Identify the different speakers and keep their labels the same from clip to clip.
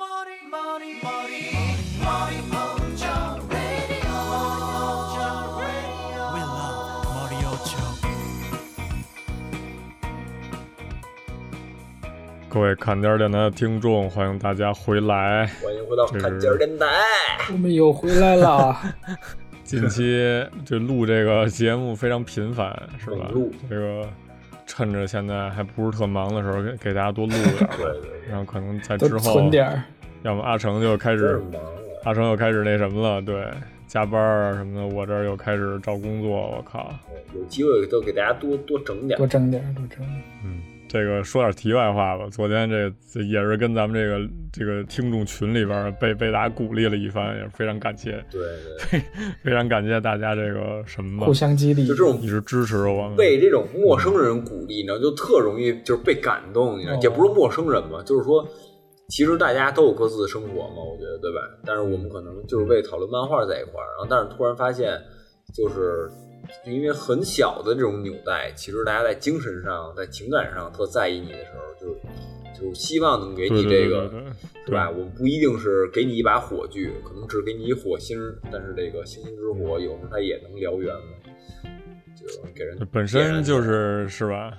Speaker 1: 머리 머리 머리 머리 먼저 radio 먼저 radio
Speaker 2: We love Moriocho.
Speaker 3: 各位砍点儿电台的听众，欢迎大家回来。
Speaker 4: 欢迎回到
Speaker 3: 这
Speaker 4: 看
Speaker 3: 是
Speaker 4: 劲儿电台。
Speaker 5: 我们又回 来了，啊
Speaker 3: 近 期这录这个节目非常频繁，是吧
Speaker 4: 猛录？
Speaker 3: 这个趁着现在还不是特忙的时候，给给大家多录一点儿吧。
Speaker 4: 对对，
Speaker 3: 然后可能在
Speaker 5: 都
Speaker 3: 之后
Speaker 5: 存，点儿。
Speaker 3: 要么阿成就开
Speaker 4: 真是
Speaker 3: 始，
Speaker 4: 忙啊了。
Speaker 3: 阿成又开始那什么了，对，加班儿啊什么的。我这儿又开始找工作，我靠。
Speaker 4: 有机会都给大家多多整点
Speaker 5: 多。整点儿，多整点儿。
Speaker 3: 嗯，这个说点题外话吧。昨天这这也是跟咱们这个这个听众群里边儿被被大家鼓励了一番，也是非常感谢，
Speaker 4: 对对，
Speaker 3: 非常感谢大家这个什么吧
Speaker 5: 互相激励。
Speaker 4: 对就这 种
Speaker 3: 一直支持我们。
Speaker 4: 被这种陌生人鼓励，你知道，就特容易就是被感动，你知道，
Speaker 5: 哦
Speaker 4: 也不是陌生人嘛，就是说，其实大家都有各自的生活嘛，我觉得对吧？但是我们可能就是为讨论漫画在一块儿，然后但是突然发现，就是因为很小的这种纽带，其实大家在精神上、在情感上特在意你的时候，就是就是希望能给
Speaker 3: 对
Speaker 4: 你
Speaker 3: 对
Speaker 4: 这
Speaker 3: 对
Speaker 4: 个
Speaker 3: 对对，
Speaker 4: 是吧？我
Speaker 3: 嗯
Speaker 4: 们不一定是给你一把火炬，可能只给你一火星儿，但是这个星星之火
Speaker 3: 嗯
Speaker 4: 有时候它也能燎原嘛，就给人
Speaker 3: 对本
Speaker 4: 点
Speaker 3: 身
Speaker 4: 燃
Speaker 3: 就是是吧？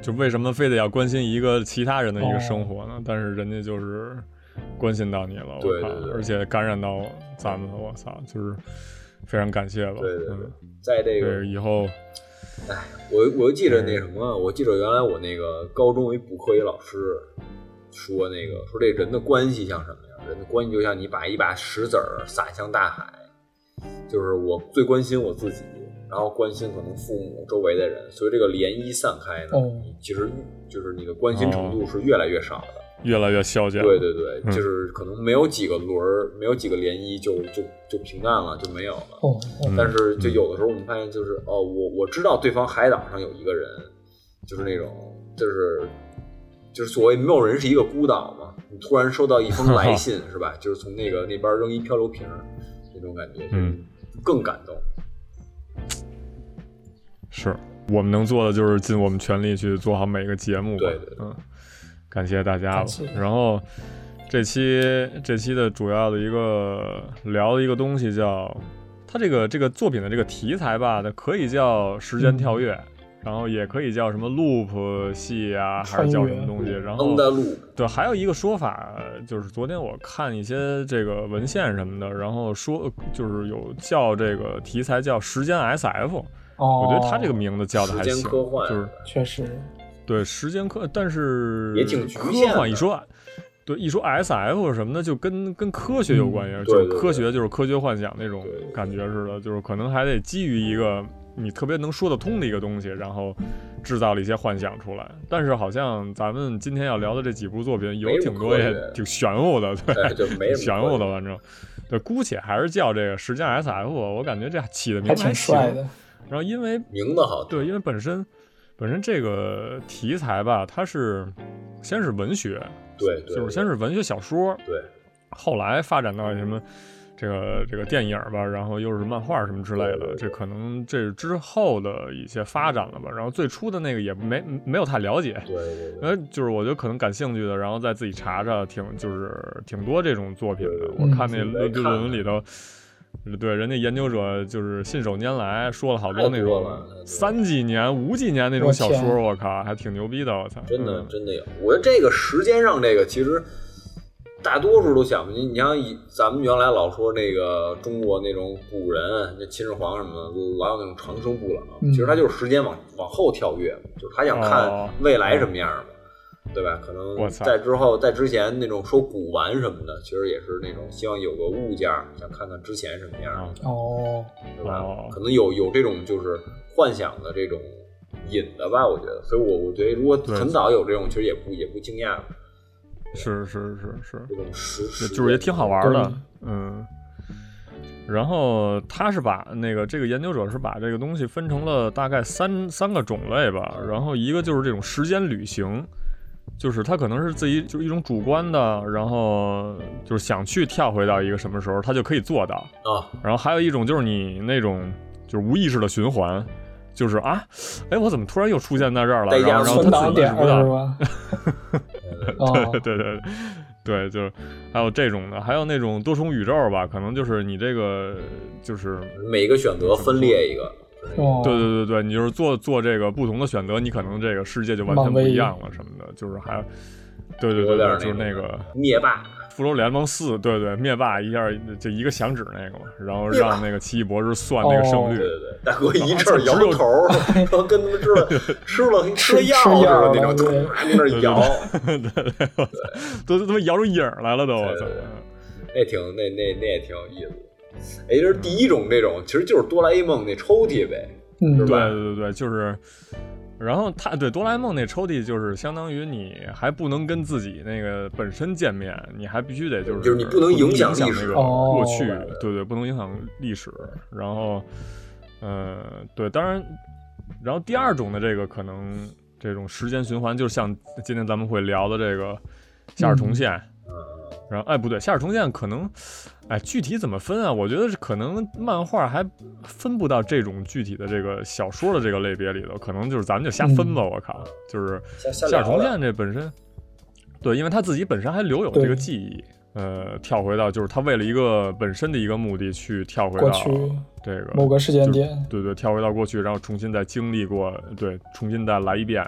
Speaker 3: 就为什么非得要关心一个其他人的一个
Speaker 5: 哦
Speaker 3: 生活呢？但是人家就是关心到你了，我
Speaker 4: 对
Speaker 3: 靠
Speaker 4: 对对！
Speaker 3: 而且感染到咱们了，我操！就是非常感谢吧。
Speaker 4: 对对对
Speaker 3: 嗯，
Speaker 4: 在这个
Speaker 3: 对以后
Speaker 4: 我我记得那什么，我记得原来我那个高中有一补课一老师说那个说这人的关系像什么呀？人的关系就像你把一把石子儿撒向大海，就是我最关心我自己，然后关心可能父母周围的人，所以这个涟漪散开呢，
Speaker 5: 哦
Speaker 4: 你其实就是你的关心
Speaker 3: 哦
Speaker 4: 程度是越来越少的。
Speaker 3: 越来越消减。
Speaker 4: 对对对，
Speaker 3: 嗯
Speaker 4: 就是可能没有几个轮儿，没有几个涟漪就就就平淡了，就没有了。
Speaker 5: 哦哦，
Speaker 4: 但
Speaker 3: 嗯
Speaker 4: 是就有的时候我们发现，就是哦，我我知道对方海岛上有一个人，就是那种就是就是所谓没有人是一个孤岛嘛。你突然收到一封 来信是吧？就是从那个那边扔一漂流瓶儿那种感觉，
Speaker 3: 嗯，
Speaker 4: 更感动。
Speaker 3: 是我们能做的就是尽我们全力去做好每个节目吧。
Speaker 4: 对对对
Speaker 3: 嗯，感谢大家吧
Speaker 5: 感谢。
Speaker 3: 然后这期这期的主要的一个聊的一个东西叫它这个这个作品的这个题材吧，它可以叫时间
Speaker 5: 嗯
Speaker 3: 跳跃，然后也可以叫什么 loop 戏啊，还是叫什么东西？
Speaker 5: 嗯
Speaker 3: 然后
Speaker 4: 蒙的嗯路，
Speaker 3: 对，还有一个说法就是，昨天我看一些这个文献什么的，然后说就是有叫这个题材叫时间 SF，我
Speaker 5: 哦，
Speaker 3: 觉得他这个名字叫的还
Speaker 4: 时
Speaker 3: 行，
Speaker 4: 间科幻
Speaker 3: 就是
Speaker 5: 确实
Speaker 3: 对时间科，但是
Speaker 4: 也挺局
Speaker 3: 科
Speaker 4: 限的
Speaker 3: 幻一说，对一说 S F 什么的，就跟跟科学有关系，
Speaker 4: 嗯对
Speaker 3: 就是
Speaker 4: 对
Speaker 3: 科
Speaker 4: 对
Speaker 3: 学就是科学幻想那种
Speaker 4: 对对
Speaker 3: 感觉似的，就是可能还得基于一个你特别能说得通的一个东西，然后制造了一些幻想出来。但是好像咱们今天要聊的这几部作品，有
Speaker 4: 没什么
Speaker 3: 挺多也
Speaker 4: 科学
Speaker 3: 挺玄乎的，对，
Speaker 4: 哎，就没
Speaker 3: 挺
Speaker 4: 什
Speaker 3: 玄
Speaker 4: 么
Speaker 3: 乎
Speaker 4: 关
Speaker 3: 的，
Speaker 4: 系。
Speaker 3: 反正。对，姑且还是叫这个时间 S F，我感觉这起的名
Speaker 5: 还
Speaker 3: 字还
Speaker 5: 挺
Speaker 3: 行
Speaker 5: 帅。的。
Speaker 3: 然后因为
Speaker 4: 名字好听，
Speaker 3: 对，因为本身本身这个题材吧，它是先是文学，
Speaker 4: 对对，
Speaker 3: 就是先是文学小说，
Speaker 4: 对
Speaker 3: 后来发展到什么这个这个电影吧，然后又是漫画什么之类
Speaker 4: 对
Speaker 3: 的
Speaker 4: 对，
Speaker 3: 这可能这是之后的一些发展了吧。然后最初的那个也没没有太了解，
Speaker 4: 对对对，
Speaker 3: 呃，就是我觉得可能感兴趣的，然后再自己查查，挺就是挺多这种作品的。
Speaker 4: 对
Speaker 3: 我看那
Speaker 4: 嗯
Speaker 3: 论
Speaker 4: 自己
Speaker 3: 论
Speaker 4: 看
Speaker 3: 文里头，对人家研究者就是信手拈来说了好多那
Speaker 4: 太多
Speaker 3: 种
Speaker 4: 了太多了
Speaker 3: 三几年、五几年那种小
Speaker 5: 我
Speaker 3: 说，我靠，还挺牛逼的，我操！
Speaker 4: 真的
Speaker 3: 嗯
Speaker 4: 真的有。我觉得这个时间上，这个其实大多数都想不清。你像以咱们原来老说那个中国那种古人，那秦始皇什么的，老有那种长生不老，
Speaker 5: 嗯
Speaker 4: 其实他就是时间往往后跳跃嘛，就是他想
Speaker 3: 哦
Speaker 4: 看未来什么样嘛。对吧？可能
Speaker 3: 我操
Speaker 4: 在之后，在之前那种说古玩什么的，其实也是那种希望有个物件儿，想看看之前什么样
Speaker 3: 嗯
Speaker 4: 儿，
Speaker 3: 啊
Speaker 5: 哦，
Speaker 4: 对吧？
Speaker 3: 哦
Speaker 4: 可能有有这种就是幻想的这种引的吧，我觉得。所以我，我觉得如果
Speaker 3: 对
Speaker 4: 很早有这种，其实也不也不惊讶。
Speaker 3: 是是是是，
Speaker 4: 这种实
Speaker 3: 就
Speaker 4: 实
Speaker 3: 就是也挺好玩的
Speaker 5: 对，
Speaker 3: 嗯。然后他是把那个这个研究者是把这个东西分成了大概三三个种类吧，然后一个就是这种时间旅行，就是他可能是自己就是一种主观的，然后就是想去跳回到一个什么时候，他就可以做到。
Speaker 4: 啊，
Speaker 3: 然后还有一种就是你那种就是无意识的循环，就是啊，哎，我怎么突然又出现在这儿了？
Speaker 4: 在家
Speaker 3: 然后然后他
Speaker 5: 存档
Speaker 3: 自己意
Speaker 5: 点
Speaker 3: 识
Speaker 5: 儿
Speaker 3: 不到
Speaker 5: 是。吧？哦，
Speaker 3: 对对对对，就是还有这种的，还有那种多重宇宙吧，可能就是你这个就是
Speaker 4: 每个选择分裂一个，
Speaker 5: 哦，
Speaker 3: 对对对对，你就是做做这个不同的选择，你可能这个世界就完全不一样了什么的，就是还，对对对
Speaker 4: 有点
Speaker 3: 对，
Speaker 4: 儿
Speaker 3: 就是
Speaker 4: 那
Speaker 3: 那个
Speaker 4: 灭霸，
Speaker 3: 复仇者联盟四，对对，灭霸一下就一个响指那个嘛，然后让那个奇异博士算那个胜率
Speaker 4: 哦对，对对，大哥一阵摇头，然后跟他们吃了吃了吃了药
Speaker 5: 吃
Speaker 4: 似
Speaker 5: 药
Speaker 4: 的
Speaker 5: 了
Speaker 4: 那种，突
Speaker 5: 对
Speaker 4: 然在那儿摇，
Speaker 3: 对对对，我操都都他妈摇出影儿来了都，我操
Speaker 4: 对！那挺那那那也挺有意思的。哎，这是第一种，这种其实就是哆啦 A 梦那抽屉呗，
Speaker 5: 嗯
Speaker 4: 是吧
Speaker 3: 对对对，就是，然后他对哆啦 A 梦那抽屉就是相当于你还不能跟自己那个本身见面，你还必须得就是
Speaker 4: 就是你不能影响历
Speaker 3: 那
Speaker 4: 史
Speaker 3: 个
Speaker 5: 哦
Speaker 3: 过去，对对，不能影响历史。然后，呃，对，当然，然后第二种的这个可能这种时间循环，就像今天咱们会聊的这个夏尔重现。
Speaker 4: 嗯
Speaker 3: 然后，哎，不对，夏尔重现可能，哎，具体怎么分啊？我觉得是可能漫画还分不到这种具体的这个小说的这个类别里头，可能就是咱们就瞎分吧。
Speaker 5: 嗯
Speaker 3: 我靠，就是
Speaker 4: 下下
Speaker 3: 夏尔重
Speaker 4: 聊聊
Speaker 3: 现这本身，对，因为他自己本身还留有这个
Speaker 5: 对
Speaker 3: 记忆，呃，跳回到就是他为了一个本身的一个目的去跳回
Speaker 5: 过
Speaker 3: 到
Speaker 5: 去
Speaker 3: 这个
Speaker 5: 某个时间点，
Speaker 3: 对对，跳回到过去，然后重新再经历过，对，重新再来一遍。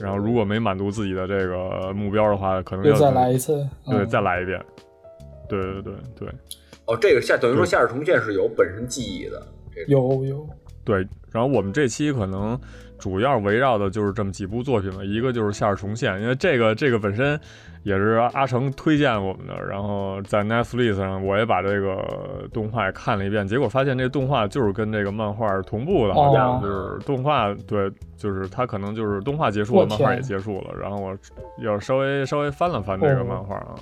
Speaker 3: 然后如果没满足自己的这个目标的话，可能要
Speaker 5: 又再来一次，
Speaker 3: 对，
Speaker 5: 嗯
Speaker 3: 再来一遍。对对对对
Speaker 4: 哦，这个夏等于说夏日重现是有本身记忆的，
Speaker 5: 有有，
Speaker 3: 对。然后我们这期可能主要围绕的就是这么几部作品吧，一个就是《夏日重现》，因为这个这个本身也是阿成推荐我们的，然后在 Netflix 上我也把这个动画也看了一遍，结果发现这动画就是跟这个漫画是同步的，好像、
Speaker 5: 哦
Speaker 3: 就是动画对，就是它可能就是动画结束了，
Speaker 5: 我
Speaker 3: 漫
Speaker 5: 天
Speaker 3: 画也结束了，然后我要稍微稍微翻了翻这个
Speaker 5: 哦
Speaker 3: 漫画啊，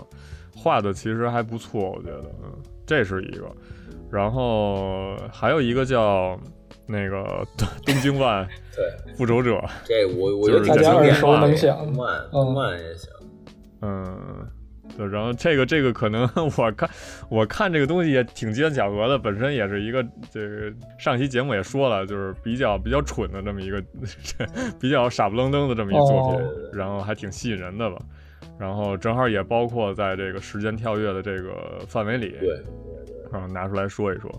Speaker 3: 画的其实还不错，我觉得，嗯，这是一个，然后还有一个叫那个东京万
Speaker 4: 对，
Speaker 3: 复仇者，
Speaker 4: 这我我觉得
Speaker 3: 就是
Speaker 4: 挺
Speaker 5: 大家
Speaker 4: 经啊
Speaker 5: 耳
Speaker 4: 典
Speaker 5: 熟
Speaker 4: 的
Speaker 5: 能，详
Speaker 4: 动，漫
Speaker 5: 嗯
Speaker 4: 动漫也行，
Speaker 3: 嗯，对，然后这个这个可能 我看我看这个东西也挺机缘巧合的，本身也是一个这个上期节目也说了，就是比较比较蠢的这么一个比较傻不愣登的这么一作品，
Speaker 5: 哦
Speaker 3: 然后还挺吸引人的吧。然后正好也包括在这个时间跳跃的这个范围里，
Speaker 4: 对，
Speaker 3: 然后拿出来说一说。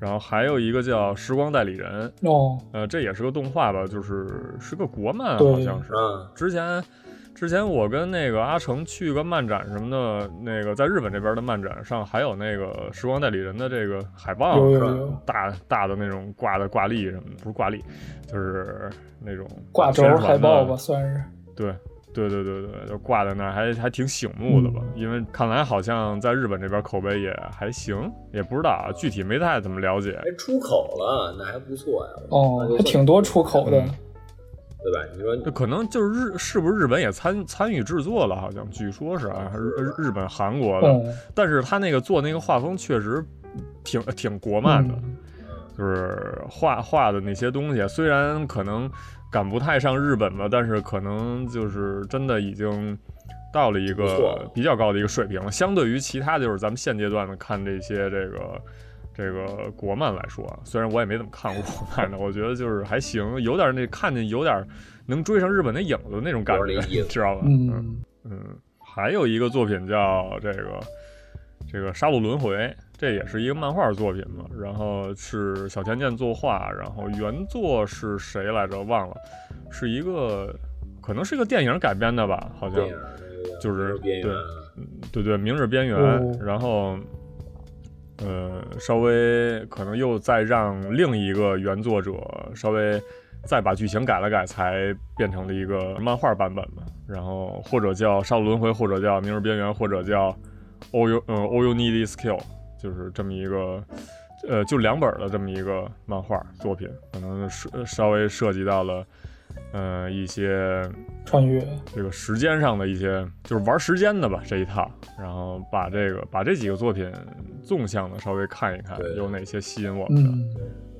Speaker 3: 然后还有一个叫《时光代理人》，
Speaker 5: 哦，
Speaker 3: 呃，这也是个动画吧，就是是个国漫，
Speaker 5: 对
Speaker 3: 好像是。
Speaker 4: 嗯，
Speaker 3: 之前之前我跟那个阿成去个漫展什么的，那个在日本这边的漫展上还有那个时光代理人的这个海报，
Speaker 5: 有有
Speaker 3: 啊是吧
Speaker 5: 有
Speaker 3: 大大的那种挂的挂历什么的，不是挂历，就是那种
Speaker 5: 挂轴
Speaker 3: 宣传的
Speaker 5: 海报吧，算是，
Speaker 3: 对。对对对对，就挂在那儿，还还挺醒目的吧？
Speaker 5: 嗯
Speaker 3: 因为看来好像在日本这边口碑也还行，也不知道啊，具体没太怎么了解。
Speaker 4: 还哎出口了，那还不错呀，
Speaker 5: 哦
Speaker 4: 那就，
Speaker 5: 还挺多出口
Speaker 3: 嗯
Speaker 5: 的，
Speaker 4: 对吧？你说
Speaker 3: 这可能就是日是不是日本也参参与制作了？好像据说是啊，日日本、韩国的，
Speaker 5: 嗯，
Speaker 3: 但是他那个做那个画风确实挺挺国漫的，
Speaker 4: 嗯
Speaker 5: 嗯
Speaker 3: 就是画画的那些东西，虽然可能赶不太上日本吧，但是可能就是真的已经到了一
Speaker 4: 不
Speaker 3: 个
Speaker 4: 错
Speaker 3: 比较高的一个水平了。相对于其他就是咱们现阶段的看这些这个。这个国漫来说啊，虽然我也没怎么看过 国漫的，我觉得就是还行，有点那看见有点能追上日本的影子那种感
Speaker 4: 有
Speaker 3: 觉
Speaker 4: 点那意，思
Speaker 3: 知道吧？
Speaker 5: 嗯，
Speaker 3: 嗯，还有一个作品叫这个这个《杀戮轮回》，这也是一个漫画作品嘛，然后是小田健作画，然后原作是谁来着？忘了，是一个可能是个电影改编的吧，好像
Speaker 4: 电影儿那个
Speaker 3: 就是
Speaker 4: 边缘
Speaker 3: 对。嗯对对，《明日边缘》
Speaker 5: 哦
Speaker 3: 然后，呃，稍微可能又再让另一个原作者稍微再把剧情改了改，才变成了一个漫画版本嘛。然后或者叫《杀戮轮回》，或者叫《明日边缘》，或者叫《All You》嗯，《All You Need Is Kill》，就是这么一个。呃，就两本儿的这么一个漫画作品，可能是呃稍微涉及到了，呃，一些
Speaker 5: 穿越，
Speaker 3: 这个时间上的一些，就是玩时间的吧这一套，然后把这个把这几个作品纵向的稍微看一看，
Speaker 4: 对
Speaker 3: 有哪些吸引我们的。
Speaker 5: 嗯，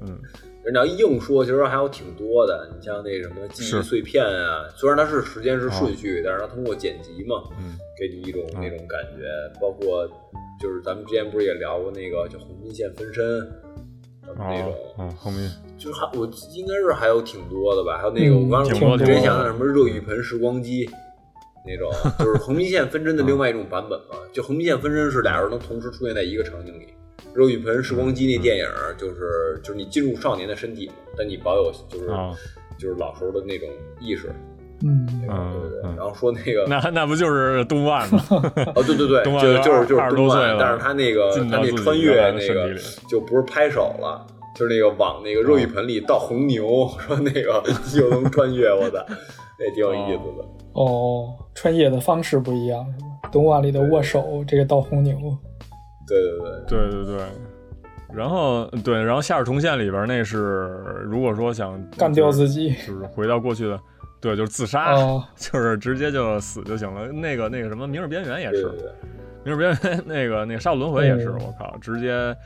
Speaker 3: 嗯，
Speaker 4: 人家硬说，其实还有挺多的。你像那什么记忆
Speaker 3: 是啊
Speaker 4: 碎片啊，虽然它是时间是顺序，但是它通过剪辑嘛，
Speaker 3: 嗯
Speaker 4: 给你一种
Speaker 3: 嗯
Speaker 4: 那种感觉。包括就是咱们之前不是也聊过那个叫红金线分身，什么那种，
Speaker 3: 哦，嗯，后面
Speaker 4: 就是还我应该是还有挺多的吧。还有那个
Speaker 5: 嗯
Speaker 4: 我刚
Speaker 3: 挺
Speaker 4: 刚
Speaker 3: 多
Speaker 4: 我之前
Speaker 3: 挺多
Speaker 4: 想的什么热浴盆时光机，那种， 就是横批线分针的
Speaker 3: 嗯
Speaker 4: 另外一种版本嘛。就横批线分针是俩人能同时出现在一个场景里。肉雨盆时光机
Speaker 3: 嗯
Speaker 4: 那电影儿就是就是你进入少年的身体嘛，但你保有就是、
Speaker 3: 啊，
Speaker 4: 就是老时候的那种意识，
Speaker 5: 嗯，
Speaker 3: 嗯
Speaker 4: 对对对。
Speaker 3: 嗯
Speaker 4: 然后说那个
Speaker 3: 那那不就是东万 吗？
Speaker 4: 哦，对对对，
Speaker 3: 东
Speaker 4: 就
Speaker 3: 莞
Speaker 4: 就是就是
Speaker 3: 二十
Speaker 4: 东
Speaker 3: 多岁
Speaker 4: 莞
Speaker 3: 了，
Speaker 4: 但是他那个
Speaker 3: 进
Speaker 4: 他
Speaker 3: 到
Speaker 4: 那
Speaker 3: 自己
Speaker 4: 穿
Speaker 3: 原
Speaker 4: 越
Speaker 3: 来的
Speaker 4: 那
Speaker 3: 身体
Speaker 4: 个
Speaker 3: 里嗯
Speaker 4: 就不是拍手了，就是那个往那个肉雨盆里倒红牛， 说那个就能穿越，我操，那挺有意思的。
Speaker 5: 哦，穿越的方式不一样是吧？东莞里的握手，这个倒红牛，
Speaker 4: 对对
Speaker 3: 对
Speaker 4: 对，
Speaker 3: 对对。然后对，然后《夏日重现》里边那是，如果说想
Speaker 5: 干掉
Speaker 3: 就是
Speaker 5: 自己。
Speaker 3: 就是回到过去的，对，就是自杀，
Speaker 5: 哦，
Speaker 3: 就是直接就死就行了。那个那个什么《明日边缘》也
Speaker 4: 对
Speaker 3: 是，
Speaker 4: 对对，
Speaker 3: 明日边缘 那个那个《杀戮轮回》也是，
Speaker 5: 嗯
Speaker 3: 我靠，直接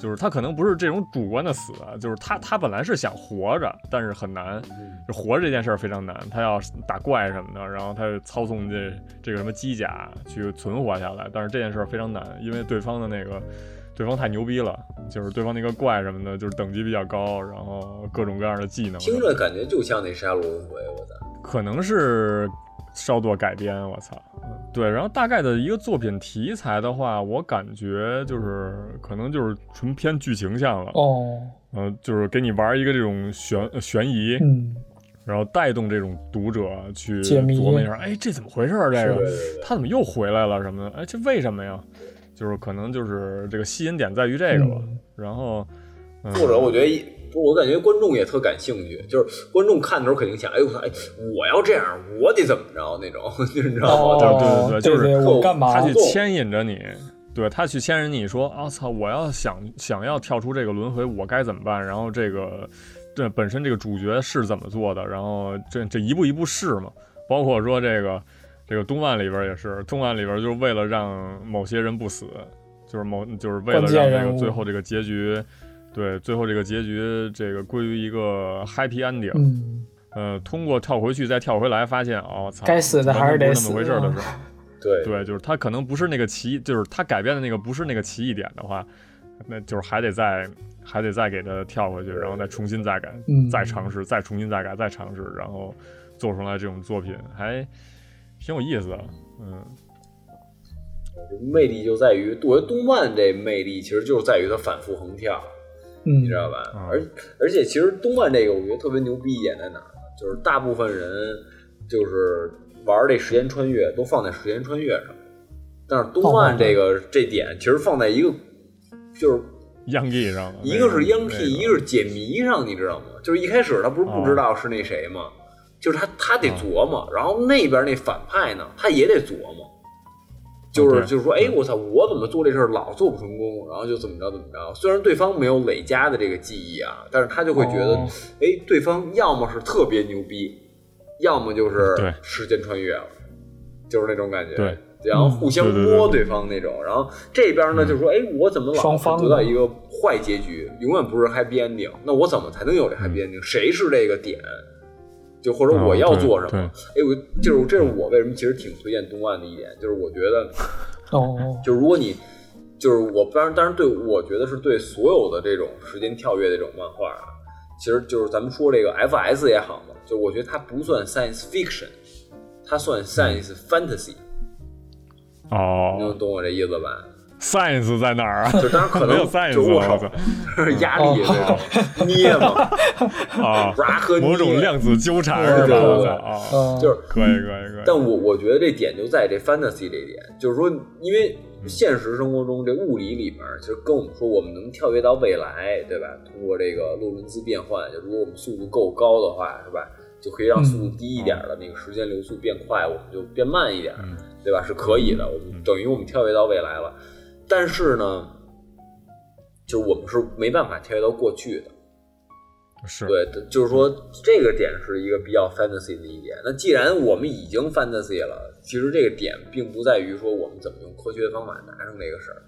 Speaker 3: 就是他可能不是这种主观的死啊，就是他他本来是想活着，但是很难，
Speaker 4: 嗯
Speaker 3: 就活着这件事儿非常难，他要打怪什么的，然后他就操纵这这个什么机甲去存活下来，但是这件事儿非常难，因为对方的那个。对方太牛逼了，就是对方那个怪什么的，就是等级比较高，然后各种各样的技能什么
Speaker 4: 听
Speaker 3: 的，
Speaker 4: 着感觉就像那杀戮轮回，我操，
Speaker 3: 可能是稍作改编，我操。嗯对，然后大概的一个作品题材的话，我感觉就是可能就是纯偏剧情向了，
Speaker 5: 哦，
Speaker 3: 嗯、就是给你玩一个这种悬呃悬疑，
Speaker 5: 嗯，
Speaker 3: 然后带动这种读者去
Speaker 5: 解谜
Speaker 3: 琢磨一下，哎，这怎么回事儿？这个
Speaker 4: 对对对。
Speaker 3: 他怎么又回来了什么的？哎，这为什么呀？就是可能就是这个吸引点在于这个吧。
Speaker 5: 嗯
Speaker 3: 然后，嗯、
Speaker 4: 作者我觉得不，我感觉观众也特感兴趣，就是观众看的时候肯定想，哎我操，哎我要这样，我得怎么着那种， 你知道吗？就是
Speaker 5: 哦，
Speaker 3: 对对对
Speaker 5: 对
Speaker 3: 就是
Speaker 5: 我干嘛
Speaker 3: 他去
Speaker 4: 做
Speaker 3: 牵引着你，对他去牵引你说啊操，我要想想要跳出这个轮回，我该怎么办？然后这个这本身这个主角是怎么做的？然后这这一步一步试嘛，包括说这个这个东漫里边也是，东漫里边就是为了让某些人不死，就是某就是为了
Speaker 5: 关
Speaker 3: 让
Speaker 5: 键
Speaker 3: 这
Speaker 5: 人
Speaker 3: 个
Speaker 5: 物
Speaker 3: 最后这个结局。对，最后这个结局，这个归于一个 happy ending，、
Speaker 5: 嗯，
Speaker 3: 呃，通过跳回去再跳回来，发现哦，操，
Speaker 5: 该死的还
Speaker 3: 完
Speaker 5: 是
Speaker 3: 全不是
Speaker 5: 得
Speaker 3: 那
Speaker 5: 死
Speaker 3: 么回事儿的
Speaker 5: 啊
Speaker 3: 时候，
Speaker 4: 对
Speaker 3: 对，就是他可能不是那个奇，就是他改变的那个不是那个奇异点的话，那就是还得再还得再给他跳回去，然后再重新再改，
Speaker 5: 嗯
Speaker 3: 再尝试，再重新再改，再尝试，然后做出来这种作品，还挺有意思的。嗯，
Speaker 4: 魅力就在于，我觉得动漫这魅力其实就是在于它反复横跳，
Speaker 5: 嗯，
Speaker 4: 你知道吧？
Speaker 3: 嗯
Speaker 4: 而而且其实动漫这个，我觉得特别牛逼一点在哪儿呢？就是大部分人就是玩这时间穿越都放在时间穿越上，但是动漫这个这点其实放在一个就是
Speaker 3: 央 G 上的
Speaker 4: 一个是央 P，
Speaker 3: P，
Speaker 4: 一个是解谜上，你知道吗？就是一开始他不是不
Speaker 3: 哦
Speaker 4: 知道是那谁吗？就是他他得琢磨，然后那边那反派呢，他也得琢磨，就是、
Speaker 3: 哦对嗯
Speaker 4: 就是说，哎，我操，我怎么做这事儿老做不成功，然后就怎么着怎么着。虽然对方没有累加的这个记忆啊，但是他就会觉得，
Speaker 5: 哦
Speaker 4: 哎、对方要么是特别牛逼，要么就是
Speaker 3: 对
Speaker 4: 时间穿越了，就是那种感觉。
Speaker 3: 对。
Speaker 4: 然后互相
Speaker 3: 嗯对对对对
Speaker 4: 摸
Speaker 3: 嗯
Speaker 4: 对方那种，然后这边呢就说，哎，我怎么老
Speaker 5: 双
Speaker 4: 是
Speaker 5: 方
Speaker 4: 得到
Speaker 5: 的
Speaker 4: 一个坏结局，永远不是 happy ending。那我怎么才能有这
Speaker 3: 嗯
Speaker 4: happy ending？、谁是这个点？就或者
Speaker 3: 啊
Speaker 4: 我要
Speaker 3: 对
Speaker 4: 做什么？
Speaker 3: 对
Speaker 4: 哎、我就是这是我为什么其实挺推荐东岸的一点，就是我觉得，
Speaker 5: 哦，
Speaker 4: 就如果你就是我，当然当然对我觉得是对所有的这种时间跳跃的这种漫画啊，其实就是咱们说这个 FS 也好嘛，就我觉得它不算 science fiction，它
Speaker 3: 嗯
Speaker 4: 算 science fantasy，、你
Speaker 3: 哦
Speaker 4: 能懂我这意思吧？
Speaker 3: ，science 在哪儿 啊？
Speaker 4: 就当然可
Speaker 3: 没有
Speaker 4: 能
Speaker 3: science
Speaker 4: 就握
Speaker 3: 了，我
Speaker 4: 手
Speaker 3: 操
Speaker 4: 压力那种捏 嘛，
Speaker 3: 啊，
Speaker 4: 抓和捏嗯
Speaker 3: 某种量子纠缠是吧？
Speaker 4: 对对
Speaker 3: 我
Speaker 4: 对
Speaker 3: 操啊，
Speaker 5: 呃，
Speaker 4: 就是。
Speaker 3: 可以可以可以。
Speaker 4: 但我我觉得这点就在这 fantasy 这一点，就是说，因为
Speaker 3: 嗯
Speaker 4: 现实生活中这物理里面，其实跟我们说我们能跳跃到未来，对吧？通过这个洛伦兹变换，就如果我们速度够高的话，是吧？就可以让速度低一点的那个时间流速变快，我们就变慢一点，
Speaker 3: 嗯
Speaker 4: 对吧？是可以的，我们等于我们跳跃到未来了。但是呢，就是我们是没办法跳跃到过去的，
Speaker 3: 是
Speaker 4: 对，就是说这个点是一个比较 fantasy 的一点。那既然我们已经 fantasy 了，其实这个点并不在于说我们怎么用科学的方法达成这个事儿，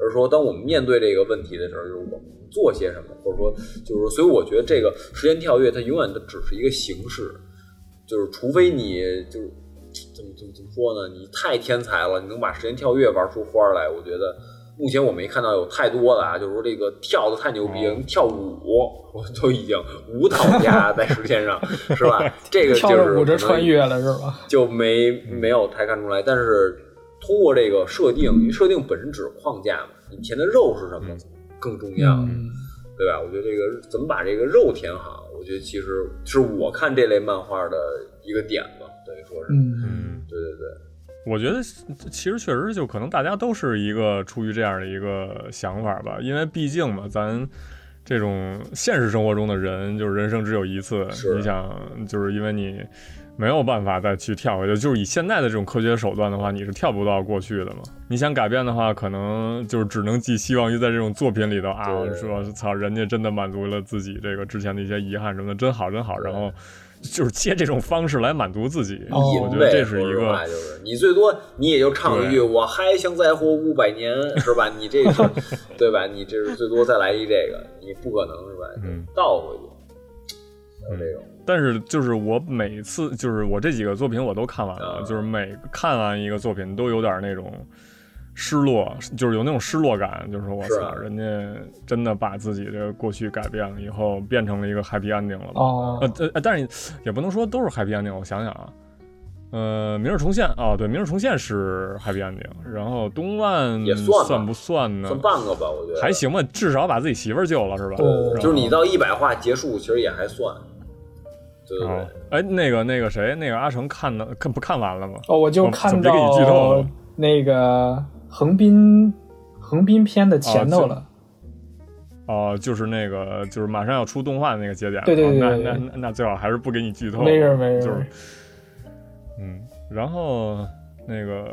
Speaker 4: 而是说当我们面对这个问题的时候，就是我们做些什么，或者说就是说，所以我觉得这个时间跳跃它永远都只是一个形式，就是除非你就是怎么怎么怎么说呢？你太天才了，你能把时间跳跃玩出花儿来，我觉得目前我没看到有太多的啊，就是说这个跳的太牛
Speaker 5: 哦
Speaker 4: 逼了，能跳舞，我都已经舞蹈家在时间上是 吧？这个就
Speaker 5: 跳
Speaker 4: 是
Speaker 5: 着舞着
Speaker 4: 可能
Speaker 5: 穿越了是吧？嗯
Speaker 4: 就没没有太看出来。但是通过这个设定，因为设定本身只是框架嘛，你填的肉是什么更重要，
Speaker 5: 嗯，
Speaker 4: 对吧？我觉得这个怎么把这个肉填好，我觉得其实是我看这类漫画的一个点吧，等于说是，
Speaker 5: 嗯，
Speaker 3: 嗯，
Speaker 4: 对对对。
Speaker 3: 我觉得其实确实就可能大家都是一个出于这样的一个想法吧，因为毕竟嘛，咱这种现实生活中的人，就是人生只有一次
Speaker 4: 是，
Speaker 3: 你想就是因为你没有办法再去跳回去，就是以现在的这种科学手段的话，你是跳不到过去的嘛。你想改变的话，可能就是只能寄希望于在这种作品里头啊，
Speaker 4: 对
Speaker 3: 我说操，人家真的满足了自己这个之前的一些遗憾什么的，真好真好，然后。就是借这种方式来满足自己，
Speaker 5: 哦
Speaker 3: 我觉
Speaker 4: 因
Speaker 3: 得
Speaker 4: 为
Speaker 3: 这是一个
Speaker 4: 说实话就是你最多你也就唱一句
Speaker 3: 对
Speaker 4: “我还想再活五百年”，是吧？你这 是，对吧？你这是最多再来一这个，你不可能是吧？
Speaker 3: 嗯
Speaker 4: 倒回去，有这种，
Speaker 3: 但是就是我每次就是我这几个作品我都看完了，
Speaker 4: 嗯
Speaker 3: 就是每看完一个作品都有点那种失落，就是有那种失落感，就是我
Speaker 4: 是
Speaker 3: 操，
Speaker 4: 啊
Speaker 3: 人家真的把自己的过去改变了，以后变成了一
Speaker 4: 嗯
Speaker 3: 个 happy ending 了吧？
Speaker 5: 哦
Speaker 3: 呃，呃，呃但是也不能说都是 happy ending，我想想啊。呃，明日重现啊、对，明日重现是 happy ending，然后东万
Speaker 4: 也算吧
Speaker 3: 不算呢？
Speaker 4: 算半个吧，我觉得
Speaker 3: 还。行吧，至少把自己媳妇儿救了是吧？
Speaker 5: 哦
Speaker 4: 就是你到一百话结束，其实也还算，对对
Speaker 3: 哦
Speaker 4: 对，，
Speaker 3: 哎，那个那个谁，那个阿成看的看不看完了吗？
Speaker 5: 哦，我就
Speaker 3: 我
Speaker 5: 看
Speaker 3: 怎么没给你剧透
Speaker 5: 到
Speaker 3: 呢
Speaker 5: 那个横滨横滨篇的前头了，
Speaker 3: 哦、就是那个就是马上要出动画那个节点了，
Speaker 5: 对对对
Speaker 3: 哦那
Speaker 5: 对
Speaker 3: 那
Speaker 5: 对
Speaker 3: 那那最好还哦是不给你剧透，
Speaker 5: 没事儿没事
Speaker 3: 就
Speaker 5: 儿
Speaker 3: 是，嗯，然后。那个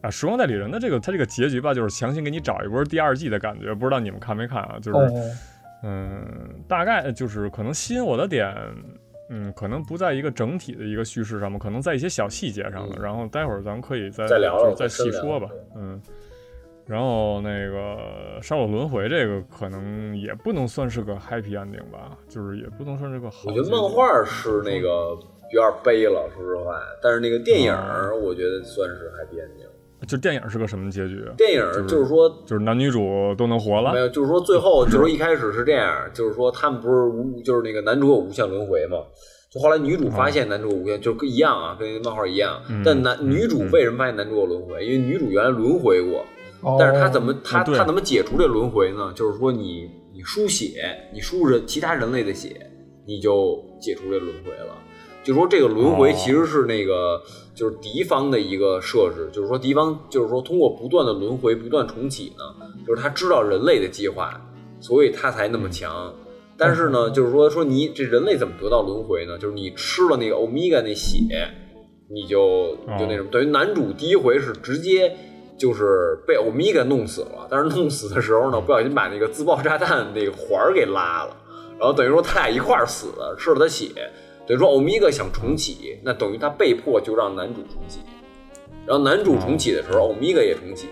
Speaker 3: 啊，《时光代理人》的这个，他这个结局吧，就是强行给你找一波第二季的感觉，不知道你们看没看啊？就是，
Speaker 5: 哦，
Speaker 3: 嗯，大概就是可能吸引我的点，嗯，可能不在一个整体的一个叙事上面，可能在一些小细节上面。
Speaker 4: 嗯
Speaker 3: 然后待会儿咱们可以再
Speaker 4: 再聊
Speaker 3: 就是
Speaker 4: 了
Speaker 3: 再细
Speaker 4: 深聊
Speaker 3: 说吧，嗯。然后那个杀戮轮回这个可能也不能算是个 happy ending 吧，就是也不能算是个好
Speaker 4: 我
Speaker 3: 结
Speaker 4: 觉
Speaker 3: 局。
Speaker 4: 得漫画是那个有点悲了，说实话。但是那个电影
Speaker 3: 啊
Speaker 4: 儿，我觉得算是 happy ending。
Speaker 3: 就电影是个什么结局？
Speaker 4: 电影儿
Speaker 3: 就
Speaker 4: 就是说
Speaker 3: 就是啊男女主都能活
Speaker 4: 没
Speaker 3: 了，
Speaker 4: 有，就是说最后就是说一开始是这样，就是说他们不是无，就是那个男主有无限轮回嘛。就后来女主发现男主有无限，就跟一样啊，跟漫画一样。
Speaker 3: 嗯
Speaker 4: 但男
Speaker 3: 嗯
Speaker 4: 女主为什么发现男主有轮回？因为女主原来轮回过，
Speaker 5: 哦
Speaker 4: 但是她怎么她
Speaker 3: 对
Speaker 4: 她怎么解除这轮回呢？就是说你你输血，你输人其他人类的血，你就解除这轮回了。就是说这个轮回
Speaker 3: 哦
Speaker 4: 其实是那个、就是敌方的一个设置，就是说敌方就是说通过不断的轮回不断重启呢，就是他知道人类的计划，所以他才那么强。但是呢，就是说说你这人类怎么得到轮回呢？就是你吃了那个欧米伽那血，你就你就那什么，等于男主第一回是直接就是被欧米伽弄死了，但是弄死的时候呢，不小心把那个自爆炸弹那个环儿给拉了，然后等于说他俩一块儿死的，吃了他血，等于说欧米伽想重启，那等于他被迫就让男主重启，然后男主重启的时候，欧米伽也重启，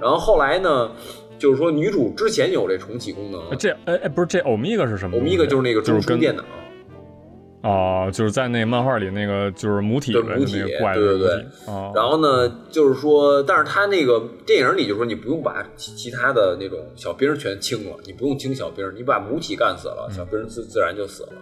Speaker 4: 然后后来呢，就是说女主之前有这重启功能，
Speaker 3: 这哎哎不是这欧米伽是什么
Speaker 4: 欧
Speaker 3: 东西？
Speaker 4: 米伽就是那个
Speaker 3: 就
Speaker 4: 中
Speaker 3: 是
Speaker 4: 枢
Speaker 3: 跟
Speaker 4: 电脑，
Speaker 3: 哦，就是在那漫画里那个就是母体呗，
Speaker 4: 对母体
Speaker 3: 那个怪的
Speaker 4: 对对
Speaker 3: 母体
Speaker 4: 对。
Speaker 3: 哦，
Speaker 4: 然后呢，就是说，但是他那个电影里就说，你不用把其其他的那种小兵全清了，你不用清小兵，你把母体干死
Speaker 3: 嗯
Speaker 4: 了，小兵自自然就死了。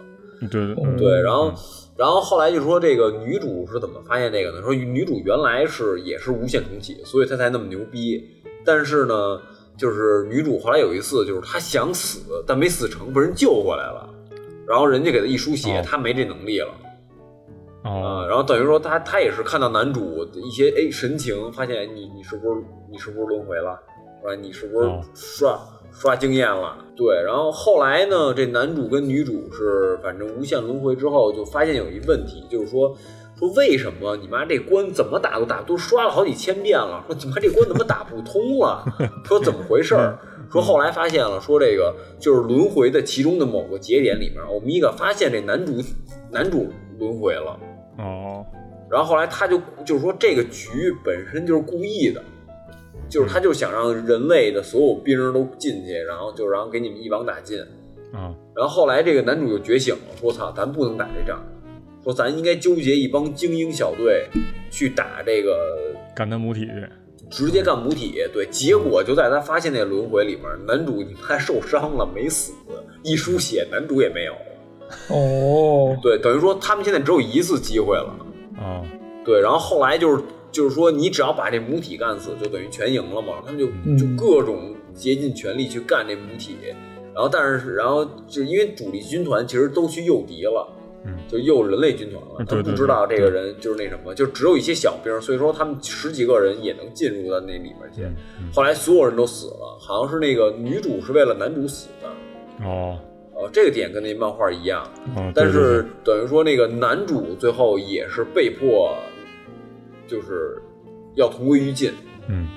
Speaker 3: 对呃对
Speaker 5: 嗯
Speaker 4: 对，然后，然后后来就说这个女主是怎么发现这个呢？说女主原来是也是无限重启，所以她才那么牛逼。但是呢，就是女主后来有一次，就是她想死，但没死成，被人救回来了。然后人家给她一输血
Speaker 3: 哦，
Speaker 4: 她没这能力了。啊，
Speaker 3: 哦，
Speaker 4: 然后等于说他他也是看到男主的一些哎神情，发现你你是不是你是不是轮回了，是吧？你是不是
Speaker 3: 哦
Speaker 4: 刷、刷经验了？对，然后后来呢，这男主跟女主是反正无限轮回之后，就发现有一问题，就是说说为什么你妈这关怎么打都打不都刷了好几千遍了，说你妈这关怎么打不通了？说怎么回事儿？
Speaker 3: 嗯
Speaker 4: 说后来发现了，说这个就是轮回的其中的某个节点里面，欧米伽发现这男主男主轮回了。
Speaker 3: 哦，
Speaker 4: 然后后来他就就是说这个局本身就是故意的，就是他就想让人类的所有兵儿都进去，然后就然后给你们一网打尽。
Speaker 3: 啊，
Speaker 4: 然后后来这个男主就觉醒了，说操，咱不能打这仗，说咱应该纠结一帮精英小队去打这个
Speaker 3: 干他母体去，
Speaker 4: 直接干母体，对，结果就在他发现那轮回里面，男主你还受伤了没死，一输血男主也没有，
Speaker 5: 哦，
Speaker 4: 对，等于说他们现在只有一次机会了，
Speaker 3: 哦，
Speaker 4: 对，然后后来就是就是说，你只要把这母体干死，就等于全赢了嘛。他们就
Speaker 5: 嗯
Speaker 4: 就各种竭尽全力去干这母体，然后但是然后就因为主力军团其实都去诱敌了。
Speaker 3: 嗯
Speaker 4: 就诱人类军团了，
Speaker 3: 嗯
Speaker 4: 他们
Speaker 3: 对对
Speaker 4: 不知道这
Speaker 3: 对
Speaker 4: 个人就是那什么，就只有一些小兵，所以说他们十几个人也能进入到那里面去。
Speaker 3: 嗯嗯
Speaker 4: 后来所有人都死了，好像是那个女主是为了男主死的，
Speaker 3: 哦，
Speaker 4: 呃，这个点跟那漫画一样，
Speaker 3: 哦
Speaker 4: 但
Speaker 3: 对对
Speaker 4: 是
Speaker 3: 对
Speaker 4: 等于说那个男主最后也是被迫，就是要同归于尽。
Speaker 3: 嗯，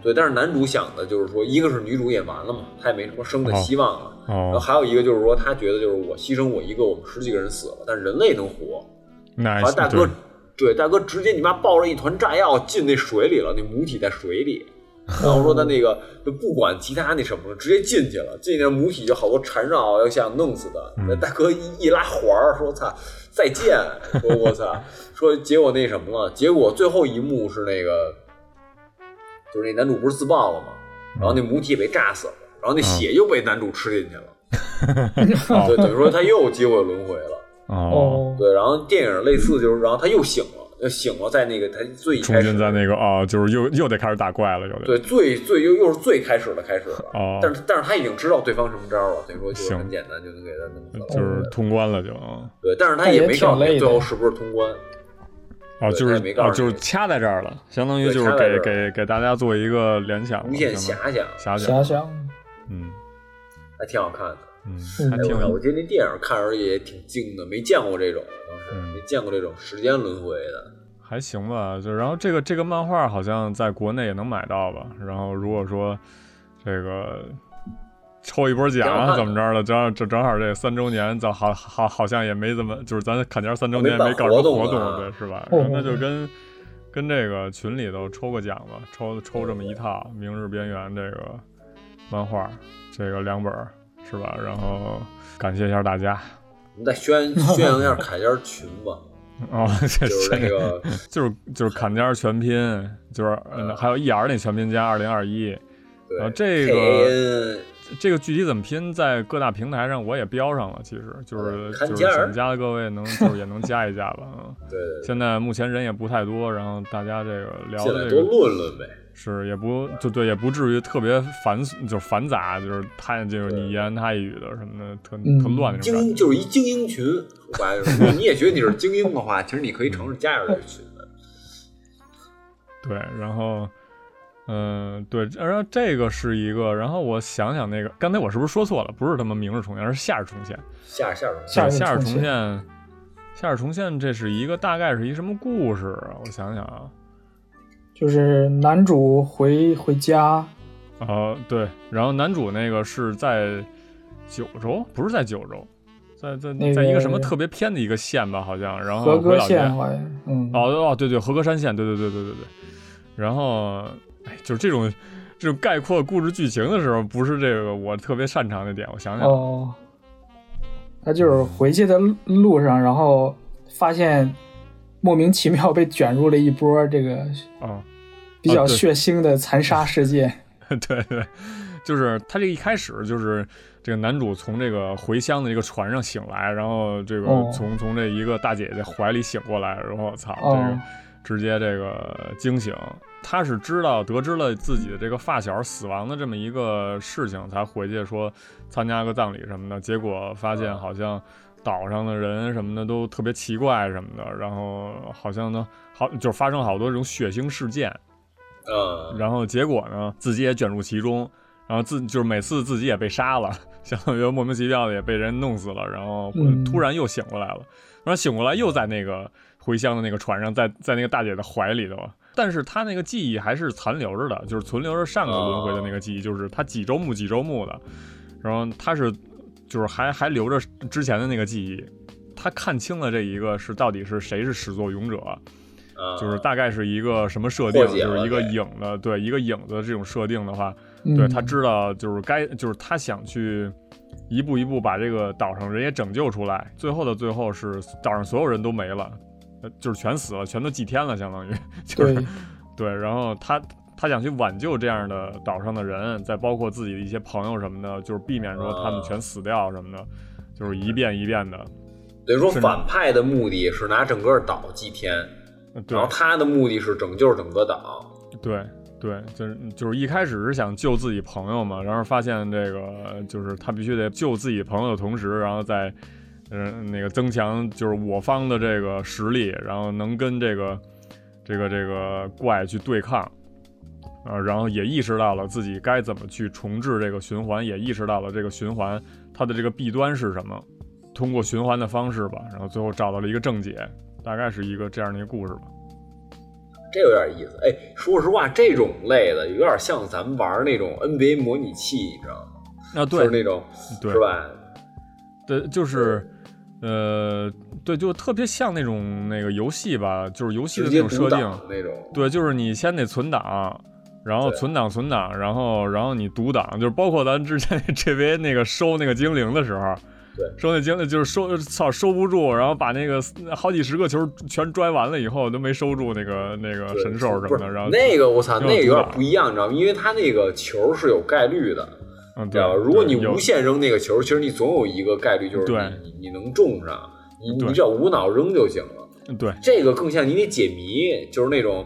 Speaker 4: 对，但是男主想的就是说，一个是女主也完了嘛，她也没什么生的希望了。然后
Speaker 3: 哦
Speaker 4: 还有一个就是说，他觉得就是我牺牲我一个，我们十几个人死了，但人类能活。好像
Speaker 3: ，nice，
Speaker 4: 大哥
Speaker 3: 对，
Speaker 4: 对大哥直接你妈抱着一团炸药进那水里了，那母体在水里。然后说他那个就不管其他那什么了，直接进去了。进去那母体就好多缠绕，要想弄死他。
Speaker 3: 嗯
Speaker 4: 那大哥一一拉环儿，说操，再见。说我操， 说结果那什么了？结果最后一幕是那个，就是那男主不是自爆了吗？然后那母体也被炸死了，
Speaker 3: 嗯
Speaker 4: 然后那血又被男主吃进去了。 对，等于说他又有机会轮回了。
Speaker 3: 哦，
Speaker 5: 哦，
Speaker 4: 对，然后电影类似就是，然后他又醒了，又醒了，在那个他最一
Speaker 3: 中
Speaker 4: 开
Speaker 3: 间
Speaker 4: 始，
Speaker 3: 在那个啊，就是又又得开始打怪了，又得
Speaker 4: 对最最又又是最开始的开始了。
Speaker 3: 哦
Speaker 4: 但是但是他已经知道对方什么招了，所以说就是
Speaker 3: 行嗯
Speaker 4: 很简单就能给他弄死
Speaker 3: 就
Speaker 4: 了。
Speaker 3: 是通关了就啊，
Speaker 4: 对，但是他
Speaker 5: 那也
Speaker 4: 没告诉
Speaker 5: 挺
Speaker 4: 你
Speaker 5: 累的
Speaker 4: 最后是不是通关。
Speaker 3: 哦，
Speaker 4: 对
Speaker 3: 就是
Speaker 4: 他也没告诉
Speaker 3: 哦，
Speaker 4: 你
Speaker 3: 就是掐在这儿了，相当于
Speaker 4: 对
Speaker 3: 就
Speaker 4: 掐
Speaker 3: 是
Speaker 4: 在
Speaker 3: 给
Speaker 4: 这儿
Speaker 3: 给给大家做一个联想了，
Speaker 4: 无限
Speaker 3: 相当于
Speaker 4: 遐想
Speaker 3: 遐
Speaker 5: 遐
Speaker 3: 想，
Speaker 5: 想，
Speaker 3: 嗯
Speaker 4: 还挺好看的，
Speaker 3: 嗯，
Speaker 5: 嗯
Speaker 3: 还
Speaker 4: 哎
Speaker 3: 挺
Speaker 4: 我
Speaker 3: 有
Speaker 4: 我觉得那电影看着也挺静的，没见过这种，当时
Speaker 3: 嗯
Speaker 4: 没见过这种时间轮回的。
Speaker 3: 还行吧，就然后这个这个漫画好像在国内也能买到吧，然后如果说这个抽一波奖
Speaker 4: 挺好看
Speaker 3: 啊
Speaker 4: 的
Speaker 3: 怎么着的，正好这正好这三周年，咱好好好像也没怎么，就是咱砍价三周年
Speaker 4: 没办
Speaker 3: 搞什么
Speaker 4: 活
Speaker 3: 活
Speaker 4: 动啊
Speaker 3: 动，对，是吧？
Speaker 5: 嗯
Speaker 3: 然后那就跟跟这个群里头抽个奖吧，抽抽这么一套《明日边缘》这个漫画，这个两本儿是吧？然后感谢一下大家
Speaker 4: 我们再 宣宣扬一下凯家群吧，
Speaker 3: 哦，谢
Speaker 4: 就是
Speaker 3: 谢
Speaker 4: 那个
Speaker 3: 就是就是砍尖儿全拼，就是嗯，还有 E R 那全拼加二零二一，
Speaker 4: 对
Speaker 3: 然后啊这
Speaker 4: K
Speaker 3: 个
Speaker 4: A N
Speaker 3: 这个具体怎么拼，在各大平台上我也标上了，其实就是
Speaker 4: 嗯砍
Speaker 3: 就是
Speaker 4: 尖儿
Speaker 3: 想加的各位 能就是也能加一加吧。嗯，
Speaker 4: 对对
Speaker 3: 现在目前人也不太多，然后大家这个聊
Speaker 4: 对，进来
Speaker 3: 的
Speaker 4: 多
Speaker 3: 这个
Speaker 4: 论论呗。
Speaker 3: 是也不就对也不至于特别繁就是繁杂，就是他就是你一言他一语的什么的，特
Speaker 5: 嗯
Speaker 3: 特乱那种
Speaker 4: 精
Speaker 3: 感
Speaker 4: 英
Speaker 3: 觉。
Speaker 4: 就是一精英群，说白了， 如果你也觉得你是精英的话，其实你可以尝试加入这个群的。
Speaker 3: 对，然后，嗯、对，然后这个是一个，然后我想想那个，刚才我是不是说错了？不是他妈明日重现，而是夏日重现。
Speaker 4: 下下种
Speaker 5: 夏日
Speaker 3: 夏日
Speaker 5: 重
Speaker 3: 重
Speaker 5: 现
Speaker 3: 现，夏日重现，这是一个大概是一什么故事啊？我想想啊，
Speaker 5: 就是男主回回家，
Speaker 3: 哦，对，然后男主那个是在九州，不是在九州，在在
Speaker 5: 那
Speaker 3: 在一个
Speaker 5: 个
Speaker 3: 什么特别偏的一个县吧，好像，然后
Speaker 5: 和
Speaker 3: 哦回
Speaker 5: 歌
Speaker 3: 老家。
Speaker 5: 县好像，嗯，
Speaker 3: 哦哦，对对，和歌山县，对对对对对对。然后，哎，就是这种这种概括故事剧情的时候，不是这个我特别擅长的点。我想想，
Speaker 5: 哦，他就是回去的路路上，然后发现莫名其妙被卷入了一波这个
Speaker 3: 哦，
Speaker 5: 比
Speaker 3: 啊
Speaker 5: 较
Speaker 3: 对
Speaker 5: 血腥的残杀事件。
Speaker 3: 对对，就是他这一开始就是这个男主从这个回乡的一个船上醒来，然后这个
Speaker 5: 哦
Speaker 3: 从、从这一个大姐姐怀里醒过来，然后我操，这个
Speaker 5: 哦
Speaker 3: 直接这个惊醒。他是知道得知了自己的这个发小死亡的这么一个事情，才回去说参加个葬礼什么的。结果发现好像岛上的人什么的都特别奇怪什么的，然后好像呢，好就是发生好多这种血腥事件。
Speaker 4: 啊，
Speaker 3: 然后结果呢，自己也卷入其中，然后自就是每次自己也被杀了， 相当于莫名其妙的也被人弄死了，然后
Speaker 5: 嗯
Speaker 3: 突然又醒过来了，然后醒过来又在那个回乡的那个船上，在在那个大姐的怀里头，啊但是他那个记忆还是残留着的，就是存留着上个轮回的那个记忆，就是他几周目几周目的，然后他是就是还还留着之前的那个记忆。他看清了这一个是到底是谁是始作俑者，
Speaker 4: 啊
Speaker 3: 就是大概是一个什么设定，
Speaker 4: 破解
Speaker 3: 就
Speaker 4: 了
Speaker 3: 是一个
Speaker 4: 对
Speaker 3: 影的，对一个影的这种设定的话，
Speaker 5: 嗯、
Speaker 3: 对他知道就是该就是他想去一步一步把这个岛上人也拯救出来，最后的最后是岛上所有人都没了，呃就是全死了，全都祭天了，相当于就是
Speaker 5: 对
Speaker 3: 对，然后他他想去挽救这样的岛上的人，再包括自己的一些朋友什么的，就是避免说他
Speaker 4: 啊
Speaker 3: 们全死掉什么的，就是一遍一遍的。
Speaker 4: 等于说
Speaker 3: 是
Speaker 4: 反派的目的是拿整个岛祭天，
Speaker 3: 呃对
Speaker 4: 然后他的目的是拯救整个岛。
Speaker 3: 对对，就是就是一开始是想救自己朋友嘛，然后发现这个就是他必须得救自己朋友的同时，然后再嗯、那个增强就是我方的这个实力，然后能跟这个这个这个怪去对抗。啊，然后也意识到了自己该怎么去重置这个循环，也意识到了这个循环它的这个弊端是什么，通过循环的方式吧，然后最后找到了一个正解，大概是一个这样的一个故事吧。
Speaker 4: 这有点意思，哎，说实话，这种类的有点像咱们玩那种 NBA 模拟器，你知道吗？
Speaker 3: 啊，
Speaker 4: 就
Speaker 3: 对
Speaker 4: 是，那种，
Speaker 3: 对
Speaker 4: 是吧？
Speaker 3: 对，就是，呃，对，就特别像那种那个游戏吧，就是游戏的那
Speaker 4: 直接
Speaker 3: 种设
Speaker 4: 独
Speaker 3: 定
Speaker 4: 挡。那种。
Speaker 3: 对，就是你先得存档，然后
Speaker 4: 对
Speaker 3: 存档存档，然后然后你读档，就是包括咱之前 GV 那个收那个精灵的时候，
Speaker 4: 对
Speaker 3: 收那精灵就是收操收不住，然后把那个好几十个球全拽完了以后都没收住那个那个
Speaker 4: 对
Speaker 3: 神兽什
Speaker 4: 不
Speaker 3: 么
Speaker 4: 是
Speaker 3: 的，然后
Speaker 4: 那个我操，
Speaker 3: 就
Speaker 4: 那个有
Speaker 3: 独
Speaker 4: 点
Speaker 3: 挡
Speaker 4: 不一样，你知道吗？因为它那个球是有概率的，
Speaker 3: 嗯
Speaker 4: 知
Speaker 3: 对
Speaker 4: 道吧？，啊如果
Speaker 3: 对
Speaker 4: 你
Speaker 3: 有
Speaker 4: 无限扔那个球，其实你总有一个概率就是
Speaker 3: 对
Speaker 4: 你你你能中上，你
Speaker 3: 对
Speaker 4: 你只要无脑扔就行了。
Speaker 3: 对
Speaker 4: 这个更像你得解谜，就是那种，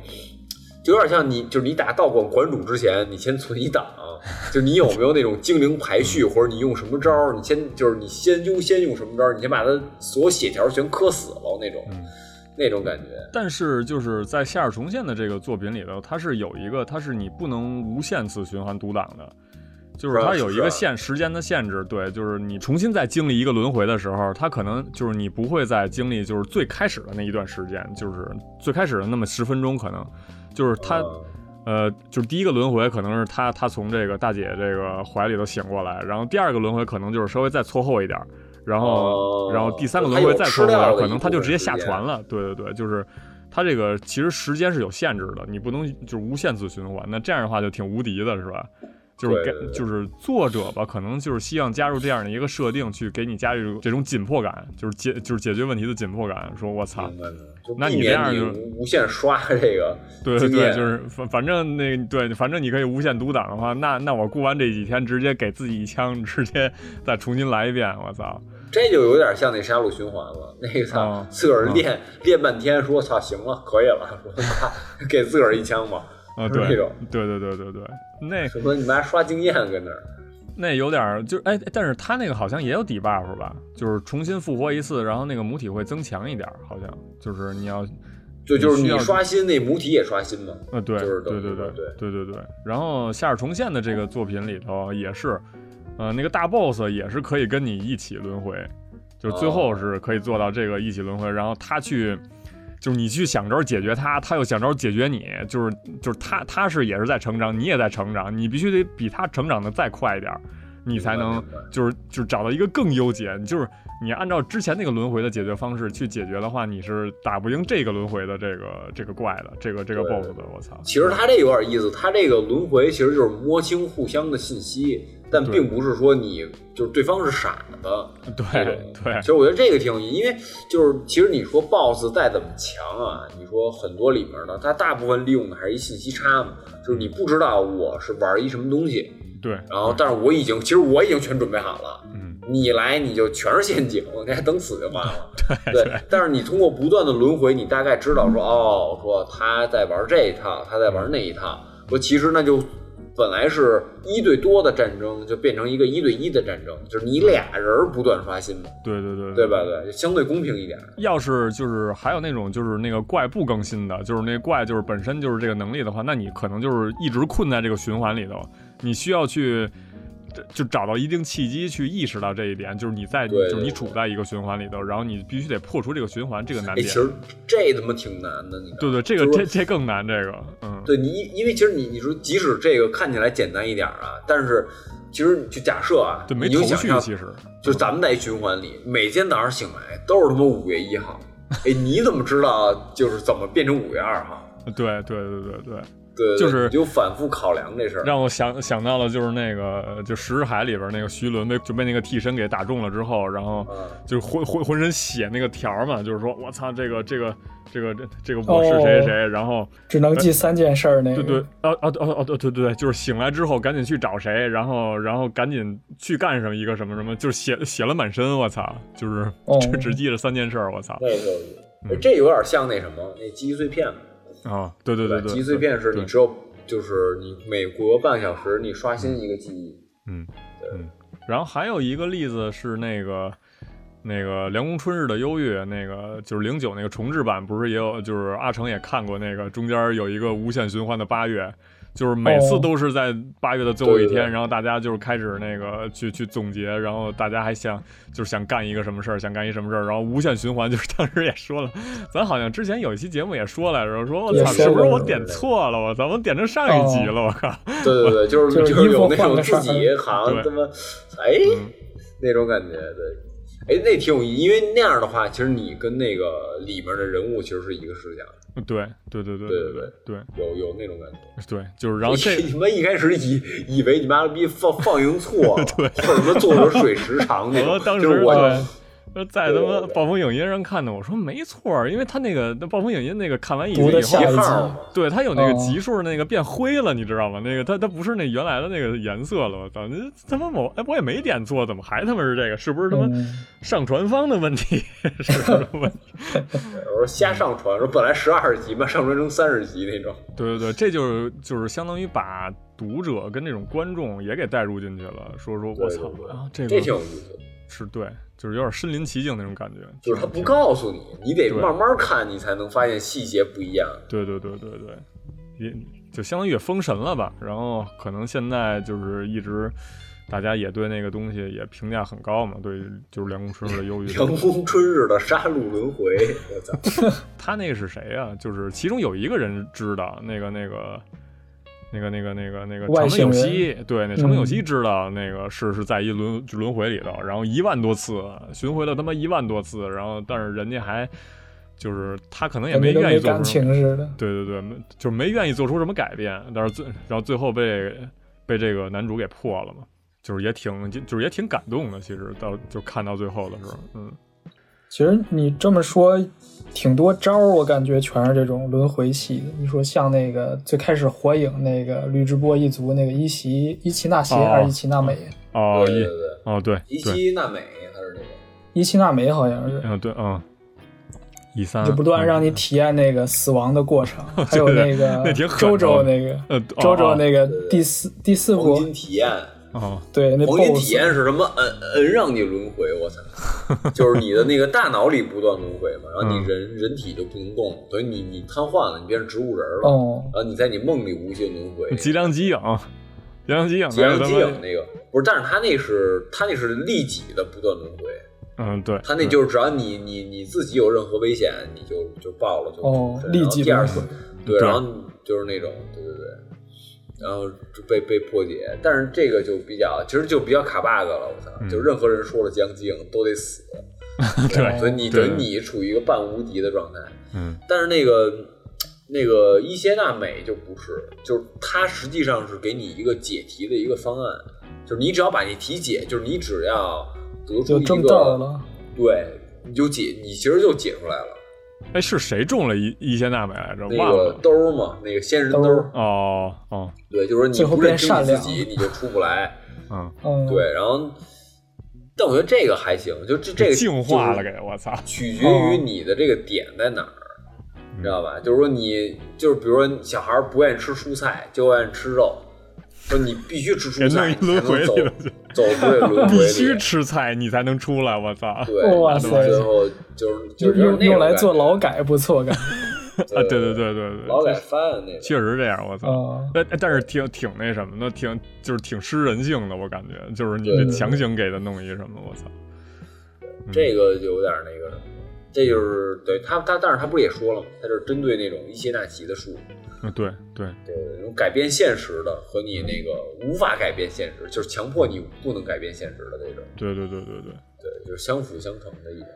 Speaker 4: 就有点像你，就是你打道馆馆主之前，你先存一档，就是你有没有那种精灵排
Speaker 3: 嗯
Speaker 4: 序，或者你用什么招儿，你先就是你先优先用什么招儿，你先把它所有血条全磕死了那种，
Speaker 3: 嗯
Speaker 4: 那种感觉。
Speaker 3: 但是就是在夏尔重现的这个作品里头，它是有一个，它是你不能无限次循环读档的，就是啊它有一个限时间的限制。对，就是你重新再经历一个轮回的时候，它可能就是你不会再经历就是最开始的那一段时间，就是最开始的那么十分钟，可能就是它。
Speaker 4: 嗯
Speaker 3: 呃，就是第一个轮回可能是他他从这个大姐这个怀里头醒过来，然后第二个轮回可能就是稍微再错后一点儿，然后、
Speaker 4: 哦
Speaker 3: 然后第三个轮回再错后一点
Speaker 4: 还
Speaker 3: 儿，
Speaker 4: 有吃掉的
Speaker 3: 可能他就直接下
Speaker 4: 一部分
Speaker 3: 船了。对对对，就是他这个其实时间是有限制的，你不能就是无限次循环。那这样的话就挺无敌的，是吧？就是
Speaker 4: 对
Speaker 3: 给
Speaker 4: 对对
Speaker 3: 就是作者吧，可能就是希望加入这样的一个设定，去给你加入这种紧迫感，就是解就是解决问题的紧迫感。说我操，
Speaker 4: 明白了就
Speaker 3: 啊那
Speaker 4: 避
Speaker 3: 你这
Speaker 4: 免
Speaker 3: 样
Speaker 4: 你
Speaker 3: 就
Speaker 4: 无无限刷这个
Speaker 3: 对
Speaker 4: 经
Speaker 3: 对，
Speaker 4: 验啊
Speaker 3: 就是反反正那对，反正你可以无限独挡的话，那那我过完这几天，直接给自己一枪， 直接再重新来一遍，我操！
Speaker 4: 这就有点像那杀戮循环了。那个操
Speaker 3: 啊，
Speaker 4: 自个儿
Speaker 3: 啊
Speaker 4: 练练半天，说操行了，可以了，我 他妈给自个儿一枪吧。
Speaker 3: 啊，
Speaker 4: 就是
Speaker 3: 对，
Speaker 4: 这种
Speaker 3: 对对对对对，那
Speaker 4: 什么你妈刷经验跟那儿，
Speaker 3: 那有点儿就哎，但是他那个好像也有底 buff 吧，就是重新复活一次，然后那个母体会增强一点儿，好像就是你要
Speaker 4: 就就是
Speaker 3: 需
Speaker 4: 你
Speaker 3: 要
Speaker 4: 刷新那母体也刷新嘛。
Speaker 3: 呃，对，
Speaker 4: 就是
Speaker 3: 对
Speaker 4: 等
Speaker 3: 对
Speaker 4: 于
Speaker 3: 对
Speaker 4: 说
Speaker 3: 对对对。然后夏尔重现的这个作品里头也是，呃，那个大 boss 也是可以跟你一起轮回，就是最
Speaker 4: 哦
Speaker 3: 后是可以做到这个一起轮回。然后他去，就是你去想招解决他，他又想招解决你，就是就是他他是也是在成长，你也在成长，你必须得比他成长的再快一点儿。你才能
Speaker 4: 明白明白
Speaker 3: 就是就是找到一个更优解，就是你按照之前那个轮回的解决方式去解决的话，你是打不赢这个轮回的这个这个怪的，这个这个
Speaker 4: 对
Speaker 3: BOSS 的。我操！
Speaker 4: 其实他这有点意思，他这个轮回其实就是摸清互相的信息，但
Speaker 3: 对
Speaker 4: 并不是说你就是对方是傻子。这
Speaker 3: 对
Speaker 4: 种
Speaker 3: 对
Speaker 4: 嗯其实我觉得这个挺有意思，因为就是其实你说 BOSS 再怎么强啊，你说很多里面呢，它大部分利用的还是一信息差嘛，就是你不知道我是玩一什么东西，
Speaker 3: 对，
Speaker 4: 然后但是我已经其实我已经全准备好了，
Speaker 3: 嗯，
Speaker 4: 你来你就全是陷阱，我 该等死就完了。对，但是你通过不断的轮回，你大概知道说哦，说他在玩这一套，他在玩那一套。说其实那就本来是一对多的战争，就变成一个一对一的战争，就是你俩人儿不断刷新嘛，
Speaker 3: 对对对
Speaker 4: 对？吧？对，相对公平一点。
Speaker 3: 要是就是还有那种就是那个怪不更新的，就是那怪就是本身就是这个能力的话，那你可能就是一直困在这个循环里头，你需要去。就找到一定契机去意识到这一点，就是你在，
Speaker 4: 对对
Speaker 3: 就是你
Speaker 4: 对
Speaker 3: 处在一个循环里头，然后你必须得破除这个循环这个难
Speaker 4: 哎，
Speaker 3: 点。
Speaker 4: 其实这他妈挺难的，你知道
Speaker 3: 对
Speaker 4: 吗
Speaker 3: 对，这个
Speaker 4: 就是
Speaker 3: 这这更难，这个，嗯，
Speaker 4: 对你，因为其实你你说，即使这个看起来简单一点儿啊，但是其实就假设啊，
Speaker 3: 对，没
Speaker 4: 你就
Speaker 3: 头
Speaker 4: 想
Speaker 3: 绪
Speaker 4: 象，
Speaker 3: 其实，
Speaker 4: 就咱们在一循环里，每天早上醒来都是他妈五月一号。哎，你怎么知道就是怎么变成五月二号？
Speaker 3: 对对对对对，
Speaker 4: 对对对
Speaker 3: 就是
Speaker 4: 你就反复考量这事儿。
Speaker 3: 让我想想到了，就是那个就《石之海》里边那个徐伦被就被那个替身给打中了之后，然后
Speaker 4: 嗯
Speaker 3: 就是浑浑浑身血那个条儿嘛，就是说我操，这个这个这个这这个我是谁谁谁，然后
Speaker 5: 只能记三件事儿那个。
Speaker 3: 哎对对，啊啊啊啊对对对，就是醒来之后赶紧去找谁，然后然后赶紧去干什么一个什么什么，就是血血了满身，我操，就是
Speaker 5: 哦
Speaker 3: 只只记着三件事儿，我操
Speaker 4: 那个
Speaker 3: 嗯
Speaker 4: 有意思哎这有点像那什么，那记忆碎片嘛。
Speaker 3: 啊，对对
Speaker 4: 吧
Speaker 3: 对，
Speaker 4: 记忆碎片是你
Speaker 3: 对
Speaker 4: 只有就是你每隔半小时你刷新一个记忆。
Speaker 3: 嗯，嗯，然后还有一个例子是那个那个《凉宫春日的忧郁》，那个就是零九那个重制版，不是也有？就是阿成也看过那个，中间有一个无限循环的八月，就是每次
Speaker 5: 哦
Speaker 3: 都是在八月的最后一
Speaker 4: 对对
Speaker 3: 天，
Speaker 4: 对
Speaker 3: 然后大家就是开始那个去去总结，然后大家还想就是想干一个什么事儿，想干一什么事儿，然后无限循环。就是当时也说了， 咱好像之前有一期节目也说来着，说我
Speaker 5: 也
Speaker 3: 操，
Speaker 5: 说
Speaker 3: 是不是
Speaker 5: 过
Speaker 3: 我
Speaker 5: 对
Speaker 3: 点
Speaker 4: 对对
Speaker 3: 错了？我操，我点成上一集了，我靠。
Speaker 4: 对对对，就是
Speaker 5: 就是
Speaker 4: 就是
Speaker 5: 衣服
Speaker 4: 有那
Speaker 5: 换
Speaker 4: 种
Speaker 5: 个嗯
Speaker 4: 自
Speaker 5: 色儿
Speaker 4: 己好像
Speaker 3: 对
Speaker 4: 他妈哎那种感觉，对。哎，那挺有意义，因为那样的话，其实你跟那个里面的人物其实是一个思想，
Speaker 3: 对对对对
Speaker 4: 对对
Speaker 3: 对对
Speaker 4: 有有那种感觉。
Speaker 3: 对，就是然后 这
Speaker 4: 你妈一开始以以为你妈逼放放 映错了，或者说做成水时长那
Speaker 3: 我
Speaker 4: 种，
Speaker 3: 当时
Speaker 4: 就是我
Speaker 3: 对就在他
Speaker 4: 对
Speaker 3: 妈
Speaker 4: 对对
Speaker 3: 暴风影音上看的，我说没错儿，因为他那个那暴风影音那个看完以
Speaker 5: 读的
Speaker 3: 以
Speaker 5: 下
Speaker 3: 后，
Speaker 5: 一
Speaker 4: 一号
Speaker 5: 集
Speaker 4: 嘛，
Speaker 3: 对他有那个
Speaker 4: 嗯
Speaker 5: 哦
Speaker 3: 级数那个变灰了，你知道吗？那个他他不是那原来的那个颜色了，我操！那他妈我哎我也没点错，怎么还他妈是这个？是不是他妈
Speaker 5: 嗯
Speaker 3: 上传方的问题？ 是不是问题？
Speaker 4: 我说瞎上传，说本来十二集嘛，上传成三十集那种。
Speaker 3: 对对对，这就是就是相当于把读者跟这种观众也给带入进去了，说说我
Speaker 4: 对
Speaker 3: 操
Speaker 4: 对对
Speaker 3: 啊，这
Speaker 4: 这挺
Speaker 3: 个
Speaker 4: 有意思的，
Speaker 3: 是对，就是有点身临其境那种感觉，
Speaker 4: 就是他不
Speaker 3: 挺
Speaker 4: 告诉你，你得
Speaker 3: 对
Speaker 4: 慢慢看，你才能发现细节不一样。
Speaker 3: 对对对对对，也就相当于也封神了吧。然后可能现在就是一直大家也对那个东西也评价很高嘛，对，就是梁公春日的忧郁
Speaker 4: 《凉
Speaker 3: 症。
Speaker 4: 宫春日的杀戮轮回》，我操！
Speaker 3: 他那个是谁呀、就是其中有一个人知道那个那个。那个、那个、那个、那个
Speaker 5: 外
Speaker 3: 长
Speaker 5: 星
Speaker 3: 藤有
Speaker 5: 人
Speaker 3: 希，对，那长藤有
Speaker 5: 嗯
Speaker 3: 希知道那个是是在一轮轮回里头，然后一万多次巡回了他妈一万多次，然后但是人家还就是他可能也
Speaker 5: 感觉
Speaker 3: 没
Speaker 5: 跟
Speaker 3: 愿意
Speaker 5: 没
Speaker 3: 做
Speaker 5: 感
Speaker 3: 出
Speaker 5: 情似的。
Speaker 3: 对对对，没就是没愿意做出什么改变，但是最然后最后被被这个男主给破了嘛，就是也挺就是也挺感动的，其实到就看到最后的时候，嗯，
Speaker 5: 其实你这么说，挺多招儿，我感觉全是这种轮回系的。你说像那个最开始火影那个绿之波一族那个伊奇伊奇纳邪
Speaker 3: 哦
Speaker 5: 还是伊奇纳美？
Speaker 3: 哦
Speaker 4: 对
Speaker 3: 一
Speaker 4: 对对，
Speaker 3: 哦对
Speaker 4: 伊
Speaker 3: 对，
Speaker 4: 西娜美他是这个，
Speaker 5: 伊奇纳美好像是，
Speaker 3: 嗯对嗯，一三嗯
Speaker 5: 就不断让你体验那个死亡的 过程，还有那个
Speaker 3: 那挺狠
Speaker 5: 周
Speaker 3: 的
Speaker 5: 周那个
Speaker 3: 呃哦
Speaker 5: 周周
Speaker 3: 哦
Speaker 5: 那个第四第四
Speaker 4: 黄
Speaker 5: 部
Speaker 4: 金体验，
Speaker 3: 哦
Speaker 5: 对那
Speaker 4: 黄金体
Speaker 5: BOSS
Speaker 4: 验是什么？摁摁让你轮回，我操！就是你的那个大脑里不断轮回嘛，然后你
Speaker 3: 嗯
Speaker 4: 人人体就不能动了，所以你你瘫痪了，你变成植物人了，
Speaker 5: 哦
Speaker 4: 然后你在你梦里无限轮回。
Speaker 3: 吉良吉影，吉良吉影
Speaker 4: 吉
Speaker 3: 那
Speaker 4: 良
Speaker 3: 个他
Speaker 4: 吉影
Speaker 3: 妈
Speaker 4: 那个不是，但是他那是他那是利己的不断轮回，
Speaker 3: 嗯对，
Speaker 4: 他那就是只要你你你自己有任何危险，你就就爆了就
Speaker 5: 哦
Speaker 4: 对
Speaker 5: 利己
Speaker 4: 然后第
Speaker 5: 轮回
Speaker 4: 二次对，
Speaker 3: 嗯对
Speaker 4: 然后你就是那种对对对，然后就被被破解，但是这个就比较其实就比较卡 bug 了，我操，
Speaker 3: 嗯
Speaker 4: 就任何人说了吉良吉影都得死，
Speaker 5: 哦
Speaker 3: 对
Speaker 4: 所以你
Speaker 3: 对
Speaker 4: 等于你处于一个半无敌的状态，
Speaker 3: 嗯
Speaker 4: 但是那个那个伊邪那美就不是，就是它实际上是给你一个解题的一个方案，就是你只要把那题解，就是你只要得出
Speaker 5: 就
Speaker 4: 一
Speaker 5: 正道
Speaker 4: 个
Speaker 5: 了。
Speaker 4: 对，你就解，你其实就解出来了。
Speaker 3: 哎是谁中了一一仙娜美来着？
Speaker 4: 那
Speaker 3: 忘
Speaker 4: 个
Speaker 3: 了
Speaker 4: 兜儿嘛，那个仙人兜
Speaker 5: 兜
Speaker 4: 儿
Speaker 5: 儿，
Speaker 3: 哦哦
Speaker 4: 对，就是
Speaker 5: 最
Speaker 4: 说你
Speaker 5: 后
Speaker 4: 不
Speaker 5: 变
Speaker 4: 认清你
Speaker 5: 善
Speaker 4: 自
Speaker 5: 良
Speaker 4: 己，你就出不来。
Speaker 3: 嗯，
Speaker 5: 嗯，
Speaker 4: 对，然后，但我觉得这个还行，就这这个
Speaker 3: 净化
Speaker 4: 就是
Speaker 3: 了给我操，
Speaker 4: 取决于你的这个点在哪儿，
Speaker 3: 嗯
Speaker 4: 你知道吧？就是说你就是比如说小孩儿不愿意吃蔬菜，就愿意吃肉，说你必须吃蔬 菜，
Speaker 3: 给弄一
Speaker 4: 你才
Speaker 3: 轮回
Speaker 4: 能走
Speaker 3: 里了
Speaker 4: 走对轮回
Speaker 3: 必
Speaker 4: 里。
Speaker 3: 须吃菜你才能出来，我操，啊
Speaker 4: 对，
Speaker 5: 哇
Speaker 4: 那
Speaker 5: 塞
Speaker 4: 最后就是就
Speaker 5: 用
Speaker 4: 是
Speaker 5: 用
Speaker 4: 那种
Speaker 5: 用来
Speaker 4: 感觉
Speaker 5: 做劳改不 错，感觉。
Speaker 3: 啊对对对对对，
Speaker 4: 劳改犯那
Speaker 3: 确
Speaker 4: 种。
Speaker 3: 实这样，我操。
Speaker 5: 嗯，
Speaker 3: 但但是挺挺那什么的，挺就是挺失人性的，我感觉就是你
Speaker 4: 对对
Speaker 3: 这
Speaker 4: 对
Speaker 3: 强行给他弄一什么，我操！嗯
Speaker 4: 这个就有点那个什么，这就是对他他，但是他不是也说了吗？他就是针对那种伊邪那岐的术，
Speaker 3: 嗯对对，
Speaker 4: 对，那种改变现实的和你那个无法改变现实，就是强迫你不能改变现实的那种。
Speaker 3: 对对对对对
Speaker 4: 对，就是相辅相成的一点，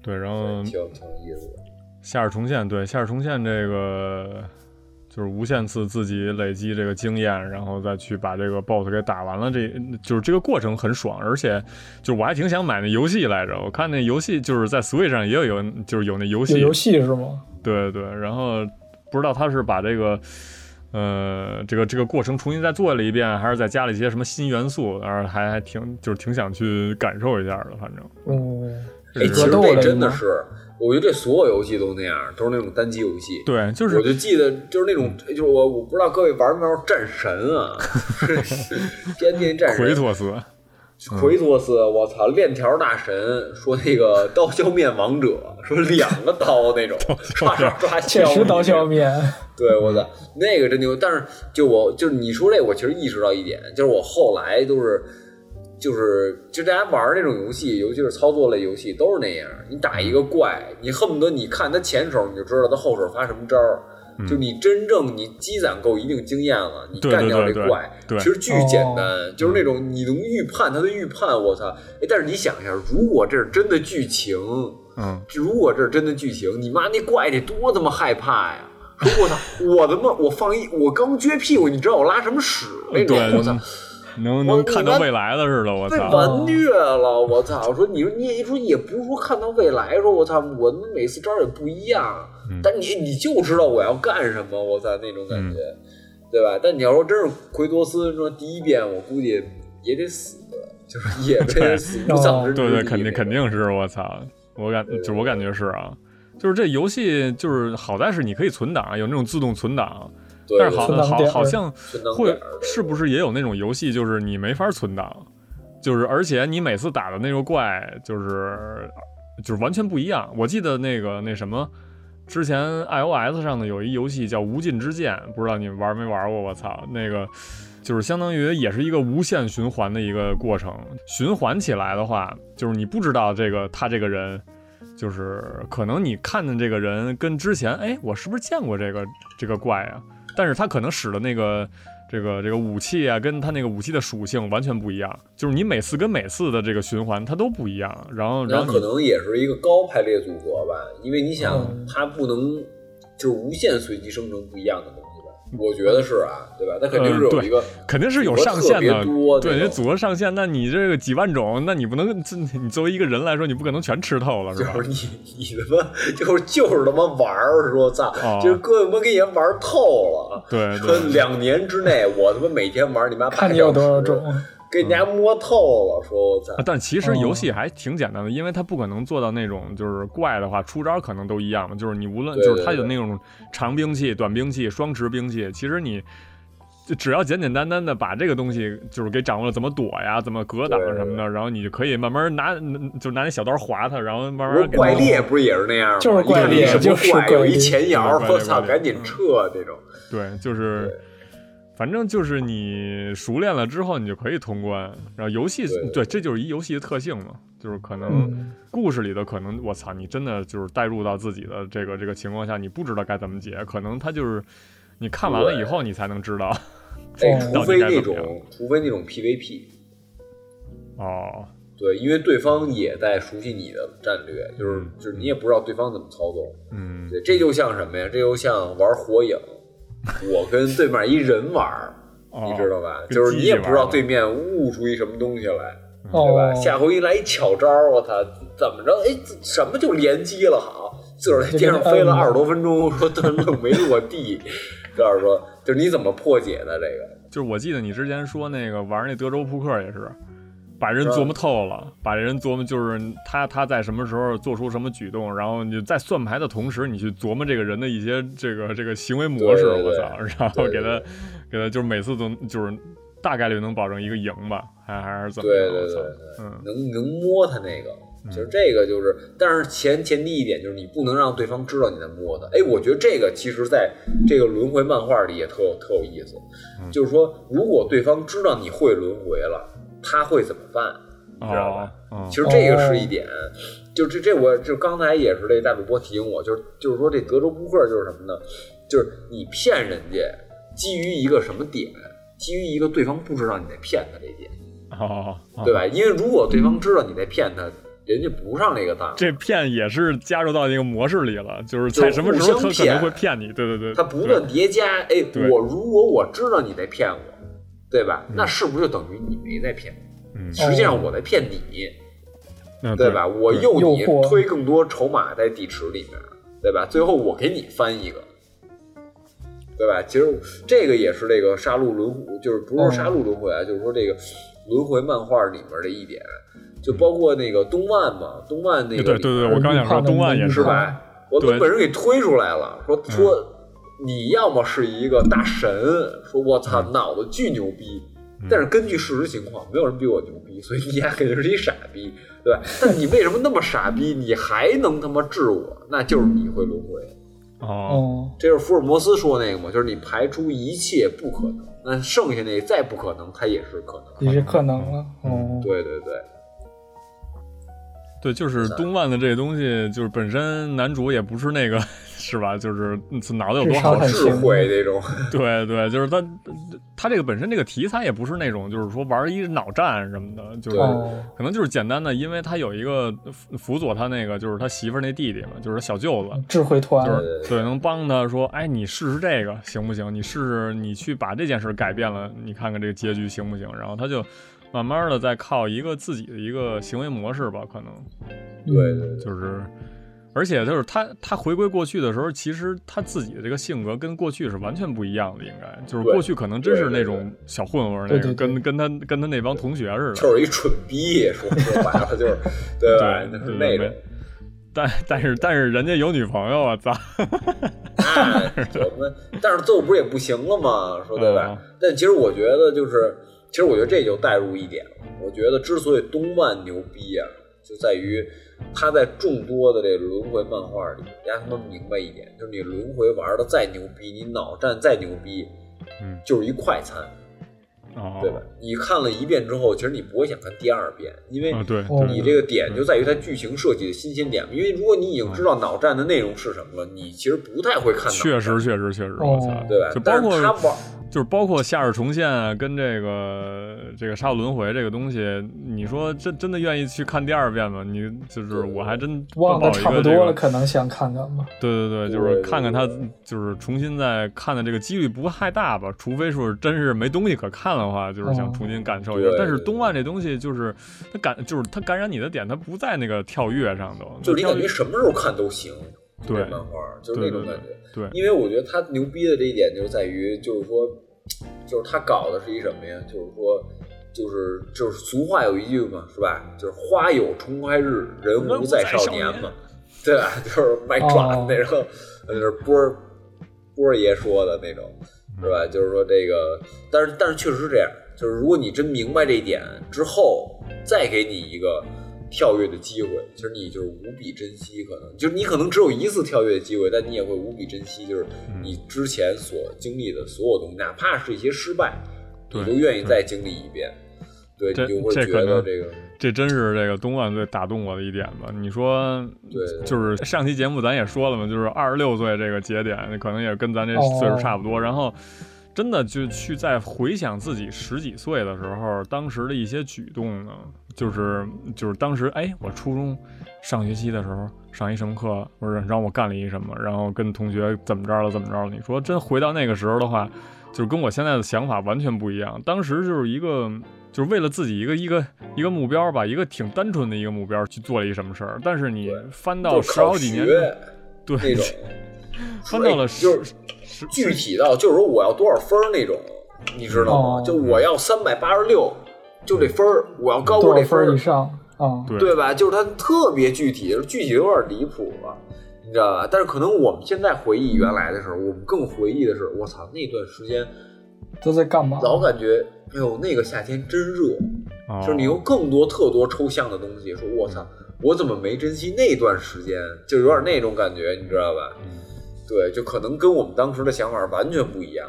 Speaker 3: 对，然后嗯
Speaker 4: 挺有挺有意思的。
Speaker 3: 夏日重现，对夏日重现这个，就是无限次自己累积这个经验，然后再去把这个 BOSS 给打完了。这就是这个过程很爽，而且就是我还挺想买那游戏来着。我看那游戏就是在 Switch 上也有有，就是有那游戏，
Speaker 5: 有游戏是吗？
Speaker 3: 对对。然后不知道他是把这个呃这个这个过程重新再做了一遍，还是再加了一些什么新元素，然后还还挺就是挺想去感受一下的，反正。
Speaker 5: 嗯，
Speaker 4: 哎，其
Speaker 5: 格
Speaker 4: 实
Speaker 5: 斗
Speaker 4: 这
Speaker 5: 类
Speaker 4: 真的
Speaker 5: 吗
Speaker 4: 是，我觉得这所有游戏都那样，都是那种单机游戏。
Speaker 3: 对，就
Speaker 4: 我
Speaker 3: 是
Speaker 4: 就记得就是那种，哎就是我我不知道各位玩没玩过战神啊，天天战神
Speaker 3: 奎托斯。
Speaker 4: 奎托斯，我操，链条大神说那个刀削面王者，说两个 刀那种，刷刷刷削
Speaker 5: 确
Speaker 4: 你，
Speaker 5: 实刀削 面，
Speaker 4: 对，我操，那个真牛！但是就我就是你说这，我其实意识到一点，就是我后来都是就是就大家玩那种游戏，尤其是操作类游戏，都是那样。你打一个怪，你恨不得你看他前手，你就知道他后手发什么招儿。就你真正你积攒够一定经验了，
Speaker 3: 嗯
Speaker 4: 你
Speaker 3: 对
Speaker 4: 干
Speaker 3: 对
Speaker 4: 掉这
Speaker 3: 对对
Speaker 4: 怪，
Speaker 3: 对嗯
Speaker 4: 其实巨简单，就是那种你能预判他的预判，我操！哎，但是你想一下，如果这是真的剧情，
Speaker 3: 嗯，
Speaker 4: 如果这是真的剧情，你妈那怪得多他妈害怕呀！说我操，我他妈我放一我刚撅屁股，你知道我拉什么屎那种，
Speaker 3: 对
Speaker 4: 我操，
Speaker 3: 能
Speaker 4: 我
Speaker 3: 能看到
Speaker 4: 我
Speaker 3: 未来的似的，我
Speaker 4: 被
Speaker 3: 操！
Speaker 4: 完虐了，我操！我说你说你也说也不是说看到未来，说我操，我他妈每次招儿也不一样，
Speaker 3: 嗯
Speaker 4: 但你你就知道我要干什么，我操那种感觉，
Speaker 3: 嗯
Speaker 4: 对吧？但你要说真是奎多斯说第一遍，我估计也得死，就是也
Speaker 3: 对哦
Speaker 4: 被死不葬之
Speaker 3: 对对，
Speaker 4: 地
Speaker 3: 肯定
Speaker 4: 那
Speaker 3: 肯
Speaker 4: 种
Speaker 3: 定是我操！我感就是我感觉是啊，就是这游戏就是好在是你可以存档，有那种自动存档，
Speaker 4: 对
Speaker 3: 但是好
Speaker 5: 存档
Speaker 3: 好
Speaker 5: 点儿
Speaker 3: 好像
Speaker 4: 存档点
Speaker 3: 会
Speaker 4: 儿
Speaker 3: 是不是也有那种游戏就是你没法存档，就是而且你每次打的那个怪就是就是完全不一样。我记得那个那什么。之前 iOS 上的有一游戏叫《无尽之剑》，不知道你们玩没玩过？我操，那个就是相当于也是一个无限循环的一个过程。循环起来的话，就是你不知道这个他这个人，就是可能你看见这个人跟之前，哎，我是不是见过这个这个怪啊？但是他可能使的那个这个这个武器啊，跟他那个武器的属性完全不一样。就是你每次跟每次的这个循环，它都不一样。然后，然
Speaker 4: 那
Speaker 3: 后
Speaker 4: 可
Speaker 3: 你
Speaker 4: 能也是一个高排列组合吧，因为你想，它不能就是无限随机生成不一样的东西吧？我觉得是啊，对吧？它肯定是
Speaker 3: 嗯
Speaker 4: 有
Speaker 3: 对
Speaker 4: 一个，
Speaker 3: 肯定是有
Speaker 4: 组合
Speaker 3: 上
Speaker 4: 特
Speaker 3: 限
Speaker 4: 别
Speaker 3: 的，
Speaker 4: 多
Speaker 3: 对，
Speaker 4: 那
Speaker 3: 你
Speaker 4: 种
Speaker 3: 组合上限，那你这个几万种，那你不能，这你作为一个人来说，你不可能全吃透了，是吧？
Speaker 4: 就是 你你他妈就是就是他妈玩儿，说操
Speaker 3: 哦，
Speaker 4: 就是哥他妈给你玩儿透了。
Speaker 3: 对
Speaker 4: 说
Speaker 3: 对，
Speaker 4: 两年之内，我他妈每天玩儿你妈
Speaker 5: 看你
Speaker 4: 八小
Speaker 5: 有多少
Speaker 4: 时
Speaker 5: 种，
Speaker 4: 给人家摸透了，说我操
Speaker 3: 啊，但其实游
Speaker 4: 嗯
Speaker 3: 戏还挺简单的，因为它不可能做到那种就是怪的话，出招可能都一样嘛。就是你无论
Speaker 4: 对
Speaker 3: 就是它
Speaker 4: 对
Speaker 3: 有
Speaker 4: 对
Speaker 3: 那种长兵器、短兵器、双持兵器，其实你就只要简简单单的把这个东西就是给掌握了，怎么躲呀，怎么格挡啊
Speaker 4: 对对
Speaker 3: 什么的，然后你就可以慢慢拿，嗯就拿那小刀划它，然后慢
Speaker 4: 不是
Speaker 3: 慢给它
Speaker 4: 怪猎不是也是那样吗？
Speaker 5: 就是
Speaker 4: 一看
Speaker 5: 怪猎
Speaker 4: 你什么
Speaker 5: 就是
Speaker 4: 怪有一
Speaker 5: 怪猎
Speaker 4: 前摇，
Speaker 3: 对
Speaker 4: 我
Speaker 3: 怪猎怪
Speaker 4: 操，
Speaker 3: 猎
Speaker 4: 赶紧撤这种。
Speaker 3: 对，就是，反正就是你熟练了之后，你就可以通关。然后游戏
Speaker 4: 对对
Speaker 3: 对，这就是一游戏的特性嘛，就是可能
Speaker 5: 嗯
Speaker 3: 故事里的可能，我操，你真的就是带入到自己的这个这个情况下，你不知道该怎么解，可能它就是你看完了以后你才能知道。
Speaker 4: 哎，
Speaker 5: 哦
Speaker 4: 除非那
Speaker 3: 到底该怎么
Speaker 4: 种，除非那种 PVP，
Speaker 3: 哦，
Speaker 4: 对，因为对方也在熟悉你的战略，就是
Speaker 3: 嗯
Speaker 4: 就是你也不知道对方怎么操纵。
Speaker 3: 嗯，
Speaker 4: 对，这就像什么呀？这就像玩火影，我跟对面一人玩儿，
Speaker 3: 哦
Speaker 4: 你知道吧？
Speaker 3: 跟
Speaker 4: 就是
Speaker 3: 机
Speaker 4: 你
Speaker 3: 器
Speaker 4: 也不知
Speaker 3: 玩
Speaker 4: 道
Speaker 3: 儿
Speaker 4: 对面悟出一什么东西来，对吧？
Speaker 5: 哦，
Speaker 4: 下回一来一巧招儿，我操，怎么着？哎，这什么就联机了？好，自个儿在地上飞了二十多分钟，说 他妈没落地。这样说，就是你怎么破解的这个？
Speaker 3: 就是我记得你之前说那个玩那德州扑克也是，把人
Speaker 4: 啊
Speaker 3: 琢磨透了，把人琢磨就是他他在什么时候做出什么举动，然后你在算牌的同时，你去琢磨这个人的一些这个这个行为模式，
Speaker 4: 对对
Speaker 3: 我
Speaker 4: 对
Speaker 3: 操，然后给他
Speaker 4: 对
Speaker 3: 给他就是每次都就是大概率能保证一个赢吧，还还是怎么
Speaker 4: 对
Speaker 3: 样？
Speaker 4: 对
Speaker 3: 我
Speaker 4: 对
Speaker 3: 操
Speaker 4: 对，
Speaker 3: 嗯，
Speaker 4: 能能摸它那个，就是这个就是，但是前前提一点就是你不能让对方知道你在摸它。哎，我觉得这个其实在这个轮回漫画里也特有特有意思，
Speaker 3: 嗯
Speaker 4: 就是说如果对方知道你会轮回了，他会怎么办？你知道吧
Speaker 3: 哦，嗯
Speaker 4: 其实这个是一点，就这这我就刚才也是这大主播提醒我，就是就是说这德州扑克就是什么呢？就是你骗人家，基于一个什么点？基于一个对方不知道你在骗他这一点。
Speaker 3: 哦，哦
Speaker 4: 对吧？因为如果对方知道你在骗他，人家不上那个当，
Speaker 3: 这骗也是加入到那个模式里了，就是
Speaker 4: 就是
Speaker 3: 在什么时候
Speaker 4: 互
Speaker 3: 他
Speaker 4: 相
Speaker 3: 可能
Speaker 4: 骗
Speaker 3: 会骗你，对对对，
Speaker 4: 他不
Speaker 3: 对
Speaker 4: 断叠加。哎，
Speaker 3: 对
Speaker 4: 我如果我知道你在骗我，对吧？那是不是就等于你没在骗我？
Speaker 3: 嗯
Speaker 4: 实际上我在骗你，
Speaker 3: 嗯
Speaker 4: 对吧？我
Speaker 3: 对
Speaker 4: 诱你
Speaker 5: 诱惑
Speaker 4: 推更多筹码在地池里面，对吧？最后我给你翻一个，对吧？其实这个也是这个杀戮轮回，就是不是说杀戮轮回啊，就是说这个轮回漫画里面的一点，就包括那个东漫嘛，东漫那个
Speaker 3: 对对
Speaker 4: 里
Speaker 3: 对，
Speaker 4: 面
Speaker 3: 我刚想说
Speaker 5: 你看的
Speaker 3: 东岸也
Speaker 5: 那
Speaker 4: 是
Speaker 5: 个
Speaker 4: 吧？我
Speaker 3: 对嗯
Speaker 4: 都被人给推出来了，说说你要么是一个大神，说我操
Speaker 3: 嗯
Speaker 4: 脑子巨牛逼，但是根据事实情况，没有人比我牛逼，所以你丫肯定是一傻逼，对吧？但你为什么那么傻逼，你还能他妈治我？那就是你会轮回，
Speaker 3: 哦，
Speaker 5: 哦，
Speaker 4: 这就是福尔摩斯说那个嘛，就是你排除一切不可能，那剩下那再不可能，它也是可能。
Speaker 5: 也是可能了。哦，
Speaker 4: 对对对，
Speaker 3: 对，就是东岸的这东西，就是本身男主也不是那个 是吧？就是脑子有多好
Speaker 5: 智商很
Speaker 3: 使，
Speaker 4: 智慧这种，
Speaker 3: 对对，就是他他这个本身这个题材也不是那种就是说玩一脑战什么的，就是
Speaker 4: 对
Speaker 5: 哦，
Speaker 3: 可能就是简单的，因为他有一个辅辅佐他那个就是他媳妇儿那弟弟嘛，就是他小舅子，
Speaker 5: 智慧团
Speaker 3: 就
Speaker 4: 对
Speaker 3: 是对能帮他说，哎，你试试这个行不行？你试试，你去把这件事改变了，你看看这个结局行不行？然后他就慢慢的再靠一个自己的一个行为模式吧，可能
Speaker 4: 对
Speaker 5: 嗯
Speaker 4: 对对，
Speaker 3: 就是，而且就是他他回归过去的时候，其实他自己的这个性格跟过去是完全不一样的，应该就是
Speaker 4: 对
Speaker 3: 过去可能真是
Speaker 4: 对对
Speaker 3: 那种小混混儿那
Speaker 5: 对
Speaker 3: 个，
Speaker 5: 对对
Speaker 3: 跟跟他跟他那帮同学似的，
Speaker 4: 就是一蠢逼，说说白了就是，对吧？
Speaker 3: 对
Speaker 4: 那是那种
Speaker 3: 没。但但是但是人家有女朋友啊，操！
Speaker 4: 那嗯我们，但是最后不是也不行了 吗？说对吧
Speaker 3: 嗯？
Speaker 4: 但其实我觉得就是，其实我觉得这就带入一点了。我觉得之所以东漫牛逼啊，就在于他在众多的这轮回漫画里，大家他妈明白一点，就是你轮回玩的再牛逼，你脑战再牛逼，
Speaker 3: 嗯，
Speaker 4: 就是一快餐，
Speaker 3: 哦，
Speaker 4: 对吧？你看了一遍之后，其实你不会想看第二遍，因为
Speaker 3: 啊，对，
Speaker 5: 哦
Speaker 3: 对
Speaker 4: 你这个点就在于它剧情设计的新鲜点，因为如果你已经知道脑战的内容是什么了，你其实不太会看脑战。
Speaker 3: 确实，确实，确实，
Speaker 5: 哦
Speaker 3: 我操！
Speaker 4: 对吧？
Speaker 3: 就包
Speaker 4: 但是
Speaker 3: 括
Speaker 4: 他玩，
Speaker 3: 就是包括夏日重现啊跟这个这个杀戮轮回这个东西，你说真真的愿意去看第二遍吗？你就是我还真
Speaker 5: 忘
Speaker 3: 抱一
Speaker 5: 的
Speaker 3: 个
Speaker 5: 差不
Speaker 3: 这
Speaker 5: 多
Speaker 3: 个
Speaker 5: 了，可能想看看吧。
Speaker 3: 对对对，就
Speaker 4: 对
Speaker 3: 是
Speaker 4: 对
Speaker 3: 看看他
Speaker 4: 对
Speaker 3: 就是重新再看的这个几率不太大吧，除非说是真是没东西可看的话，就是想
Speaker 5: 哦
Speaker 3: 重新感受一下
Speaker 4: 对。
Speaker 3: 但是
Speaker 4: 对
Speaker 3: 东漫这东西就是它感就是它感染你的点，它不在那个跳跃上都，
Speaker 4: 就
Speaker 3: 它
Speaker 4: 是你
Speaker 3: 跳
Speaker 4: 感觉
Speaker 3: 跃
Speaker 4: 什么时候看都行，
Speaker 3: 对
Speaker 4: 这漫画就是那种感觉。
Speaker 3: 对
Speaker 4: 因为我觉得他牛逼的这一点就在于，就是说，就是他搞的是一什么呀？就是说，就是就是俗话有一句嘛，是吧？就是花有重开日，人
Speaker 3: 人
Speaker 4: 无
Speaker 3: 无
Speaker 4: 再
Speaker 3: 再
Speaker 4: 少
Speaker 3: 少
Speaker 4: 年
Speaker 3: 年
Speaker 4: 嘛， 对吧？就是卖爪子
Speaker 5: 哦
Speaker 4: 那，然后就是波儿波儿爷说的那种，
Speaker 3: 嗯
Speaker 4: 是吧？就是说这个，但是但是确实是这样，就是如果你真明白这一点之后，再给你一个跳跃的机会，其实你就是无比珍惜，可能就是你可能只有一次跳跃的机会，但你也会无比珍惜，就是
Speaker 3: 嗯
Speaker 4: 你之前所经历的所有东西，哪怕是一些失败，你
Speaker 3: 对
Speaker 4: 都愿意再经历一遍，对
Speaker 3: 这
Speaker 4: 你就会
Speaker 3: 这
Speaker 4: 觉
Speaker 3: 可
Speaker 4: 得
Speaker 3: 能
Speaker 4: 这个。
Speaker 3: 这真是这个东莞最打动我的一点吧？你说，
Speaker 4: 对对
Speaker 3: 就是上期节目咱也说了嘛，就是二十六岁这个节点，可能也跟咱这
Speaker 5: 哦
Speaker 3: 岁数差不多。然后，真的就去再回想自己十几岁的时候，当时的一些举动呢，就是就是当时，哎，我初中上学期的时候上一什么课，或者让我干了一什么，然后跟同学怎么着了怎么着了。你说真回到那个时候的话，就是跟我现在的想法完全不一样。当时就是一个，就是为了自己一个一个一个目标吧，一个挺单纯的一个目标去做了一什么事儿。但是你翻到
Speaker 4: 就是
Speaker 3: 十
Speaker 4: 考
Speaker 3: 好几
Speaker 4: 学
Speaker 3: 年，对，
Speaker 4: 那种，
Speaker 3: 翻到了
Speaker 4: 就
Speaker 3: 十
Speaker 4: 是
Speaker 3: 十
Speaker 4: 具体到就是说我要多少分儿那种，你知道吗？
Speaker 5: 哦
Speaker 4: 就我要三百八十六，就这分儿，我要高过
Speaker 5: 多
Speaker 4: 这
Speaker 5: 少分
Speaker 4: 儿
Speaker 5: 儿以，上啊？
Speaker 3: 对
Speaker 4: 对吧？就是它特别具体，具体有点离谱了。你知道吧？但是可能我们现在回忆原来的时候，我们更回忆的是，我操，那段时间
Speaker 5: 都在干嘛？
Speaker 4: 老感觉，哎呦，那个夏天真热，
Speaker 3: 哦嗯
Speaker 4: 就是你有更多特多抽象的东西，说我操，我怎么没珍惜那段时间？就有点那种感觉，你知道吧？
Speaker 3: 嗯
Speaker 4: 对，就可能跟我们当时的想法完全不一样。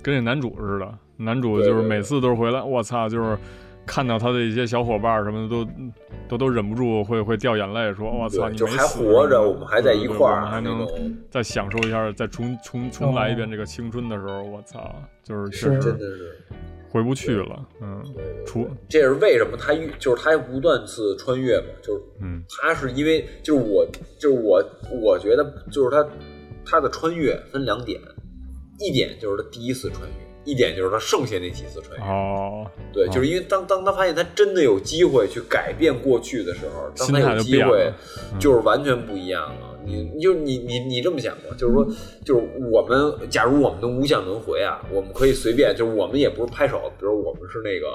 Speaker 3: 跟这男主似的，男主
Speaker 4: 对
Speaker 3: 就是
Speaker 4: 对
Speaker 3: 每
Speaker 4: 对
Speaker 3: 次都是回来，我操，就是看到他的一些小伙伴儿什么的都。都都忍不住会会掉眼泪，说：“我操，
Speaker 4: 对，
Speaker 3: 你
Speaker 4: 就
Speaker 3: 没
Speaker 4: 还
Speaker 3: 死
Speaker 4: 活着，
Speaker 3: 嗯
Speaker 4: 我们还在
Speaker 3: 对
Speaker 4: 一
Speaker 3: 对我
Speaker 4: 块儿
Speaker 3: 们还
Speaker 4: 那
Speaker 3: 能
Speaker 4: 种，
Speaker 3: 再享受一下，再重重重来一遍这个青春的时候，我操，就是确
Speaker 5: 是
Speaker 3: 实
Speaker 4: 真的是。
Speaker 3: 回不去了。嗯，除
Speaker 4: 这是为什么他遇就是他不断次穿越嘛，就是
Speaker 3: 嗯
Speaker 4: 他是因为就是我就是我我觉得就是他他的穿越分两点，一点就是他第一次穿越，一点就是他剩下那几次穿越。
Speaker 3: 哦，
Speaker 4: 对，
Speaker 3: 哦
Speaker 4: 就是因为当当他发现他真的有机会去改变过去的时候，当他
Speaker 3: 心态
Speaker 4: 有
Speaker 3: 就
Speaker 4: 机
Speaker 3: 变
Speaker 4: 会
Speaker 3: 了，嗯
Speaker 4: 就是完全不一样了。你你就你你你这么想过，就是说，
Speaker 3: 嗯
Speaker 4: 就是我们假如我们能无限轮回啊，我们可以随便，就是我们也不是拍手，比如我们是那个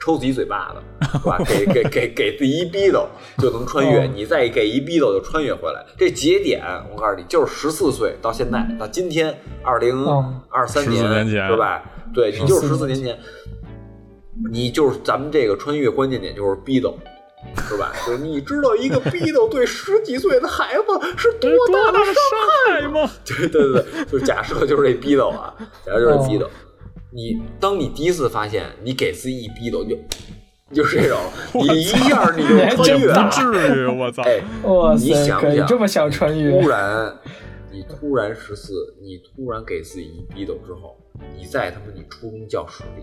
Speaker 4: 抽自己嘴巴子，是吧？给给给给自己一逼斗就能穿越，
Speaker 3: 嗯
Speaker 5: 哦
Speaker 4: 你再给一逼斗就穿越回来。这节点我告诉你，就是十四岁到现在到今天二零
Speaker 5: 哦
Speaker 4: 二三
Speaker 3: 14年嗯前
Speaker 4: 对吧？
Speaker 5: 嗯
Speaker 4: 对你就是十
Speaker 5: 14
Speaker 4: 四年前，你就是咱们这个穿越关键点就是逼斗，是吧？就是你知道一个逼斗对十几岁的孩子是多大的伤？
Speaker 3: 伤害吗？
Speaker 4: 对对对，对就是假设就是这逼斗啊，假设就是这逼
Speaker 5: 哦
Speaker 4: 斗。你当你第一次发现你给自己一逼斗，你就你就是这 种，你一下你就
Speaker 5: 你还
Speaker 4: 穿
Speaker 5: 真
Speaker 4: 越了
Speaker 3: 不，至于，我操！
Speaker 4: 哎，
Speaker 5: 哇
Speaker 4: 你
Speaker 5: 塞，
Speaker 4: 想
Speaker 5: 可以
Speaker 4: 想
Speaker 5: 这么想穿越
Speaker 4: 突，然，你突然十四，你突然给自己一逼斗之后，你在他妈你初中教室里，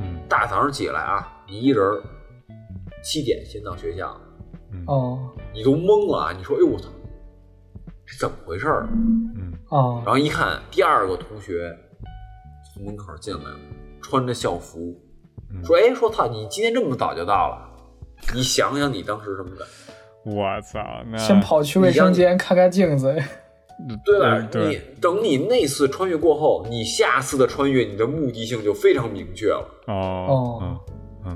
Speaker 3: 嗯
Speaker 4: 大早上起来啊，你一人儿七点先到学校，
Speaker 3: 嗯
Speaker 5: 哦
Speaker 4: 你都懵了啊！你说，哎呦我操，这怎么回事儿啊？
Speaker 3: 嗯
Speaker 5: 哦
Speaker 4: 然后一看，第二个同学从门口进来了，穿着校服，
Speaker 3: 嗯
Speaker 4: 说，哎，说操，你今天这么早就到了。你想想你当时什么感觉，
Speaker 3: 我操！那
Speaker 5: 先跑去卫生间看看镜子，
Speaker 4: 对吧？
Speaker 3: 对对
Speaker 4: 你等你那次穿越过后，你下次的穿越，你的目的性就非常明确了。
Speaker 3: 哦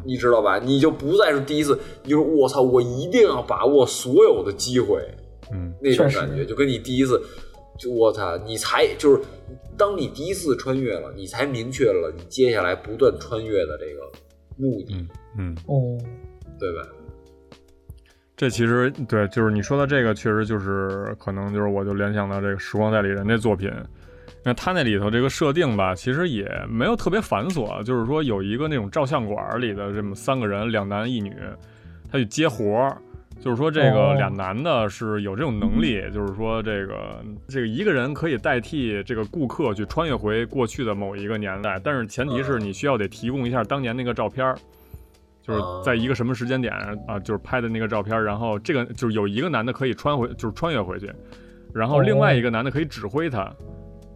Speaker 4: 你知道吧？你就不再是第一次，你就说我操，我一定要把握所有的机会，
Speaker 3: 嗯
Speaker 4: 那种
Speaker 5: 确实
Speaker 4: 感觉，就跟你第一次，就我操，你才就是当你第一次穿越了，你才明确了你接下来不断穿越的这个目的，
Speaker 3: 嗯嗯，
Speaker 5: 哦，
Speaker 4: 对吧？
Speaker 3: 这其实对，就是你说的这个，确实就是可能就是我就联想到这个《时光代理人》这作品。那他那里头这个设定吧，其实也没有特别繁琐，就是说有一个那种照相馆里的这么三个人，两男一女，他去接活儿，就是说这个
Speaker 5: 哦
Speaker 3: 俩男的是有这种能力，就是说这个这个一个人可以代替这个顾客去穿越回过去的某一个年代，但是前提是你需要得提供一下当年那个照片儿，就是
Speaker 4: 哦
Speaker 3: 在一个什么时间点啊，就是拍的那个照片儿，然后这个就是有一个男的可以穿回，就是穿越回去，然后另
Speaker 4: 哦
Speaker 3: 外一个男的可以指挥他。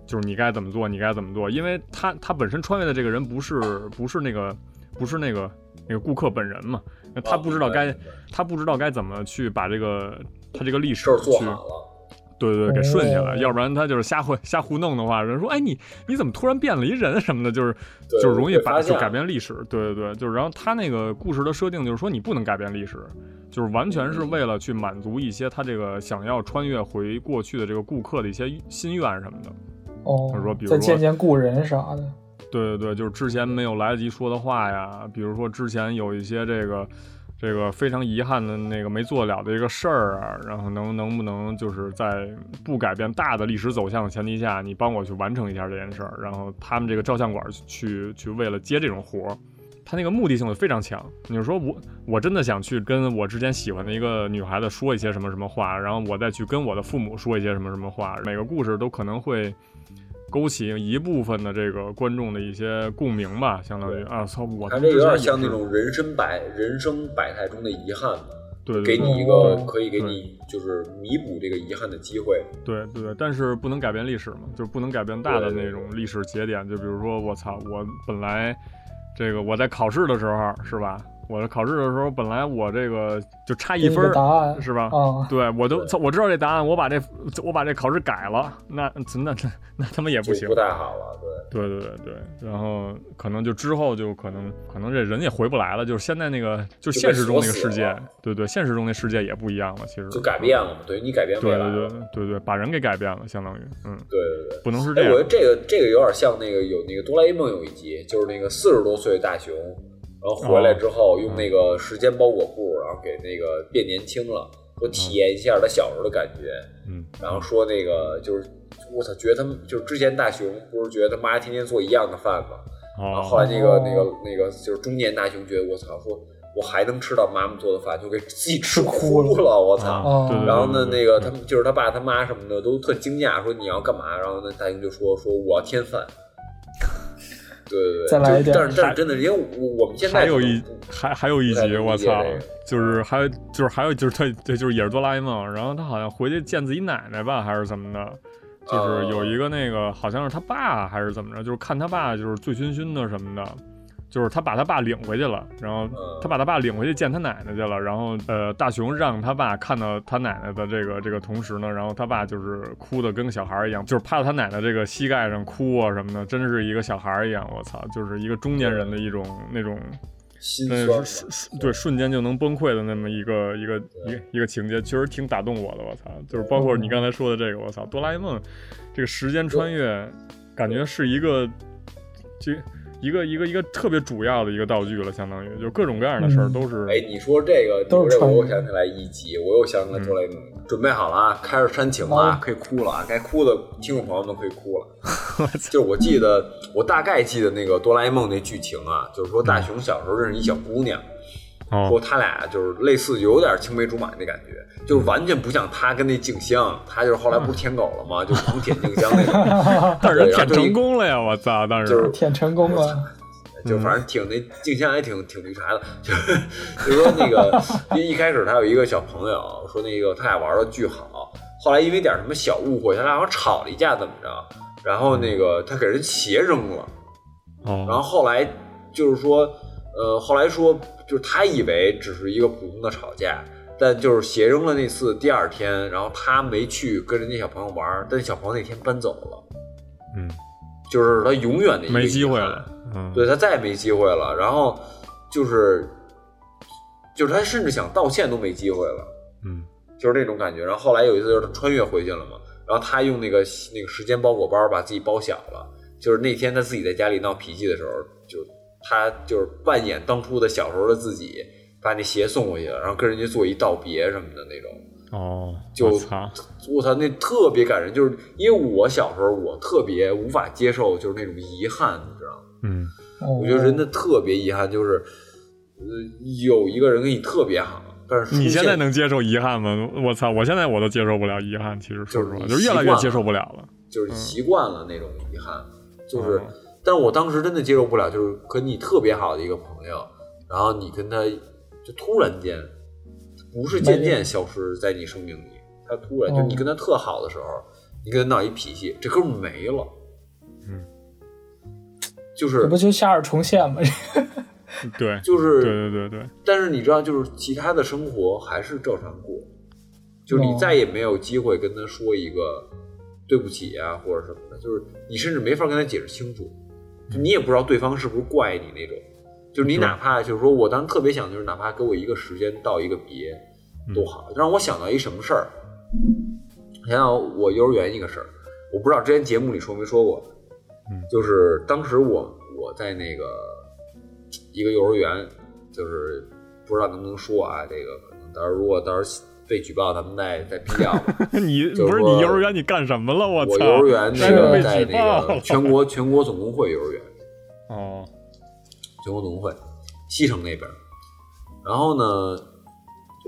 Speaker 3: 就是你该怎么做，你该怎么做，因为他他本身穿越的这个人不是不是那个不是那个那个顾客本人嘛，那他不知道该、
Speaker 4: 哦明白
Speaker 3: 他不知道该怎么去把这个他这个历史
Speaker 4: 事儿做
Speaker 3: 去
Speaker 4: 好了，
Speaker 3: 对对对给顺下来，
Speaker 5: 哦
Speaker 3: 要不然他就是瞎混瞎糊弄的话，人说哎你你怎么突然变了一人什么的，就是
Speaker 4: 对
Speaker 3: 就是容易
Speaker 4: 会发
Speaker 3: 把就
Speaker 4: 现
Speaker 3: 改变历史，对对对，就是然后他那个故事的设定就是说你不能改变历史，就是完全是为了去满足一些他这个想要穿越回过去的这个顾客的一些心愿什么的。
Speaker 5: 哦
Speaker 3: 他说比，如
Speaker 5: 再
Speaker 3: 说
Speaker 5: 见见故人啥的，
Speaker 3: 对对对，就是之前没有来得及说的话呀，比如说之前有一些这个这个非常遗憾的那个没做了的一个事儿啊，然后能能不能就是在不改变大的历史走向的前提下，你帮我去完成一下这件事儿，然后他们这个照相馆去去去为了接这种活儿。他那个目的性非常强，你就说我我真的想去跟我之前喜欢的一个女孩子说一些什么什么话，然后我再去跟我的父母说一些什么什么话，每个故事都可能会勾起一部分的这个观众的一些共鸣吧，相当于啊，操，我
Speaker 4: 他这
Speaker 3: 之前也
Speaker 4: 有点
Speaker 3: 是
Speaker 4: 像那种人生百人生百态中的遗憾嘛，
Speaker 3: 对对
Speaker 4: 给
Speaker 3: 对
Speaker 4: 你一个
Speaker 5: 哦
Speaker 4: 可以给你就是弥补这个遗憾的机会，
Speaker 3: 对对，但是不能改变历史嘛，就是不能改变大的那种历史节点。就比如说，我操，我本来这个我在考试的时候是吧？我在考试的时候本来我这个就差一
Speaker 5: 给你
Speaker 3: 分
Speaker 5: 个
Speaker 3: 儿
Speaker 5: 答案
Speaker 3: 是吧？
Speaker 5: 啊，
Speaker 3: 对我都
Speaker 4: 对
Speaker 3: 操我知道这答案，我把这我把这考试改了，那那那那他妈也不
Speaker 4: 就
Speaker 3: 行
Speaker 4: 不。太好了，对。
Speaker 3: 对对对对，然后可能就之后就可能可能这人也回不来了，就是现在那个就
Speaker 4: 就被
Speaker 3: 现实中那
Speaker 4: 锁
Speaker 3: 个
Speaker 4: 死
Speaker 3: 世界
Speaker 4: 了，
Speaker 3: 对对，现实中那世界也不一样了，其实
Speaker 4: 就改变了嘛，等于你改变未
Speaker 3: 嗯对
Speaker 4: 来
Speaker 3: 对
Speaker 4: 了。
Speaker 3: 对对对，把人给改变了，相当于嗯，
Speaker 4: 对对对
Speaker 3: 不能是这
Speaker 4: 哎，
Speaker 3: 样
Speaker 4: 我觉。得这个这个有点像那个有那个哆啦 A 梦有一集，就是那个四十多岁的大雄，然后回来之后用那个时间包裹布，然后给那个变年轻了，说体验一下他小时候的感觉，
Speaker 3: 嗯，
Speaker 4: 然后说那个就是我操，觉得他们就是之前大雄不是觉得他妈天天做一样的饭吗？然后后
Speaker 3: 哦，
Speaker 4: 来那个
Speaker 5: 哦
Speaker 4: 那个那个就是中年大雄觉得我操，说我还能吃到妈妈做的饭，就给自己吃哭
Speaker 5: 哭
Speaker 4: 了，我操！
Speaker 5: 哦
Speaker 3: 对对对
Speaker 4: 然后呢，
Speaker 3: 对
Speaker 4: 那个他们就是他爸他妈什么的都特惊讶，说你要干嘛？然后呢，大英就说说我要添饭，对对对，
Speaker 5: 再来一
Speaker 4: 就
Speaker 5: 点
Speaker 4: 但是但是真的，因为我我们现在
Speaker 3: 还有一
Speaker 4: 不
Speaker 3: 还还有一
Speaker 4: 不太
Speaker 3: 集，
Speaker 4: 能
Speaker 3: 我
Speaker 4: 理解
Speaker 3: 操
Speaker 4: 这个，
Speaker 3: 就是还有就是还有就是他对就是也是哆啦 A 梦，然后他好像回去见自己奶奶吧，还是怎么的，就是
Speaker 4: 哦
Speaker 3: 有一个那个好像是他爸还是怎么着，就是看他爸就是醉醺醺的什么的。就是他把他爸领回去了，然
Speaker 4: 嗯
Speaker 3: 后他把他爸领回去见他奶奶去了，然后呃，大雄让他爸看到他奶奶的这个这个同时呢，然后他爸就是哭的跟个小孩儿一样，就是趴在他奶奶这个膝盖上哭啊什么的，真是一个小孩儿一样，我操，就是一个中年人的一种那种
Speaker 4: 心
Speaker 3: 对，
Speaker 4: 酸
Speaker 3: 嗯是
Speaker 4: 嘛，
Speaker 3: 瞬瞬对瞬间就能崩溃的那么一个一个一个一个情节，确实挺打动我的。我操，就是包括
Speaker 4: 嗯
Speaker 3: 你刚才说的这个，我操，哆啦 A 梦这个时间穿越，感觉是一个这一个一个一个特别主要的一个道具了，相当于就各种各样的事儿
Speaker 5: 嗯
Speaker 3: 都是。
Speaker 4: 哎，你说这个，你
Speaker 5: 都
Speaker 4: 说
Speaker 5: 是
Speaker 4: 这个，
Speaker 5: 传
Speaker 4: 我又
Speaker 5: 闻
Speaker 4: 想起来一集，我又
Speaker 3: 嗯
Speaker 4: 想起来哆啦 A 梦。准备好了啊，开始煽情了
Speaker 5: 哦
Speaker 4: 啊，可以哭了啊，该哭的听众朋友们可以 哭了。就是我记得，我大概记得那个哆啦 A 梦那剧情啊，就是说大雄小时候认识一小姑娘，说
Speaker 3: 哦，
Speaker 4: 他俩就是类似有点青梅竹马那感觉，就是完全不像他跟那静香，他就是后来不是舔狗了吗？就狂舔静香 那种，
Speaker 3: 但嗯是人
Speaker 4: 啊对
Speaker 3: 舔
Speaker 4: 然后就一
Speaker 3: 成功嗯了呀！我操，当
Speaker 4: 就是
Speaker 3: 时
Speaker 5: 舔成功了，
Speaker 4: 就反正挺那静香还挺挺绿茶的，就是就是说那个一一开始他有一个小朋友说那个他俩玩的巨好，后来因为点什么小误会，他俩好像吵了一架怎么着，然后那个他给人鞋扔了，然
Speaker 3: 哦
Speaker 4: 后后来就是说，呃，后来说就是他以为只是一个普通的吵架，但就是鞋扔了那次第二天，然后他没去跟人家小朋友玩儿，但小朋友那天搬走了，
Speaker 3: 嗯，
Speaker 4: 就是他永远的一个
Speaker 3: 没机会
Speaker 4: 遗憾
Speaker 3: 了，嗯，
Speaker 4: 对他再也没机会了。然后就是就是他甚至想道歉都没机会了，
Speaker 3: 嗯
Speaker 4: 就是那种感觉。然后后来有一次就是他穿越回去了嘛，然后他用那个那个时间包裹包把自己包小了。就是那天他自己在家里闹脾气的时候，就他就是扮演当初的小时候的自己，把那鞋送回去了，然后跟人家做一道别什么的那种。
Speaker 3: 哦，
Speaker 4: 就
Speaker 3: 我操，
Speaker 4: 我操，那特别感人，就是因为我小时候我特别无法接受，就是那种遗憾，你知道吗？
Speaker 3: 嗯
Speaker 5: 我
Speaker 4: 我觉得真的特别遗憾，就是呃，有一个人跟你特别好，但是出
Speaker 3: 你现在能接受遗憾吗？我操，我现在我都接受不了遗憾，其实说实话，
Speaker 4: 就是你
Speaker 3: 就是越来
Speaker 4: 习
Speaker 3: 越
Speaker 4: 惯了
Speaker 3: 接受不了了。
Speaker 4: 就是习惯了那种遗憾，就是
Speaker 3: 嗯，
Speaker 4: 但是我当时真的接受不了，就是跟你特别好的一个朋友，然后你跟他就突然间不是渐渐消失在你生命里，他突然就
Speaker 3: 嗯
Speaker 5: 哦
Speaker 4: 你跟他特好的时候，你跟他闹一脾气，这哥们儿没了，
Speaker 3: 嗯，
Speaker 4: 就是
Speaker 5: 这不就夏尔重现吗？
Speaker 3: 对，
Speaker 4: 就是
Speaker 3: 对对对对，
Speaker 4: 但是你知道，就是其他的生活还是照常过，就是你
Speaker 5: 哦
Speaker 4: 再也没有机会跟他说一个对不起啊或者什么的，就是你甚至没法跟他解释清楚，就你也不知道对方是不是怪你那种，就是你
Speaker 3: 对
Speaker 4: 哪怕就是说我当时特别想，就是哪怕给我一个时间道一个别
Speaker 3: 嗯
Speaker 4: 都好，让我想到一什么事儿，想想我幼儿园一个事儿，我不知道之前节目里说没说过，
Speaker 3: 嗯
Speaker 4: 就是当时我我在那个一个幼儿园，就是不知道能不能说啊，这个可能到时候如果到时候被举报，咱们再再批 掉吧。
Speaker 3: 你
Speaker 4: 就是
Speaker 3: 不是
Speaker 4: 说
Speaker 3: 你幼儿园你干什么了？我
Speaker 4: 我
Speaker 3: 操！
Speaker 4: 幼儿园那
Speaker 5: 是
Speaker 4: 个
Speaker 5: 被
Speaker 4: 在
Speaker 3: 举报
Speaker 4: 那
Speaker 3: 了
Speaker 4: 个全国全国总工会幼儿园，
Speaker 3: 哦，
Speaker 4: 全国总工会西城那边儿。然后呢，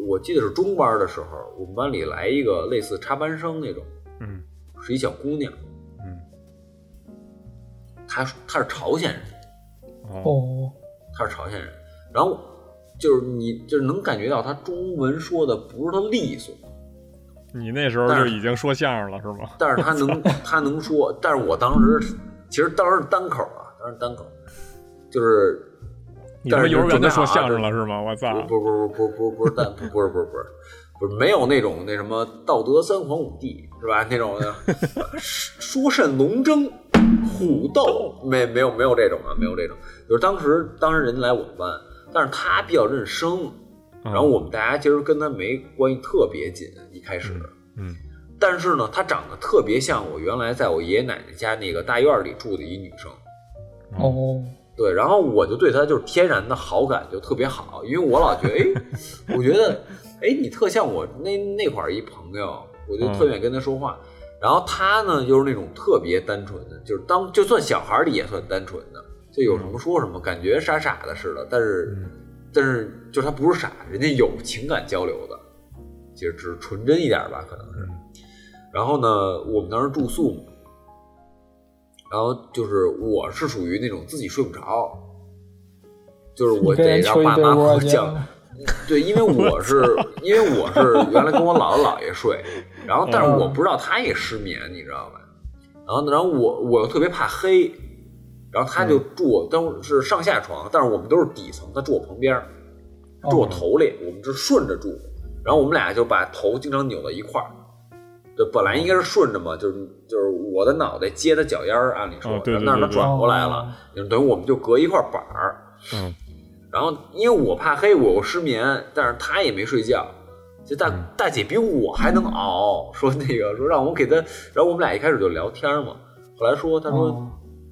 Speaker 4: 我记得是中班的时候，我们班里来一个类似插班生那种，
Speaker 3: 嗯
Speaker 4: 是一小姑娘，
Speaker 3: 嗯，
Speaker 4: 她她是朝鲜人，
Speaker 3: 哦，
Speaker 5: 哦，
Speaker 4: 他是朝鲜人，然后就是你就是能感觉到他中文说的不是他利索，
Speaker 3: 你那时候就已经说相声了是吗？
Speaker 4: 但是他能他能说，但是我当时其实当时是单口啊，当时单口，就是
Speaker 3: 你
Speaker 4: 但
Speaker 3: 们
Speaker 4: 是
Speaker 3: 幼儿园就说相
Speaker 4: 准
Speaker 3: 声
Speaker 4: 备
Speaker 3: 了
Speaker 4: 好
Speaker 3: 是吗？我操！
Speaker 4: 不不不不不不是单不不是不是不是不是没有那种那什么道德三皇五帝是吧？那种的说甚龙争虎斗没没有没有这种啊，没有这种，就是当时当时人家来我们班，但是他比较认生。
Speaker 3: 嗯
Speaker 4: 然后我们大家其实跟他没关系特别近，一开始，
Speaker 3: 嗯
Speaker 4: 但是呢，她长得特别像我原来在我爷爷奶奶家那个大院里住的一女生，嗯
Speaker 5: 哦，
Speaker 4: 对，然后我就对她就是天然的好感就特别好，因为我老觉得，哎，我觉得，哎，你特像我那那会儿一朋友，我就特愿意跟她说话。然后她呢，又是那种特别单纯的，就是当就算小孩儿里也算单纯的，就有什么说什么，感觉傻傻的似的，但是。但是就是他不是傻，人家有情感交流的，就是只是纯
Speaker 5: 嗯
Speaker 4: 真一点吧，可能是。然后呢，我们当时住宿嘛，然后就是我是属于那种自己睡不着，就是我
Speaker 5: 你跟
Speaker 4: 得
Speaker 5: 人
Speaker 4: 让
Speaker 5: 求一
Speaker 4: 爸
Speaker 5: 被
Speaker 4: 妈给
Speaker 5: 窝
Speaker 4: 我
Speaker 5: 去
Speaker 4: 讲。 对，因为我 是因为我是原来跟我姥姥姥爷睡，然后但是
Speaker 5: 嗯
Speaker 4: 我不知道他也失眠，你知道吧？然后呢然后我我又特别怕黑，然后他
Speaker 5: 嗯
Speaker 4: 就住我，当时是上下床，但是我们都是底层，他住我旁边儿，住我
Speaker 3: 哦
Speaker 4: 头里，我们就顺着住，然后我们俩就把头经常扭到一块儿。对，本来应该是顺着嘛，就是就是我的脑袋接着脚丫儿，按理说，
Speaker 3: 哦对对
Speaker 4: 但是他
Speaker 3: 对对
Speaker 4: 转过来
Speaker 5: 哦
Speaker 4: 了，等于我们就隔一块板儿，
Speaker 3: 嗯，
Speaker 4: 然后因为我怕黑，我我失眠，但是她也没睡觉。这大
Speaker 3: 嗯
Speaker 4: 大姐比我还能熬，说那个说让我给她，然后我们俩一开始就聊天嘛。后来说，她说
Speaker 5: 哦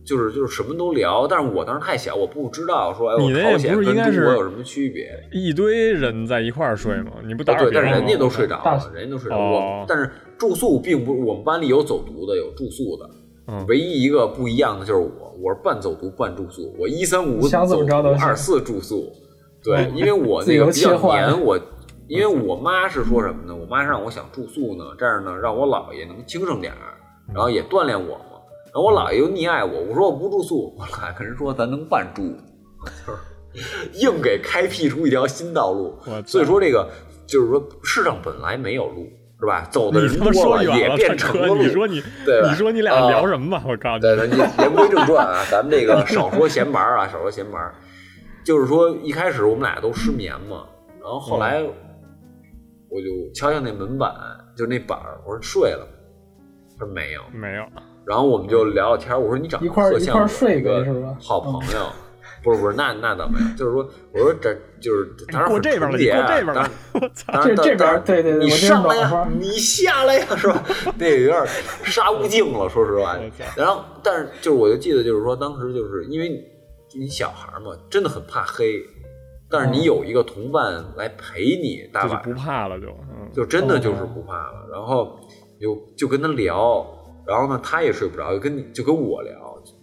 Speaker 4: 就是就是什么都聊，但是我当时太小，我不知道说哎，我
Speaker 3: 你那
Speaker 4: 朝
Speaker 3: 也
Speaker 4: 鲜
Speaker 3: 不
Speaker 4: 跟
Speaker 3: 是
Speaker 4: 中
Speaker 3: 应该
Speaker 4: 国
Speaker 3: 是
Speaker 4: 有什么区别？
Speaker 3: 一堆人在一块儿睡嘛，你不打扰
Speaker 4: 哦对，
Speaker 3: 别
Speaker 4: 但是
Speaker 3: 人
Speaker 4: 人
Speaker 3: 吗？
Speaker 4: 家都睡着
Speaker 5: 大
Speaker 4: 了，人家都睡着了。
Speaker 3: 哦
Speaker 4: 我但是住宿并不，我们班里有走读的，有住宿的。
Speaker 3: 嗯
Speaker 4: 唯一一个不一样的就是我，我是半走读半住宿，我一三五
Speaker 5: 你想怎么着都行
Speaker 4: 二四住宿。对
Speaker 5: 哦，
Speaker 4: 因为我
Speaker 5: 自
Speaker 4: 那个
Speaker 5: 由
Speaker 4: 比较
Speaker 5: 切换嗯
Speaker 4: 黏我，因为我妈是说什么呢？我妈是让我想住宿呢，这样呢让我姥爷能精神点儿，然后也锻炼我嘛。然后我姥爷又溺爱我，我说我不住宿，我姥爷跟人说咱能半住， 就是硬给开辟出一条新道路。
Speaker 3: 我操
Speaker 4: 所以说这个就是说世上本来没有路，是吧？走的
Speaker 3: 哦你
Speaker 4: 人
Speaker 3: 他妈
Speaker 4: 多
Speaker 3: 说远
Speaker 4: 也
Speaker 3: 了，
Speaker 4: 变
Speaker 3: 大
Speaker 4: 成
Speaker 3: 哥，
Speaker 4: 了路。
Speaker 3: 你说你，
Speaker 4: 对吧
Speaker 3: 你说你俩
Speaker 4: 啊
Speaker 3: 聊什么吧？我告诉
Speaker 4: 对，
Speaker 3: 你，
Speaker 4: 咱言言归正传啊，咱们这个少说闲玩儿啊，少说闲玩儿。就是说一开始我们俩都失眠嘛，然后后
Speaker 3: 嗯
Speaker 4: 来我就敲敲那门板，就是那板儿，我说睡了吗，他说没有，
Speaker 3: 没 有，
Speaker 4: 然后我们就聊聊天儿，我说你长得
Speaker 5: 一块儿
Speaker 4: 特像我
Speaker 5: 一块儿睡呗
Speaker 4: 一个
Speaker 5: 是吧
Speaker 4: 好朋友。不是不是，那那倒没有，就是说，我说这就是，当然
Speaker 3: 哎过
Speaker 4: 很
Speaker 3: 这边了，
Speaker 4: 纯
Speaker 3: 你
Speaker 4: 洁
Speaker 3: 过
Speaker 4: 啊
Speaker 3: 这边了
Speaker 4: 当然，
Speaker 3: 我操！
Speaker 4: 当然
Speaker 5: 这
Speaker 4: 当然
Speaker 5: 这边儿
Speaker 4: 当然
Speaker 5: 对对对
Speaker 4: 你
Speaker 5: 我真
Speaker 4: 上来
Speaker 5: 懂花
Speaker 4: 呀
Speaker 5: 儿，
Speaker 4: 你下来呀，是吧？ 那有点杀无敬了，说实话
Speaker 3: 我操。
Speaker 4: 然后，但是就是我就记得，就是说当时就是因为你你小孩儿嘛，真的很怕黑，但是你
Speaker 5: 哦
Speaker 4: 有一个同伴来陪你，大
Speaker 3: 这就
Speaker 4: 晚
Speaker 3: 不怕了，就嗯，
Speaker 4: 就真的就是不怕了。然后就就跟他聊，然后呢，他也睡不着，就跟你就跟我聊，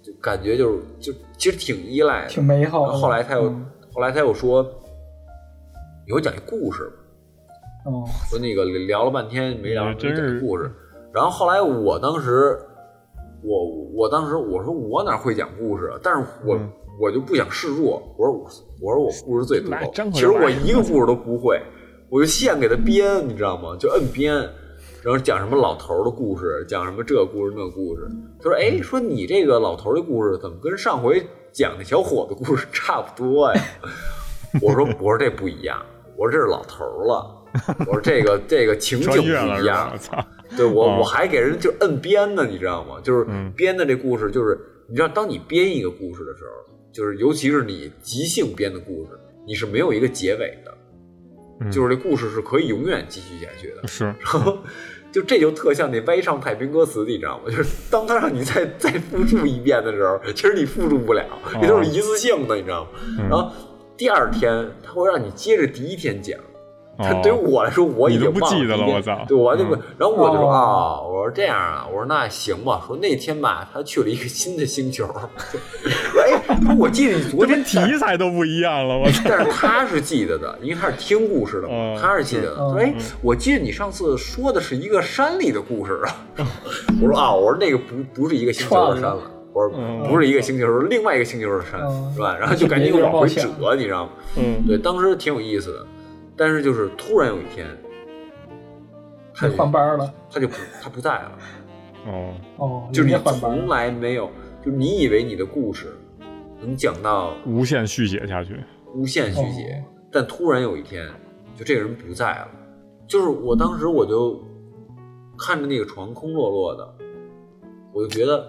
Speaker 4: 就就感觉就是就其实挺依赖的，
Speaker 5: 挺美好
Speaker 4: 然
Speaker 5: 的。
Speaker 4: 后后来他又、
Speaker 5: 嗯
Speaker 4: 后来他又说，有讲一故事吧，
Speaker 5: 哦，
Speaker 4: 说那个聊了半天没聊
Speaker 3: 你这
Speaker 4: 出
Speaker 3: 嗯真是
Speaker 4: 讲故事。然后后来我当时，我我当时我说我哪会讲故事啊？但是我、
Speaker 3: 嗯
Speaker 4: 我就不想示弱，我说我我说我故事最多
Speaker 3: 来张，口
Speaker 4: 其
Speaker 3: 就
Speaker 4: 实我
Speaker 3: 来
Speaker 4: 一个故事都不会，我就现给他编，你知道吗？就摁编，然后讲什么老头儿的故事，讲什么这故事那故事。他说：“哎，说你这个老头儿的故事怎么跟上回讲那小伙子故事差不多呀？” 我说：“我说这不一样，我说这是老头儿了，我说 这个这个情景
Speaker 3: 穿越了
Speaker 4: 不一
Speaker 3: 是吧？
Speaker 4: 样
Speaker 3: 我。”操，
Speaker 4: 对我
Speaker 3: 哦
Speaker 4: 我还给人就摁编呢，你知道吗？就是
Speaker 3: 嗯
Speaker 4: 编的这故事，就是你知道，当你编一个故事的时候，就是尤其是你即兴编的故事，你是没有一个结尾的，
Speaker 3: 嗯
Speaker 4: 就是这故事是可以永远继续下去的。
Speaker 3: 是
Speaker 4: 然后就这就特像那歪唱太平歌词，你知道吗？ 就是当他让你再再复述一遍的时候， 其实你复述不了，这都是一次性的，你知道吗？
Speaker 3: 哦嗯
Speaker 4: 然后第二天他会让你接着第一天讲。但
Speaker 3: 哦
Speaker 4: 对于我来说，我已
Speaker 3: 你
Speaker 4: 经
Speaker 3: 都不
Speaker 4: 忘
Speaker 3: 记得了
Speaker 4: 一遍
Speaker 3: 我操
Speaker 4: 对，我完全不
Speaker 3: 嗯。
Speaker 4: 然后我就说
Speaker 5: 哦
Speaker 4: 啊，我说这样啊，我说那行吧。说那天吧，他去了一个新的星球。 就哎，说我记得你昨
Speaker 3: 这不
Speaker 4: 天
Speaker 3: 题材都不一样了，我操！
Speaker 4: 但是他是记得的，因为他是听故事的嘛
Speaker 3: 嗯，
Speaker 4: 他是记得的。
Speaker 5: 嗯
Speaker 4: 说哎，我记得你上次说的是一个山里的故事啊。 我说啊，我说那个不不是一个星球的山了，我
Speaker 3: 嗯
Speaker 4: 说不是一个星球，是另外一个星球的山，
Speaker 5: 嗯
Speaker 4: 是吧？然后就赶紧又往回折，你知道吗？
Speaker 3: 嗯，
Speaker 4: 对，当时挺有意思的，但是就是突然有一天，他就
Speaker 5: 换班了。
Speaker 4: 他就不他不在 了，
Speaker 3: 哦，
Speaker 5: 哦，
Speaker 4: 就是你
Speaker 5: 人家换班
Speaker 4: 从
Speaker 5: 了。
Speaker 4: 来没有，就你以为你的故事能讲到
Speaker 3: 无限续写下去，
Speaker 4: 无限续
Speaker 3: 哦
Speaker 4: 写，但突然有一天，就这个人不在了，就是我当时我就看着那个床空落落的，我就觉得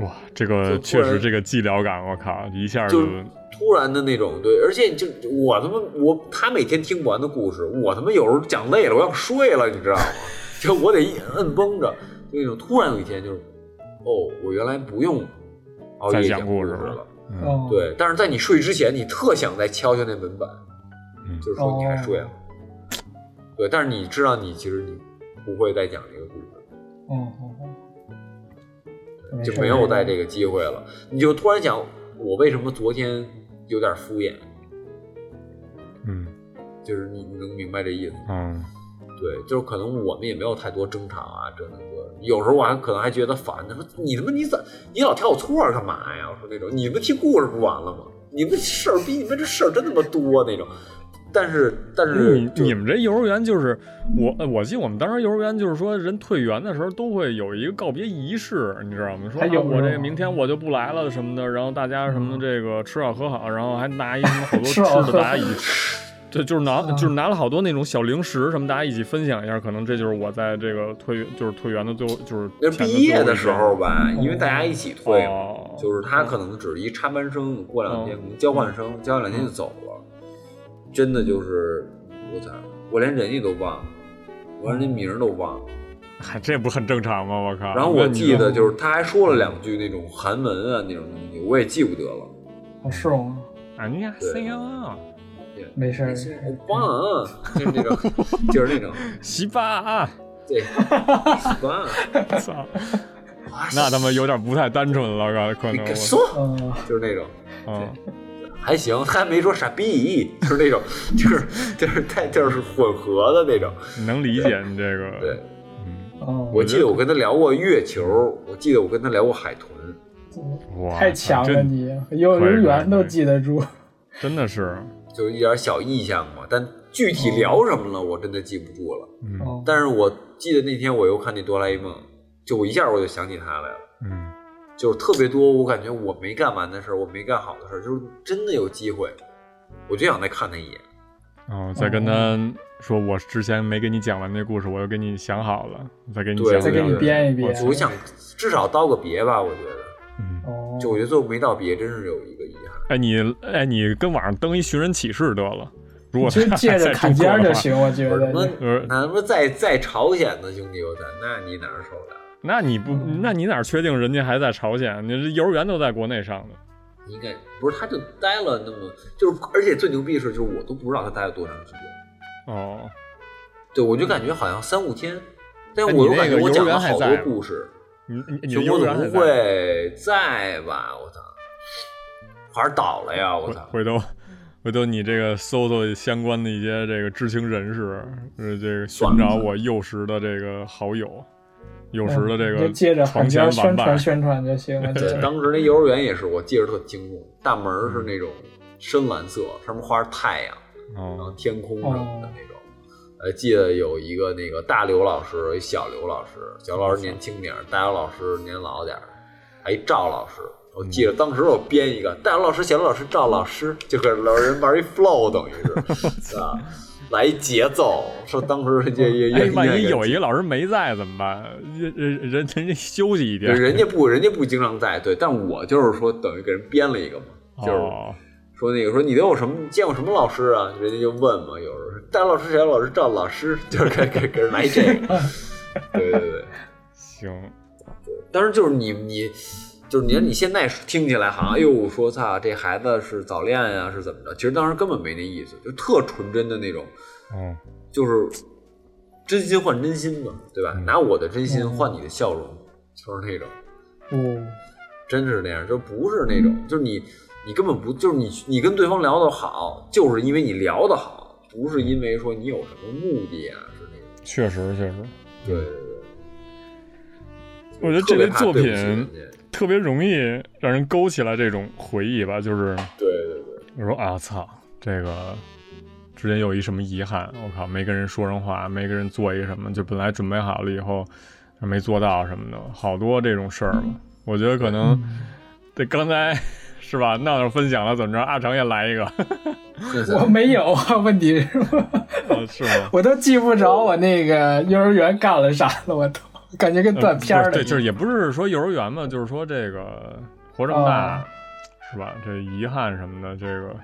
Speaker 3: 哇，这个
Speaker 4: 就突
Speaker 3: 确
Speaker 4: 然
Speaker 3: 实这个寂寥感，我靠，一下
Speaker 4: 就
Speaker 3: 就是
Speaker 4: 突然的那种对，而且就我他妈我他每天听不完的故事，我他妈有时候讲累了，我想睡了，你知道吗？ 就我得一摁绷着，就那种突然有一天就是，哦，我原来不用熬
Speaker 3: 再
Speaker 4: 夜
Speaker 3: 讲
Speaker 4: 故
Speaker 3: 故事了
Speaker 4: 了，
Speaker 3: 嗯
Speaker 5: 哦，
Speaker 4: 对，但是在你睡之前，你特想再敲敲那门板，
Speaker 3: 嗯
Speaker 4: 就是说你还睡了，对，但是你知道你其实你不会再讲这个故事。
Speaker 5: 哦哦哦，
Speaker 4: 就没有
Speaker 5: 在
Speaker 4: 再这个机会了。你就突然想，我为什么昨天有点敷衍？
Speaker 3: 嗯
Speaker 4: 就是你你能明白这意思吗？
Speaker 3: 嗯，
Speaker 4: 对，就是可能我们也没有太多争吵啊，真的多。有时候我还可能还觉得烦，他说你他妈你咋你老挑我错儿干嘛呀？我说那种你们听故事不完了吗？你们事儿比你们这事儿真他妈多那种。但是但是
Speaker 3: 嗯你
Speaker 4: 就
Speaker 3: 你们这幼儿园就是我，呃我记得我们当时幼儿园就是说，人退园的时候都会有一个告别仪式，你知道吗？说、
Speaker 5: 还
Speaker 3: 啊、
Speaker 5: 有
Speaker 3: 我这
Speaker 5: 呢
Speaker 3: 个明天我就不来了什么的，然后大家什么这个吃好喝好，然后还拿一什 么好多
Speaker 5: 吃好
Speaker 3: 吃的，
Speaker 5: 喝啊好
Speaker 3: 大家一起吃。对，就是拿就是拿了好多那种小零食什么，大家一起分享一下，可能这就是我在这个退园就是退园的最后就是
Speaker 4: 那
Speaker 3: 前的
Speaker 4: 毕业
Speaker 3: 最后
Speaker 4: 的
Speaker 3: 一
Speaker 4: 时
Speaker 3: 天
Speaker 4: 候吧，因为大家一起退嘛，
Speaker 3: 哦
Speaker 4: 就是他可能只是一插班生，过两天可能交换
Speaker 3: 嗯
Speaker 4: 生，交换两天就走了。真的就是，我操，我连人家都忘了，我连人家名儿都忘了。
Speaker 3: 嗨，这不很正常吗？我靠！
Speaker 4: 然
Speaker 3: 啊
Speaker 4: 后
Speaker 3: 那
Speaker 4: 我
Speaker 3: 你
Speaker 4: 记
Speaker 3: 说
Speaker 4: 得就是他还说了两句那种韩文啊那种东西，我也记不得了。
Speaker 5: 哦，是吗？
Speaker 3: 啊，你俩 C O
Speaker 5: 没事儿，
Speaker 4: 哎我忘了，啊就是那 种，就是那种，
Speaker 3: 西巴啊，
Speaker 4: 对，忘了，
Speaker 3: 操， 那他妈有点不太单纯了，可
Speaker 4: 你
Speaker 3: 能我
Speaker 4: 敢说，
Speaker 5: 嗯，
Speaker 4: 就是那种。
Speaker 3: 嗯，
Speaker 4: 还行， 他还没说傻逼，就是那种， 就是就是太就是混合的那种。
Speaker 3: 能理解你这个。
Speaker 4: 对，
Speaker 3: 嗯，
Speaker 5: 哦，
Speaker 4: 我记得我跟他聊过月球，我记得我跟他聊过海豚。
Speaker 3: 哇，
Speaker 5: 太强了
Speaker 3: 真
Speaker 5: 你，幼
Speaker 3: 可以
Speaker 5: 儿
Speaker 3: 可
Speaker 5: 园
Speaker 3: 以
Speaker 5: 都
Speaker 3: 可以
Speaker 5: 记得住。
Speaker 3: 真的是，
Speaker 4: 就是一点小意向嘛，但具体聊什么了，我真的记不住了。
Speaker 3: 嗯
Speaker 5: 哦，
Speaker 4: 但是我记得那天我又看那哆啦 A 梦，就我一下我就想起他来了，
Speaker 3: 嗯，
Speaker 4: 就是特别多，我感觉我没干完的事儿，我没干好的事儿，就是真的有机会，我就想再看他一眼。
Speaker 3: 哦，再跟他说，我之前没给你讲完那故事，我又给你想好了，再给你
Speaker 4: 对
Speaker 3: 讲
Speaker 5: 再给
Speaker 3: 讲
Speaker 5: 你编一编
Speaker 4: 我想至少道个别吧，我觉得，
Speaker 3: 嗯，
Speaker 5: 哦，
Speaker 4: 就我觉得最后没道别，真是有一个遗憾。
Speaker 3: 哎你哎你跟网上登一寻人启事得了，如果
Speaker 5: 就
Speaker 3: 他
Speaker 5: 借着
Speaker 3: 在
Speaker 5: 坎
Speaker 3: 中国
Speaker 5: 肩儿
Speaker 3: 的
Speaker 5: 就
Speaker 3: 话，
Speaker 5: 行，我觉
Speaker 4: 我他妈
Speaker 5: 得。
Speaker 3: 呃，
Speaker 4: 那他妈啊在在朝鲜呢，兄弟，我操，那你哪儿受得了？
Speaker 3: 那你不
Speaker 5: 嗯
Speaker 3: 那你哪确定人家还在朝鲜？你这幼儿园都在国内上的。
Speaker 4: 应该不是，他就待了那么，就是而且最牛逼的是，就是我都不知道他待了多长时间。
Speaker 3: 哦，
Speaker 4: 对，我就感觉好像三五天，但
Speaker 3: 哎你
Speaker 4: 我又
Speaker 3: 那
Speaker 4: 感
Speaker 3: 个
Speaker 4: 觉我
Speaker 3: 幼
Speaker 4: 讲
Speaker 3: 儿
Speaker 4: 了
Speaker 3: 园还
Speaker 4: 好多
Speaker 3: 在吗
Speaker 4: 故事，
Speaker 3: 你你你
Speaker 4: 就
Speaker 3: 的幼
Speaker 4: 我
Speaker 3: 儿
Speaker 4: 怎
Speaker 3: 园还
Speaker 4: 么
Speaker 3: 在
Speaker 4: 会在吧？我操，还是倒了呀！我
Speaker 3: 回
Speaker 4: 操，
Speaker 3: 回头
Speaker 5: 嗯
Speaker 3: 回头你这个搜搜相关的一些这个知情人士，呃，这个寻
Speaker 4: 算了
Speaker 3: 找
Speaker 4: 算了
Speaker 3: 我幼时的这个好友，幼时的这
Speaker 5: 就
Speaker 3: 个
Speaker 5: 借嗯着
Speaker 3: 床前
Speaker 5: 坎肩
Speaker 3: 玩
Speaker 5: 宣
Speaker 3: 伴
Speaker 5: 传。宣传就行了。
Speaker 4: 对，
Speaker 5: 就
Speaker 4: 当时那幼儿园也是，我记着特清楚，大门儿是那种深蓝色，上面画着太阳，然后
Speaker 3: 哦，
Speaker 4: 天空什么的那种。呃，记得有一个那个大刘老师，一小刘老师，小刘老师年轻点儿，大刘老师年老点儿，还一赵老师。我
Speaker 3: 嗯
Speaker 4: 记得当时我编一个大刘老师、小刘老师、赵老师，就跟老人玩一 flow，等于是啊，来一节奏。说当时这也
Speaker 3: 哎
Speaker 4: 也，
Speaker 3: 万一有
Speaker 4: 一
Speaker 3: 一个老师没在怎么办？人人人人家休息一天。
Speaker 4: 人家不人家不经常在，对，但我就是说等于给人编了一个嘛，就是
Speaker 3: 哦，
Speaker 4: 说那个说你都有什么见过什么老师啊？人家就问嘛，有时候戴老师、谁啊老师、赵老师， 就是给给给人来这个。对对对，
Speaker 3: 行，
Speaker 4: 当然就是你你就是你看你现在听起来好像哎呦说操这孩子是早恋呀、是怎么着？其实当时根本没那意思，就特纯真的那种，
Speaker 3: 哦，
Speaker 4: 就是真心换真心嘛，对吧？拿我的真心换你的笑容，就是那种。
Speaker 5: 哦，
Speaker 4: 真是那样，就不是那
Speaker 3: 嗯
Speaker 4: 种，就是你你根本不就是你你跟对方聊得好，就是因为你聊得好，不是因为说你有什么目的啊，是那种。
Speaker 3: 确实确实，
Speaker 4: 对对对，
Speaker 3: 我觉得这
Speaker 4: 特别
Speaker 3: 类
Speaker 4: 怕
Speaker 3: 作
Speaker 4: 对不起人
Speaker 3: 品
Speaker 4: 家
Speaker 3: 特别容易让人勾起来这种回忆吧，就是。
Speaker 4: 对对对，
Speaker 3: 我说啊操，这个之前有一什么遗憾，我靠，没跟人说上话，没跟人做一什么，就本来准备好了以后没做到什么的，好多这种事儿吧。我觉得可能对刚才是吧，闹闹分享了，怎么着，阿成也来一个，
Speaker 4: 那
Speaker 5: 我
Speaker 4: 咱
Speaker 5: 没有啊，问题是我
Speaker 3: 哦是吗？
Speaker 5: 我都记不着我那个幼儿园干了啥了，我都感觉跟断片
Speaker 3: 呃
Speaker 5: 儿
Speaker 3: 不
Speaker 5: 了
Speaker 3: 是对，
Speaker 5: 一样。
Speaker 3: 就是也不是说幼儿园嘛，就是说这个活这么大、是吧？这遗憾什么的，这个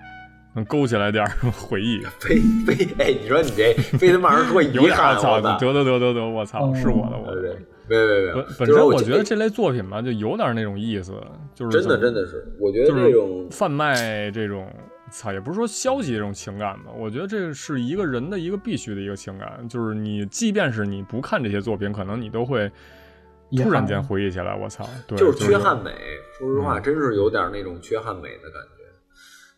Speaker 3: 能勾起来点儿 回忆。
Speaker 4: 非非哎，你说你这非他妈人说遗
Speaker 3: 有点儿
Speaker 4: 憾，
Speaker 3: 操，
Speaker 4: 我
Speaker 3: 得
Speaker 4: 操！
Speaker 3: 得得得得，我操，是我的，我
Speaker 4: 对
Speaker 3: 的
Speaker 4: 对，没没没
Speaker 3: 本，本
Speaker 4: 就是
Speaker 3: 身我
Speaker 4: 觉
Speaker 3: 觉得这类作品吧，就有点那种意思，就是
Speaker 4: 真
Speaker 3: 怎么
Speaker 4: 的真的是，我觉得
Speaker 3: 就是
Speaker 4: 这种
Speaker 3: 贩卖这种，操，也不是说消极这种情感吧，我觉得这是一个人的一个必须的一个情感，就是你即便是你不看这些作品，可能你都会
Speaker 5: 遗
Speaker 3: 突然
Speaker 5: 憾
Speaker 3: 间回忆起来，我操，对，
Speaker 4: 就
Speaker 3: 就是嗯
Speaker 4: 缺憾美。说实话，真是有点那种缺憾美的感觉。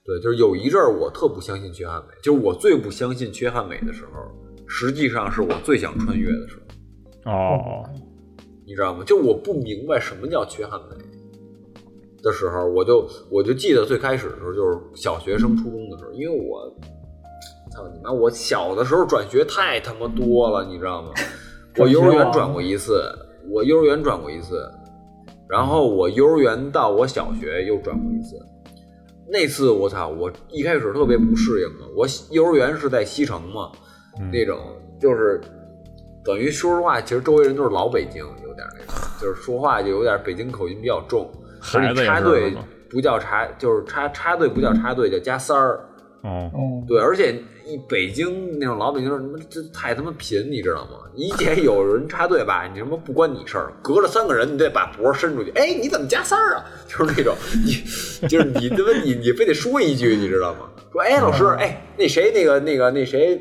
Speaker 4: 对，就是有一阵儿我特不相信缺憾美，就是我最不相信缺憾美的时候，实际上是我最想穿越的时候，
Speaker 3: 哦，
Speaker 4: 你知道吗？就我不明白什么叫缺憾美的时候，我就我就记得最开始的时候就是小学升初中的时候，因为我操你妈，我小的时候转学太他妈多了，你知道吗？我幼儿园转过一次，我幼儿园转过一次，然后我幼儿园到我小学又转过一次。那次我操，我一开始特别不适应嘛。我幼儿园是在西城嘛，
Speaker 3: 嗯
Speaker 4: 那种就是等于说实话，其实周围人都是老北京，有点那种，就是说话就有点北京口音比较重。而
Speaker 3: 孩子
Speaker 4: 且
Speaker 3: 也
Speaker 4: 插
Speaker 3: 是
Speaker 4: 队
Speaker 3: 是吗嗯
Speaker 4: 不叫插，就是插插队不叫插队，叫加塞儿。
Speaker 3: 哦，
Speaker 5: 嗯，
Speaker 4: 对，而且一北京那种老北京人，他妈这太他妈贫，你知道吗？你得有人插队吧，你他妈不关你事儿，隔着三个人，你得把脖伸出去。哎，你怎么加塞儿啊？ 就是那种，你就是你他妈你你非得说一句，你知道吗？说哎，老
Speaker 3: 嗯
Speaker 4: 师，哎，那谁那个那个那谁，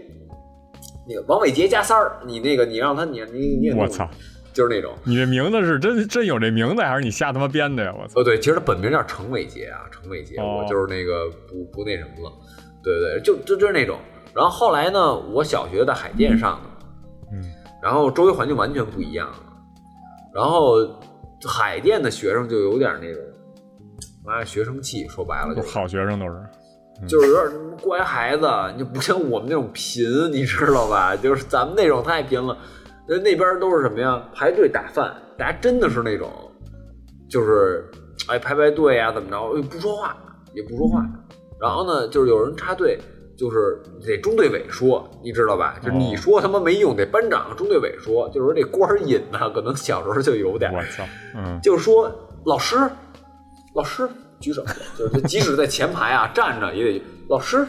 Speaker 4: 那个王伟杰加塞儿，你那个你让他你你你也弄
Speaker 3: 我操，，
Speaker 4: 就是那种。
Speaker 3: 你这名字是真真有这名字，还是你瞎他妈编的呀？我操，
Speaker 4: 哦，对，其实他本名叫程伟杰啊，程伟杰，
Speaker 3: 哦
Speaker 4: 我就是那个不不那什么了，对对，就就就是那种。然后后来呢，我小学在海淀上的，
Speaker 3: 嗯，
Speaker 4: 然后周围环境完全不一样了。然后海淀的学生就有点那种，妈呀，学生气，说白了
Speaker 3: 都
Speaker 4: 就是
Speaker 3: 好学生都是，
Speaker 4: 就是有点什么乖孩子，你就不像我们那种贫，你知道吧？就是咱们那种太贫了。那那边都是什么呀？排队打饭，大家真的是那种，就是哎排排队呀、怎么着，哎不说话也不说话。然后呢，就是有人插队，就是得中队委说，你知道吧？就是你说他妈没用，得班长、中队委说。就是说这官儿瘾呐、可能小时候就有点儿。
Speaker 3: 我操，嗯，
Speaker 4: 就是说老师，老师举手，就是即使在前排啊 站着也得老师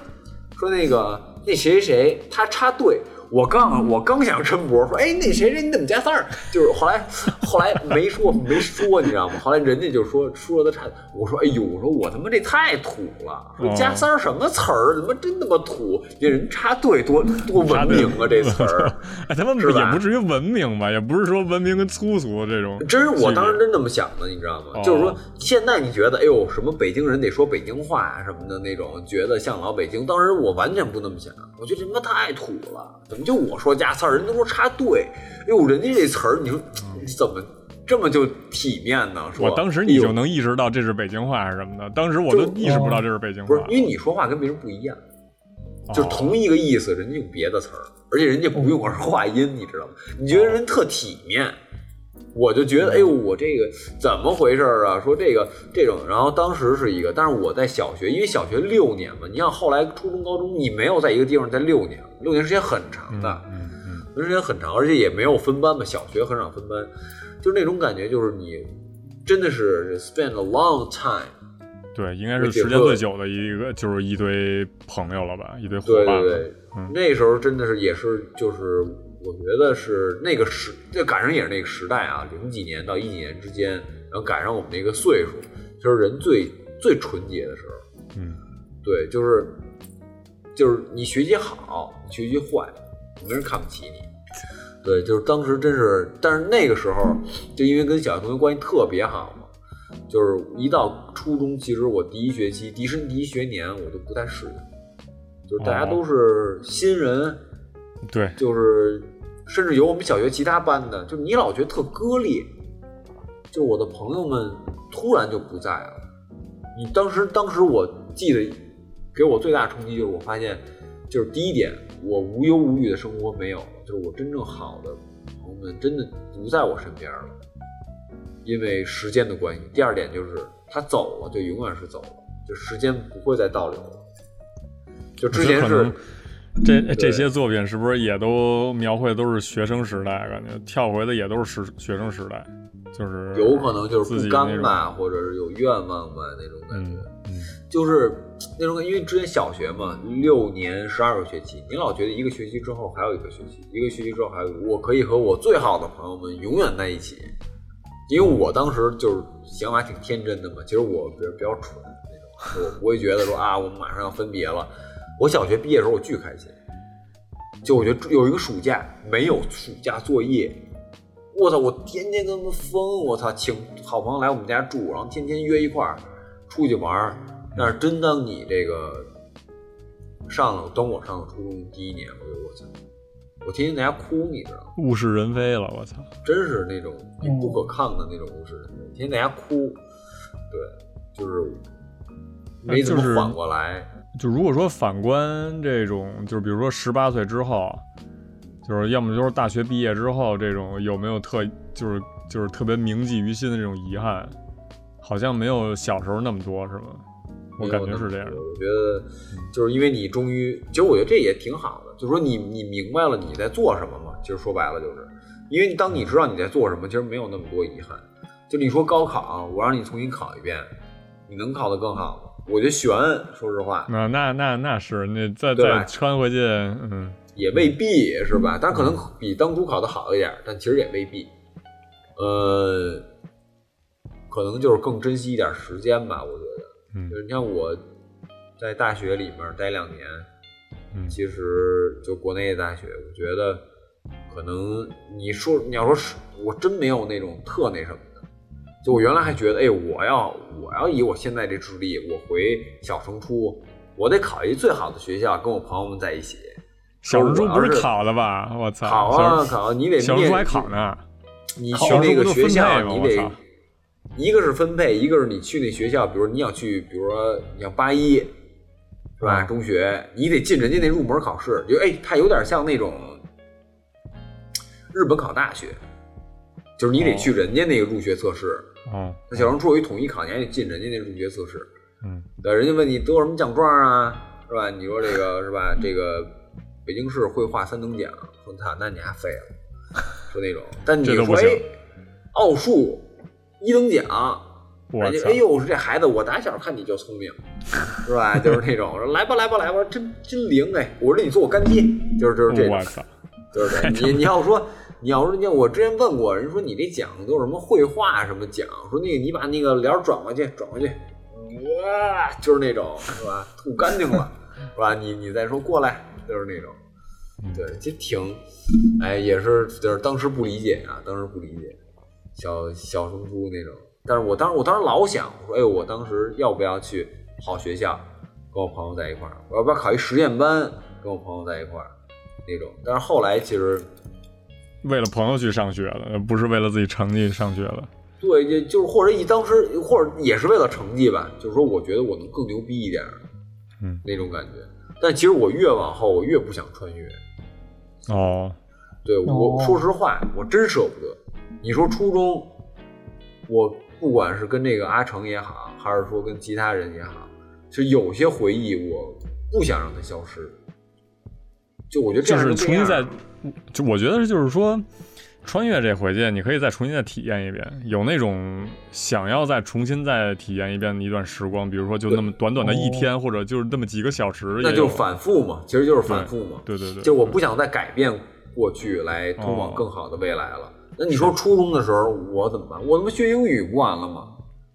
Speaker 4: 说那个那谁谁谁他插队。我刚我刚想抻脖说，哎，那谁谁你怎么加塞儿？就是后来后来没说没说，你知道吗？后来人家就说说的差，我说哎呦，我说我他妈这太土了，说
Speaker 3: 哦
Speaker 4: 加塞儿什么词儿，他妈真他妈土，这人插队多多文明啊这词儿。
Speaker 3: 哎，他们
Speaker 4: 是吧
Speaker 3: 也不至于文明吧，也不是说文明跟粗俗这 种，
Speaker 4: 真是我
Speaker 3: 区别
Speaker 4: 当时真这么想的，你知道吗？
Speaker 3: 哦
Speaker 4: 就是说，现在你觉得，哎呦，什么北京人得说北京话啊什么的那种，觉得像老北京。当时我完全不那么想，我觉得这他妈太土了，怎么就我说加词儿，人都说插队？哎呦，人家这词儿，你说你怎么这么就体面呢？
Speaker 3: 嗯
Speaker 4: 说，
Speaker 3: 我当时你
Speaker 4: 哎
Speaker 3: 就
Speaker 4: 呦
Speaker 3: 能意识到这是北京话还是什么的，当时我都
Speaker 4: 就嗯
Speaker 3: 意识不到这是北京
Speaker 4: 不
Speaker 3: 话
Speaker 4: 是，因为你说话跟别人不一样，
Speaker 3: 哦
Speaker 4: 就是同一个意思，人家用别的词儿，而且人家不用儿化音，你知道吗？
Speaker 3: 嗯
Speaker 4: 你觉得人特体面，我就觉得，哎呦，我这个怎么回事儿啊？说这个这种，然后当时是一个，但是我在小学，因为小学六年嘛，你像后来初中、高中，你没有在一个地方待六年，六年时间很长的，
Speaker 3: 嗯嗯
Speaker 4: 时间很长，而且也没有分班嘛，小学很少分班，就是那种感觉，就是你真的是 spend a long time。
Speaker 3: 嗯，对，应该是时间最久的一个，就是一堆朋友了吧，一堆伙
Speaker 4: 对
Speaker 3: 伴
Speaker 4: 对
Speaker 3: 了，
Speaker 4: 对，
Speaker 3: 嗯
Speaker 4: 那时候真的是也是就是，我觉得是那个时，这赶上也是那个时代啊，零几年到一几年之间，然后赶上我们那个岁数，就是人最最纯洁的时候。
Speaker 3: 嗯，
Speaker 4: 对，就是就是你学习好，你学习坏，没人看不起你。对，就是当时真是，但是那个时候就因为跟小学同学关系特别好嘛，就是一到初中，其实我第一学期、第一甚至第一学年我就不太适应，就是大家
Speaker 3: 哦
Speaker 4: 都是新人，
Speaker 3: 对，
Speaker 4: 就是甚至有我们小学其他班的，就你老觉得特割裂，就我的朋友们突然就不在了。你当时，当时我记得给我最大冲击就是我发现，就是第一点，我无忧无虑的生活没有了，就是我真正好的朋友们真的不在我身边了，因为时间的关系。第二点就是他走了，就永远是走了，就时间不会再倒流了。就之前
Speaker 3: 可
Speaker 4: 是
Speaker 3: 能这这些作品是不是也都描绘的都是学生时代？啊感觉跳回的也都是时学生时代，就是
Speaker 4: 有可能就是
Speaker 3: 自己
Speaker 4: 不
Speaker 3: 那
Speaker 4: 甘
Speaker 3: 种
Speaker 4: 吧，或者是有愿望吧那种感觉
Speaker 3: 嗯，嗯，
Speaker 4: 就是那种感觉因为之前小学嘛，六年十二个学期，你老觉得一个学期之后还有一个学期，一个学期之后还有一个，我可以和我最好的朋友们永远在一起，因为我当时就是想法挺天真的嘛，其实我比较比较蠢那种，我不会觉得说啊，我们马上要分别了。我小学毕业的时候，我巨开心，就我觉得有一个暑假没有暑假作业，我操，我天天跟他们疯，我操，请好朋友来我们家住，然后天天约一块儿出去玩儿。但是真当你这个上了，等我上了初中第一年，我就我操，我天天在家哭，你知道吗？
Speaker 3: 物是人非了，我操！
Speaker 4: 真是那种你不可抗的那种物质，我天天在家哭，对，就是没怎么
Speaker 3: 啊就是
Speaker 4: 缓过来。
Speaker 3: 就如果说反观这种，就是比如说十八岁之后，就是要么就是大学毕业之后这种，有没有特就是就是特别铭记于心的这种遗憾？好像没有小时候那么多，是吗？我感觉是这样的。
Speaker 4: 我觉得就是因为你终于，其实我觉得这也挺好的，就是说你你明白了你在做什么嘛。其实说白了就是，因为当你知道你在做什么，其实没有那么多遗憾。就你说高考，我让你重新考一遍，你能考得更好吗？我觉得悬，说实话
Speaker 3: 那那那那是，那再
Speaker 4: 对吧
Speaker 3: 再穿回去，嗯，
Speaker 4: 也未必是吧？但可能比当初考的好一点，但其实也未必。呃，可能就是更珍惜一点时间吧，我觉得。
Speaker 3: 嗯
Speaker 4: 就是你看我在大学里面待两年，
Speaker 3: 嗯
Speaker 4: 其实就国内的大学，我觉得可能你说你要说是我真没有那种特那什么的，就我原来还觉得，哎，我要我要以我现在这智力，我回小升初，我得考一最好的学校，跟我朋友们在一起。
Speaker 3: 小时候不
Speaker 4: 我要
Speaker 3: 是
Speaker 4: 是
Speaker 3: 考了吧？我操，
Speaker 4: 考
Speaker 3: 小
Speaker 4: 啊
Speaker 3: 时候
Speaker 4: 考，你得
Speaker 3: 小时
Speaker 4: 念
Speaker 3: 候还考呢。
Speaker 4: 你
Speaker 3: 考
Speaker 4: 去
Speaker 3: 上
Speaker 4: 那
Speaker 3: 不
Speaker 4: 个
Speaker 3: 就
Speaker 4: 学
Speaker 3: 分
Speaker 4: 校，
Speaker 3: 配吗
Speaker 4: 你
Speaker 3: 我
Speaker 4: 得
Speaker 3: 操
Speaker 4: 一个是分配，一个是你去那学校，比如你想去，比如说你像八一，是吧？
Speaker 3: 嗯
Speaker 4: 中学你得进人家那入门考试，就哎，它有点像那种日本考大学，就是你得去人家那个入学测试。
Speaker 3: 哦，
Speaker 4: 那小升初有一统一考，你还得进人家那入学测试。
Speaker 3: 嗯，
Speaker 4: 对，人家问你得过什么奖状啊，是吧？你说这个是吧？这个北京市绘画三等奖，说操，那你还废了，说那种。但你
Speaker 3: 这都
Speaker 4: 说
Speaker 3: 不行
Speaker 4: 哎，奥数一等奖，
Speaker 3: 我
Speaker 4: 人家
Speaker 3: 操
Speaker 4: 哎，呦，这孩子我打小看你就聪明，是吧？就是那种 说来吧来吧来吧，真真灵哎！我说你做我干爹，就是就是这种
Speaker 3: 我，操，
Speaker 4: 就是这种你你要说。你要说，你我之前问过人说你这奖都有什么绘画什么奖，说那个你把那个帘儿转过去，转过去，哇，就是那种是吧？吐干净了，是吧？你你再说过来，就是那种，对，其实挺，哎，也是就是当时不理解啊，当时不理解，小小升初那种。但是我当时我当时老想，我说哎呦，我当时要不要去好学校，跟我朋友在一块儿？我要不要考一实验班，跟我朋友在一块儿那种？但是后来其实
Speaker 3: 为了朋友去上学了，不是为了自己成绩上学了。
Speaker 4: 对，也就是或者一当时或者也是为了成绩吧，就是说我觉得我能更牛逼一点，
Speaker 3: 嗯，
Speaker 4: 那种感觉。但其实我越往后，我越不想穿越。
Speaker 3: 哦，
Speaker 4: 对我、
Speaker 5: 哦
Speaker 4: 说实话，我真舍不得。你说初中，我不管是跟这个阿成也好，还是说跟其他人也好，是有些回忆我不想让它消失。就我觉得这
Speaker 3: 就
Speaker 4: 样
Speaker 3: 是
Speaker 4: 这
Speaker 3: 重新
Speaker 4: 样
Speaker 3: 再，就我觉得就是说，穿越这回去，你可以再重新再体验一遍，有那种想要再重新再体验一遍的一段时光，比如说就那么短短的一天，或者就是那么几个小时，
Speaker 4: 哦那
Speaker 3: 也
Speaker 4: 就
Speaker 3: 有
Speaker 4: 是反复嘛，其实就是反复嘛。
Speaker 3: 对对对，
Speaker 4: 就我不想再改变过去来通往更好的未来了。那你说初中的时候我怎么办？我他妈学英语不完了吗？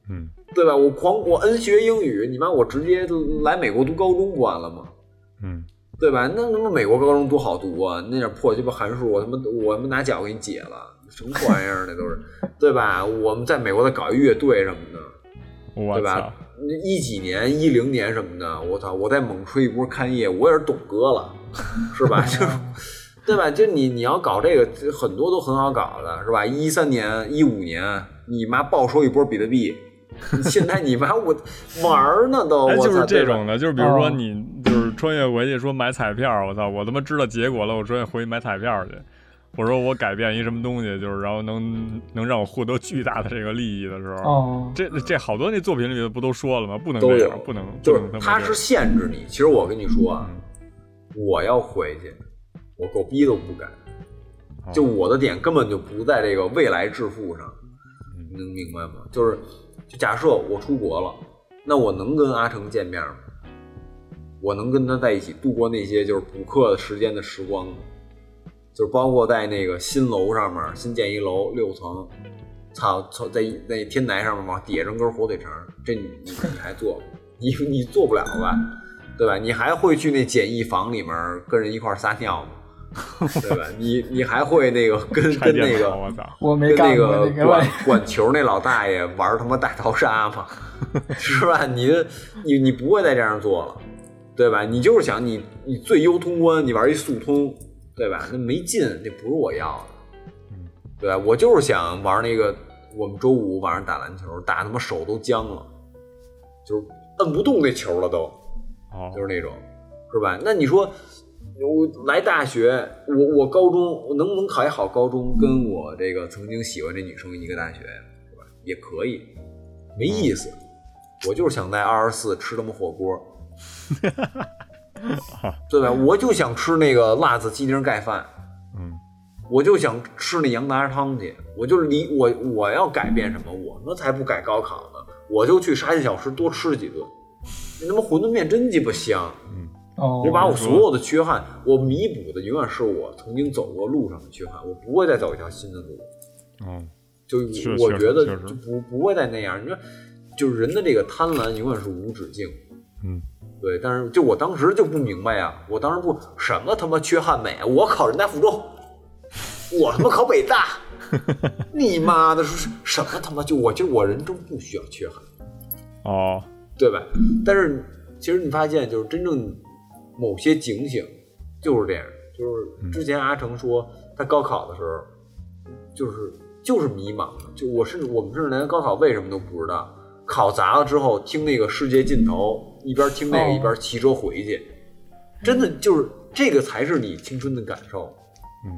Speaker 3: 嗯，
Speaker 4: 对吧？我狂我 N 学英语，你妈我直接来美国读高中不完了吗？
Speaker 3: 嗯
Speaker 4: 对吧？那他妈美国高中多好读啊！那点破鸡巴函数，我他妈我他妈拿脚给你解了，什么破玩意儿那都是，对吧？我们在美国再搞一乐队什么的，
Speaker 3: 我
Speaker 4: 对
Speaker 3: 操
Speaker 4: 吧，？哦一几年、一零年什么的，我操，我再猛吹一波看业，我也是懂哥了，是 吧？就是，对吧？就你你要搞这个，这很多都很好搞的，是吧？一三年、一五年，你妈暴收一波比特币，现在你妈我玩儿呢都，
Speaker 3: 哎，
Speaker 4: 我
Speaker 3: 就是
Speaker 4: 操，
Speaker 3: 这
Speaker 4: 对吧
Speaker 3: 种的，就是比如说
Speaker 5: 哦
Speaker 3: 你就是穿越回去说买彩票，我操，我他妈知道结果了，我穿越回去买彩票去。我说我改变一什么东西，就是然后能能让我获得巨大的这个利益的时候，
Speaker 5: 哦，
Speaker 3: 这这好多那作品里不都说了吗？不能
Speaker 4: 嗯都
Speaker 3: 这
Speaker 4: 有
Speaker 3: 样，不能，
Speaker 4: 就是
Speaker 3: 不能这么
Speaker 4: 它
Speaker 3: 这
Speaker 4: 是
Speaker 3: 样
Speaker 4: 限制你。其实我跟你说啊
Speaker 3: 嗯，
Speaker 4: 我要回去，我狗逼都不敢。
Speaker 3: 哦
Speaker 4: 就我的点根本就不在这个未来致富上，
Speaker 3: 嗯
Speaker 4: 你能明白吗？就是，就假设我出国了，那我能跟阿成见面吗？我能跟他在一起度过那些就是补课时间的时光吗？就是包括在那个新楼上面新建一楼六层，操操在那天台上面往底下扔根火腿肠，这你你你还做吗？你你做不了吧？对吧？你还会去那简易房里面跟人一块儿撒尿吗？对吧？你你还会那个跟
Speaker 3: 拆
Speaker 4: 跟
Speaker 3: 电
Speaker 4: 那
Speaker 3: 脑，
Speaker 4: 个
Speaker 3: 我操！
Speaker 5: 我没
Speaker 4: 跟
Speaker 5: 干
Speaker 4: 那
Speaker 5: 过
Speaker 4: 个
Speaker 5: 那个
Speaker 4: 管管球那老大爷玩他妈大逃杀吗？ 是吧？你你你不会再这样做了，对吧？你就是想你你最优通关，你玩一速通，对吧？那没劲，那不是我要的，
Speaker 5: 嗯
Speaker 4: 对吧？我就是想玩那个，我们周五晚上打篮球，打他妈手都僵了，就是摁不动那球了都。
Speaker 3: 哦
Speaker 4: 就是那种，是吧？那你说我来大学，我我高中我能不能考一好高中，跟我这个曾经喜欢这女生一个大学，是吧？也可以，没意思。我就是想在二十四吃他妈火锅，对吧？我就想吃那个辣子鸡丁盖饭，
Speaker 3: 嗯，
Speaker 4: 我就想吃那羊杂汤去，我就是离我我要改变什么，我那才不改高考呢，我就去沙县小吃多吃几顿，那他妈馄饨面真鸡巴香，
Speaker 5: 哦
Speaker 4: 我，把我所有的缺憾，我弥补的永远是我曾经走过路上的缺憾，我不会再走一条新的路，
Speaker 3: 嗯，
Speaker 4: 就是我
Speaker 3: 确实
Speaker 4: 觉得
Speaker 3: 确实
Speaker 4: 就不不会再那样，你说，就是人的这个贪婪永远是无止境，
Speaker 3: 嗯，
Speaker 4: 对，但是就我当时就不明白呀、我当时不什么他妈缺憾美啊，我考人大附中，我他妈考北大， 你妈的是什么他妈就我就我人生不需要缺憾。
Speaker 3: 哦，
Speaker 4: 对吧？但是其实你发现，就是真正某些警醒就是这样，就是之前阿成说他高考的时候，就是就是迷茫的，就我甚至我们甚至连高考为什么都不知道，考砸了之后听那个世界尽头，一边听那个
Speaker 5: 哦
Speaker 4: 一边骑车回去，真的就是这个才是你青春的感受，
Speaker 3: 嗯，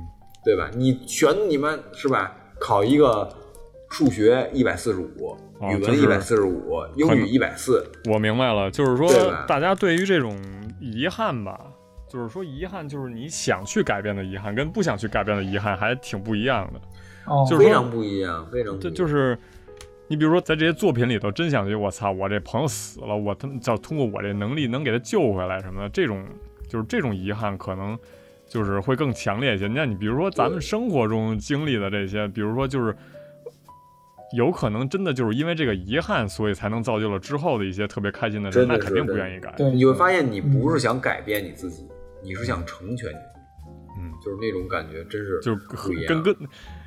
Speaker 4: 对吧？你全你们是吧？考一个数学一百四十五，
Speaker 3: 哦
Speaker 4: 语
Speaker 3: 就
Speaker 4: 文
Speaker 3: 是
Speaker 4: 一百四十五，英
Speaker 3: 可
Speaker 4: 语
Speaker 3: 能
Speaker 4: 一百四。
Speaker 3: 我明白了，就是说
Speaker 4: 对吧
Speaker 3: 大家对于这种遗憾吧，就是说遗憾就是你想去改变的遗憾，跟不想去改变的遗憾还挺不一样的。
Speaker 5: 哦
Speaker 3: 就是
Speaker 4: 非
Speaker 3: 说
Speaker 4: 常不一样，非常不一
Speaker 3: 这
Speaker 4: 样
Speaker 3: 就是你比如说在这些作品里头，真想去我操，我这朋友死了，我他妈叫通过我这能力能给他救回来什么的，这种就是这种遗憾可能。就是会更强烈一些。那你比如说咱们生活中经历的这些，比如说就是有可能真的就是因为这个遗憾，所以才能造就了之后的一些特别开心的事，
Speaker 4: 真的
Speaker 3: 那
Speaker 4: 是
Speaker 3: 肯定不
Speaker 4: 真的
Speaker 3: 愿意改。
Speaker 5: 对
Speaker 4: 你会发现你不是想改变你自己，你是想成全你自己，
Speaker 3: 嗯，
Speaker 4: 就是那种感觉，真是
Speaker 3: 就
Speaker 4: 不一
Speaker 3: 跟
Speaker 4: 样。
Speaker 3: 跟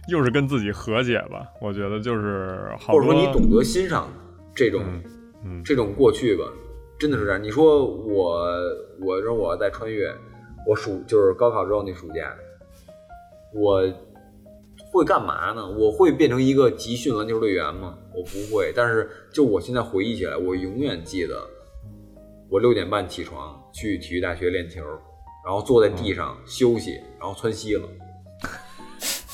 Speaker 3: 又是跟自己和解吧。我觉得就是好
Speaker 4: 或
Speaker 3: 多
Speaker 4: 者说你懂得欣赏这种
Speaker 3: 嗯嗯
Speaker 4: 这种过去吧，真的是这样。你说我我让我在穿越，我暑就是高考之后那暑假，我会干嘛呢？我会变成一个集训篮球队员吗？我不会。但是就我现在回忆起来，我永远记得，嗯我六点半起床去体育大学练球，然后坐在地上休息，然后窜稀了，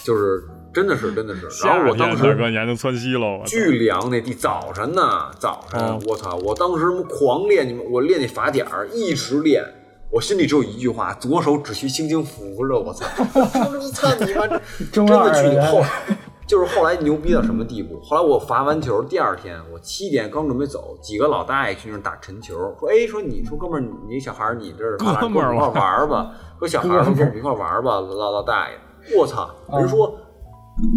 Speaker 4: 就是真的是真的 是。然
Speaker 3: 夏
Speaker 4: 后我当
Speaker 3: 天
Speaker 4: 时
Speaker 3: 大哥你还能窜稀喽，我操
Speaker 4: 巨凉那地，早晨呢，早晨，
Speaker 3: 嗯
Speaker 4: 我操，我当时狂练你们，我练那法点儿，一直练，我心里只有一句话：左手只需轻轻扶着。我操，我操你妈！
Speaker 5: 中
Speaker 4: 真
Speaker 5: 二
Speaker 4: 的去
Speaker 5: 人
Speaker 4: 后，就是后来牛逼到什么地步？后来我罚完球，第二天我七点刚准备走，几个老大爷去那儿打陈球，说：“哎，说你说哥们儿，你小孩儿你这是干嘛
Speaker 3: 哥们儿
Speaker 4: 跟我们一块儿玩 儿吧？说小孩儿说跟我们一块儿玩儿吧，老老大爷，我操！人说，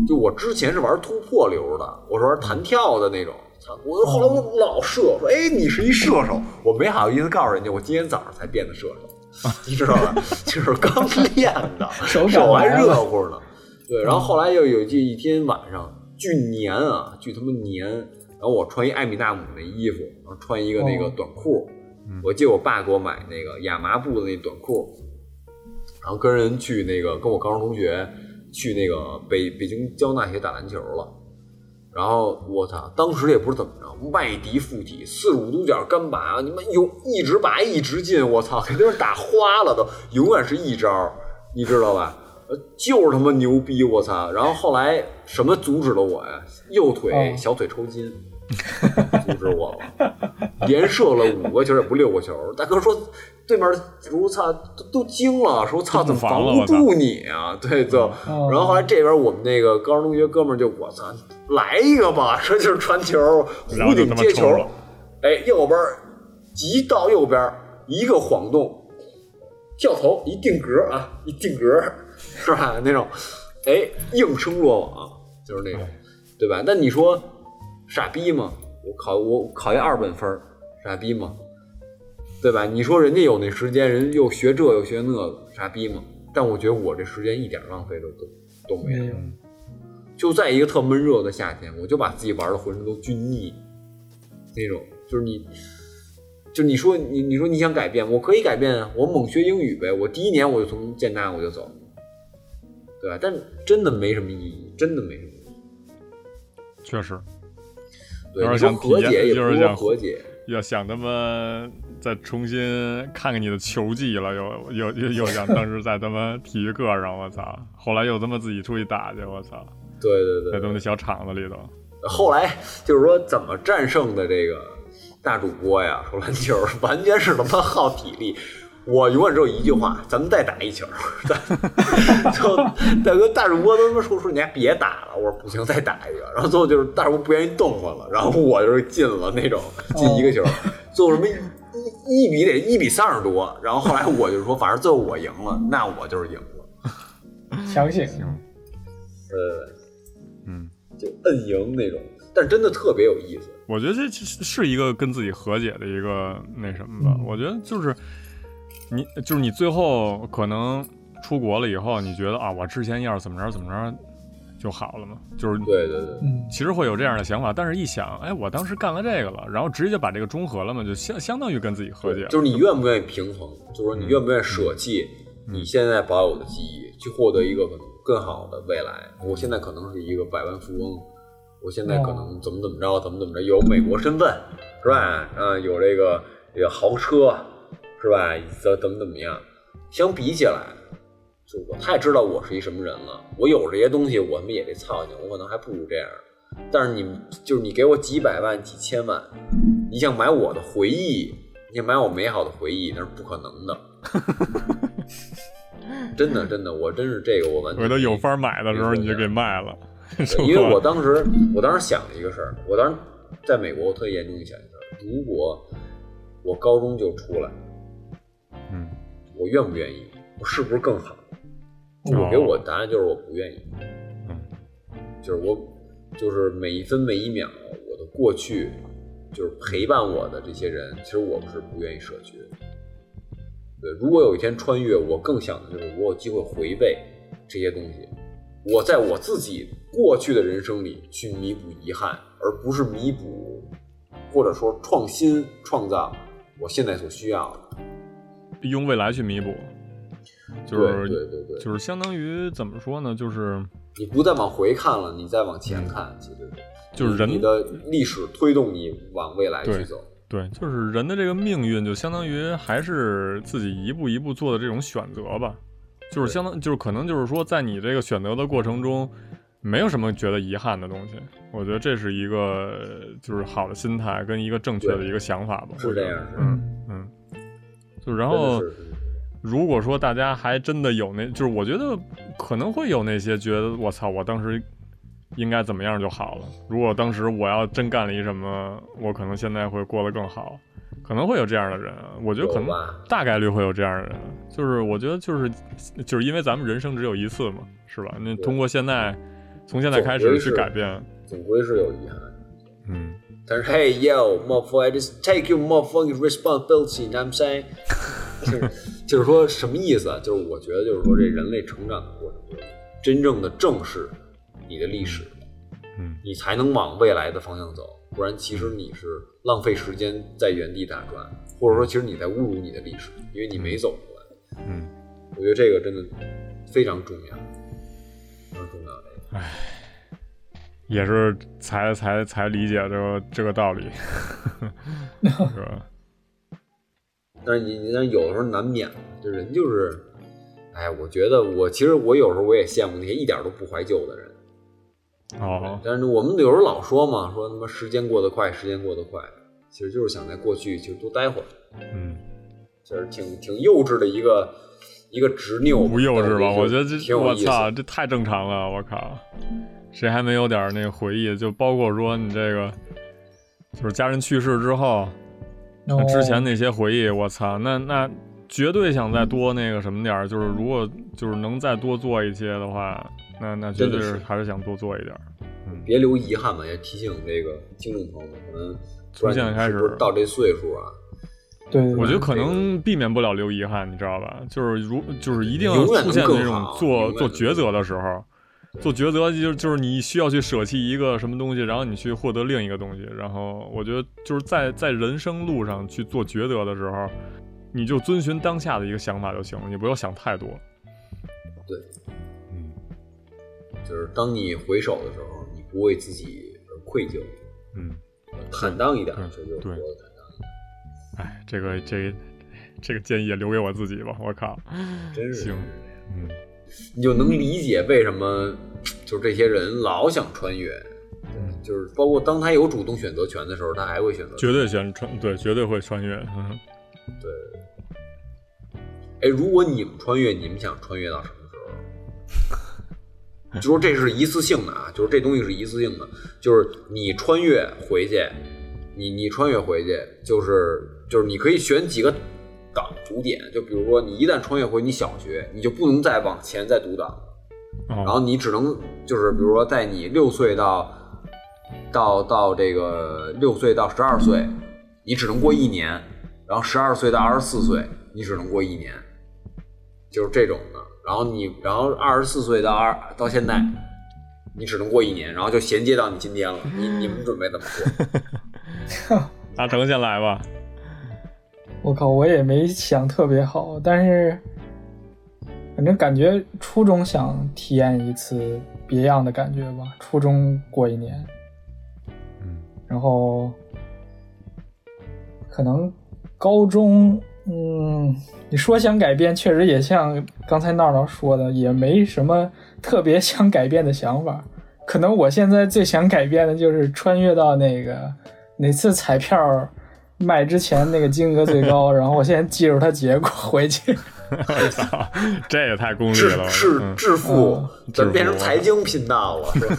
Speaker 4: 就我之前是玩突破流的，我是玩弹跳的那种。”操！我后来我老射，我说哎，你是一射手，我没好意思告诉人家，我今天早上才变的射手，你知道吧？ 就是刚练的，
Speaker 5: 啊手感
Speaker 4: 手还
Speaker 5: 来
Speaker 4: 热
Speaker 5: 了嗯
Speaker 4: 乎呢。对，然后后来又有这一天晚上，巨黏啊，巨他妈黏。然后我穿一艾米纳姆那衣服，然后穿一个那个
Speaker 5: 哦
Speaker 4: 短裤，我记得我爸给我买那个亚麻布的那短裤，然后跟人去那个跟我高中同学去那个北北京交大学打篮球了。然后我操，当时也不是怎么着，外敌附体，四十五度角干拔，你们有一直拔一直进，我操，给他们打花了都，永远是一招，你知道吧？呃就是他妈牛逼，我操！然后后来什么阻止了我呀？右腿、
Speaker 5: 哦
Speaker 4: 小腿抽筋，阻止我了， 连射了五个球也不六个球。大哥说，对面我操都都惊了，说操怎么防不住你啊？对，就
Speaker 5: 嗯
Speaker 4: 然后后来这边我们那个高中同学哥们儿就我操，来一个吧，说就是传球，
Speaker 3: 然
Speaker 4: 弧
Speaker 3: 后就
Speaker 4: 顶
Speaker 3: 他妈
Speaker 4: 接
Speaker 3: 抽
Speaker 4: 球
Speaker 3: 了，
Speaker 4: 哎，右边儿急到右边儿一个晃动，跳投一定格儿啊，一定格儿是吧？那种，哎，应声落网啊就是那种，对吧？那你说傻逼吗？我考我考一二本分儿，傻逼吗？对吧？你说人家有那时间，人又学这又学那个，傻逼吗？但我觉得我这时间一点浪费都都都没有
Speaker 5: 没有，
Speaker 4: 就在一个特闷热的夏天，我就把自己玩的浑身都菌腻，那种就是你，就是你说你你说你想改变，我可以改变啊，我猛学英语呗，我第一年我就从建大我就走，对吧？但真的没什么意义，真的没什么意义。
Speaker 3: 确实
Speaker 4: 对，
Speaker 3: 有点
Speaker 4: 你说
Speaker 3: 想体
Speaker 4: 和
Speaker 3: 验
Speaker 4: 解也
Speaker 3: 就
Speaker 4: 不
Speaker 3: 是
Speaker 4: 是说
Speaker 3: 想
Speaker 4: 和解，
Speaker 3: 要想他妈再重新看看你的球技了，又又又又想当时在他妈体育课上，我操！后来又他妈自己出去打去，我操，
Speaker 4: 对对对
Speaker 3: 在他妈那小场子里头，
Speaker 4: 后来就是说怎么战胜的这个大主播呀，说篮球完全是他妈耗体力。我永远只有一句话：咱们再打一球。 咱就大哥大主播都他妈说说你还别打了，我说不行，再打一个。然后最后就是大主播不愿意动我了，然后我就是进了那种
Speaker 3: 哦
Speaker 4: 进一个球，最后什么一一比得一比三十多。然后后来我就说，反正最后我赢了，那我就是赢了。
Speaker 5: 强行
Speaker 4: 呃，
Speaker 3: 嗯，
Speaker 4: 就摁赢那种，但是真的特别有意思。
Speaker 3: 我觉得这这是是一个跟自己和解的一个那什么吧。
Speaker 5: 嗯
Speaker 3: 我觉得就是你，就是你最后可能出国了以后，你觉得啊，我之前要是怎么着怎么着就好了嘛，就是
Speaker 4: 对对对。
Speaker 5: 嗯，
Speaker 3: 其实会有这样的想法，但是一想，哎，我当时干了这个了，然后直接就把这个中和了嘛，就相相当于跟自己和解了。
Speaker 4: 就是你愿不愿意平衡，就是说你愿不愿意舍弃你现在保有的记忆，去获得一个可能更好的未来。我现在可能是一个百万富翁，我现在可能怎么怎么着，怎么怎么着，有美国身份，是吧？嗯，有这个这个豪车，是吧？怎怎么怎么样？相比起来，就我太知道我是一什么人了。我有这些东西，我他妈也得操心，我可能还不如这样。但是你就是你给我几百万、几千万，你想买我的回忆，你想买我美好的回忆，那是不可能的。真的，真的，我真是这个，我完全
Speaker 3: 回头有法买的时候你就给卖了， 是吧
Speaker 4: 因为我当时，我当时想了一个事儿，我当时在美国，我特严重地想一个事儿：如果我高中就出来，
Speaker 3: 嗯，
Speaker 4: 我愿不愿意？我是不是更好？
Speaker 3: 哦
Speaker 4: 我给我答案就是我不愿意。
Speaker 3: 嗯，
Speaker 4: 就是我，就是每一分每一秒，我的过去，就是陪伴我的这些人，其实我是不愿意舍去的。对，如果有一天穿越，我更想的就是我有机会回味这些东西，我在我自己过去的人生里去弥补遗憾，而不是弥补或者说创新创造我现在所需要的。
Speaker 3: 用未来去弥补，就
Speaker 4: 对对
Speaker 3: 是
Speaker 4: 对对，
Speaker 3: 就是相当于怎么说呢？就是
Speaker 4: 你不再往回看了，你再往
Speaker 3: 嗯
Speaker 4: 前看，其实
Speaker 3: 就是人
Speaker 4: 你的历史推动你往未来去
Speaker 3: 对
Speaker 4: 走。
Speaker 3: 对，就是人的这个命运，就相当于还是自己一步一步做的这种选择吧。就是相当，就是可能就是说，在你这个选择的过程中，没有什么觉得遗憾的东西。我觉得这是一个呃就是好的心态跟一个正确的
Speaker 4: 对
Speaker 3: 一个想法吧。
Speaker 4: 是
Speaker 3: 我觉
Speaker 4: 这
Speaker 3: 得
Speaker 4: 样是
Speaker 3: 嗯嗯。就然
Speaker 4: 真的
Speaker 3: 后，
Speaker 4: 是
Speaker 3: 如果说大家还真的有那，就是我觉得可能会有那些觉得我操，我当时应该怎么样就好了。如果当时我要真干了一什么，我可能现在会过得更好，可能会有这样的人。我觉得可能
Speaker 4: 有吧
Speaker 3: 大概率会有这样的人，就是我觉得就是就是因为咱们人生只有一次嘛，是吧？那通过现在从现在开
Speaker 4: 总
Speaker 3: 始
Speaker 4: 归
Speaker 3: 去
Speaker 4: 是
Speaker 3: 改变，
Speaker 4: 总归是有遗憾。
Speaker 3: 嗯，
Speaker 4: 但是 Hey yo, motherfucker, I just take your motherfucking responsibility. You know what I'm saying？就是就是说什么意思啊？就是我觉得就是说这人类成长的过程中，真正的正视你的历史，
Speaker 3: 嗯，
Speaker 4: 你才能往未来的方向走。不然其实你是浪费时间在原地打转，或者说其实你在侮辱你的历史，因为你没走出来。
Speaker 3: 嗯，
Speaker 4: 我觉得这个真的非常重要，非常重要的。
Speaker 3: 也是才才才理解这个这个道理， 是吧？
Speaker 4: 但是你，你但是有的时候难免，这人就是，哎，我觉得我其实我有时候我也羡慕那些一点都不怀旧的人。
Speaker 3: 哦，
Speaker 4: 但是我们有时候老说嘛，说他妈时间过得快，时间过得快，其实就是想在过去就多待会儿，
Speaker 3: 嗯。
Speaker 4: 就是挺挺幼稚的一个一个执拗。
Speaker 3: 不幼稚吧？
Speaker 4: 但是
Speaker 3: 我觉得
Speaker 4: 挺
Speaker 3: 这，
Speaker 4: 有
Speaker 3: 我
Speaker 4: 意思
Speaker 3: 操，，这太正常了，我靠，谁还没有点那个回忆？就包括说你这个，就是家人去世之后，
Speaker 5: 然
Speaker 3: 那
Speaker 5: 后
Speaker 3: 之前那些回忆，我操，那那绝对想再多那个什么点儿，就是如果就是能再多做一些的话，那那绝
Speaker 4: 真
Speaker 3: 对
Speaker 4: 的是
Speaker 3: 是还是想多做一点儿。
Speaker 4: 别留遗憾嘛，也提醒这个听众朋友们，可能不
Speaker 3: 从
Speaker 4: 然
Speaker 3: 现在
Speaker 4: 你
Speaker 3: 开
Speaker 4: 是不是
Speaker 3: 始
Speaker 4: 到这岁数啊，
Speaker 5: 对，对
Speaker 3: 我觉得
Speaker 5: 对
Speaker 3: 可能避免不了留遗憾，你知道吧？就是如就是一定要
Speaker 4: 永远能
Speaker 3: 出现
Speaker 4: 更
Speaker 3: 那种
Speaker 4: 好永
Speaker 3: 做
Speaker 4: 远
Speaker 3: 做
Speaker 4: 能
Speaker 3: 抉
Speaker 4: 更
Speaker 3: 择的时候，做抉择就是就是你需要去舍弃一个什么东西，然后你去获得另一个东西。然后我觉得就是在在人生路上去做抉择的时候，你就遵循当下的一个想法就行了，你不要想太多。
Speaker 4: 对，
Speaker 3: 嗯，
Speaker 4: 就是当你回首的时候，你不为自己而愧疚，
Speaker 3: 嗯，
Speaker 4: 坦荡一点，
Speaker 3: 对
Speaker 4: 这就是活
Speaker 3: 嗯对
Speaker 4: 得坦荡一
Speaker 3: 哎，这个这个这个建议也留给我自己吧，我靠，
Speaker 4: 点，真是
Speaker 3: 行嗯，
Speaker 4: 你就能理解为什么就是这些人老想穿越，
Speaker 3: 嗯
Speaker 4: 就是包括当他有主动选择权的时候，他还会选择
Speaker 3: 绝对先穿，对，绝对会穿越，嗯，
Speaker 4: 对。哎，如果你们穿越，你们想穿越到什么时候？ 就说这是一次性的啊，就是这东西是一次性的，就是你穿越回去，你你穿越回去，就是就是你可以选几个档读点，就比如说你一旦穿越回你小学，你就不能再往前再读档了。然后
Speaker 3: 哦，
Speaker 4: 你只能就是比如说在你六岁到到到这个六岁到十二岁，你只能过一年，然后十二岁到二十四岁，你只能过一年，就是这种的。然后你然后二十四岁到二到现在，你只能过一年，然后就衔接到你今天了。你你们准备怎么 过？
Speaker 3: 阿成先来吧，
Speaker 5: 我靠，我也没想特别好，但是反正感觉初中想体验一次别样的感觉吧。初中过一年，
Speaker 3: 嗯，
Speaker 5: 然后可能高中，嗯，你说想改变，确实也像刚才闹闹说的，也没什么特别想改变的想法。可能我现在最想改变的就是穿越到那个哪次彩票卖之前那个金额最高，然后我先记住它结果回去。
Speaker 3: 我操，这也太功利
Speaker 4: 致
Speaker 3: 了吧，
Speaker 4: 致
Speaker 3: 嗯，
Speaker 4: 致富
Speaker 5: 嗯，
Speaker 4: 怎么变成
Speaker 3: 致富
Speaker 4: 财经频道了？ 是吧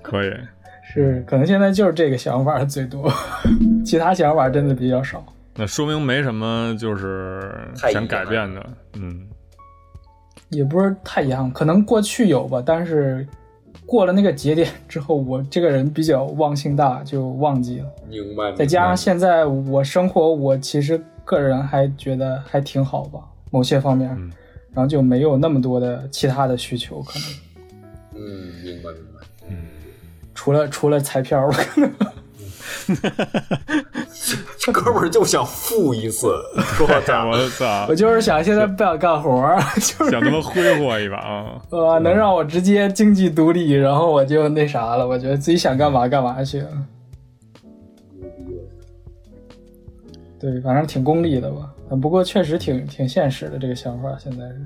Speaker 3: 可以，
Speaker 5: 是，可能现在就是这个想法最多， 其他想法真的比较少。
Speaker 3: 那说明没什么就是
Speaker 4: 太遗
Speaker 3: 想改
Speaker 4: 憾
Speaker 3: 变的，嗯，
Speaker 5: 也不是太遗憾，可能过去有吧，但是过了那个节点之后，我这个人比较忘性大，就忘记了。
Speaker 4: 明白。
Speaker 5: 再加上现在我生活，我其实个人还觉得还挺好吧，某些方面，
Speaker 3: 嗯
Speaker 5: 然后就没有那么多的其他的需求，可能
Speaker 4: 嗯，明白明 白。
Speaker 5: 除了除了彩票，我可能
Speaker 4: 这哥们儿就想富一次， 我操！
Speaker 3: 我操
Speaker 5: 我，就是想现在不想干活儿， 就是
Speaker 3: 想他妈挥霍一把啊，
Speaker 5: 呃能让我直接经济独立，然后我就那啥了，我觉得自己想干嘛干嘛去了。对，反正挺功利的吧。嗯不过确实挺挺现实的这个想法，现在是。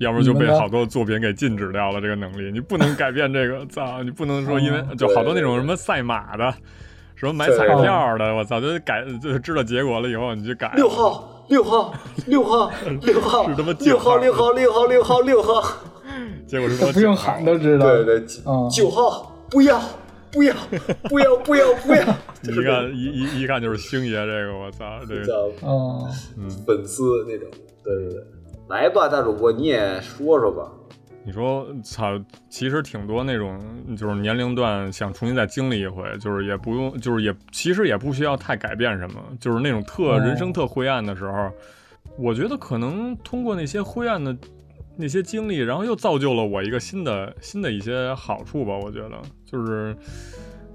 Speaker 3: 要不就
Speaker 5: 你
Speaker 3: 被
Speaker 5: 们呢
Speaker 3: 好多作品给禁止掉了这个能力，你不能改变这个，操，你不能说因为
Speaker 5: 嗯
Speaker 3: 就好多那种
Speaker 4: 哦对
Speaker 3: 什么赛马的，什么买
Speaker 4: 对
Speaker 3: 彩票的，我操，就改就知道结果了以后你去改，
Speaker 4: 六号，六号，六号，六号，
Speaker 3: 是他妈
Speaker 4: 六号，六号，六号，六号，六号。
Speaker 3: 结果是说
Speaker 5: 不用喊都知道。
Speaker 4: 对对，
Speaker 5: 嗯
Speaker 4: 九号，不要，不要，不要，不要，不要。就
Speaker 3: 你
Speaker 4: 是
Speaker 3: 一看一一一看就是星爷这个，我操，这个
Speaker 4: 叫
Speaker 5: 嗯，
Speaker 4: 粉丝那种。对对对，来吧，大主播，你也说说吧。
Speaker 3: 你说操，其实挺多那种就是年龄段想重新再经历一回，就是也不用，就是也其实也不需要太改变什么，就是那种特、
Speaker 5: 哦
Speaker 3: 人生特灰暗的时候，我觉得可能通过那些灰暗的那些经历，然后又造就了我一个新的新的一些好处吧。我觉得就是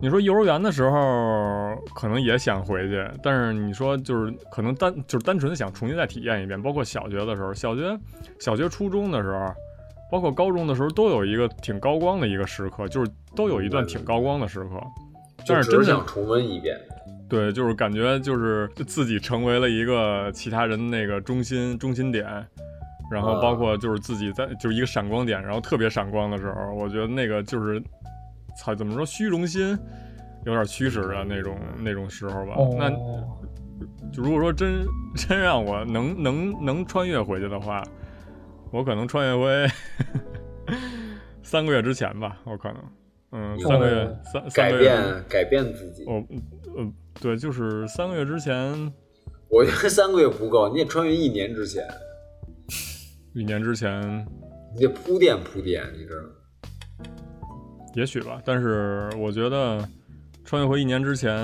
Speaker 3: 你说幼儿园的时候可能也想回去，但是你说就是可能单就是单纯的想重新再体验一遍，包括小学的时候，小学小学初中的时候。包括高中的时候，都有一个挺高光的一个时刻，就是都有一段挺高光的时刻。但是
Speaker 4: 就
Speaker 3: 真
Speaker 4: 只
Speaker 3: 的
Speaker 4: 想重温一遍。
Speaker 3: 对，就是感觉就是自己成为了一个其他人那个中心中心点，然后包
Speaker 5: 啊
Speaker 3: 括就是自己在就是一个闪光点，然后特别闪光的时候，我觉得那个就是，操，怎么说虚荣心有点驱使的那种那种时候吧。
Speaker 5: 哦，
Speaker 3: 那就如果说真真让我能能能穿越回去的话，我可能穿越回 三个月之前吧，我可能，嗯，三个月
Speaker 5: 哦
Speaker 3: 三三
Speaker 4: 改
Speaker 3: 个月，
Speaker 4: 变改变自己，
Speaker 3: 我呃对，就是三个月之前，
Speaker 4: 我觉得三个月不够，你得穿越一年之前，
Speaker 3: 一年之前，
Speaker 4: 你得铺垫铺垫，你知道吗？
Speaker 3: 也许吧。但是我觉得穿越回一年之前，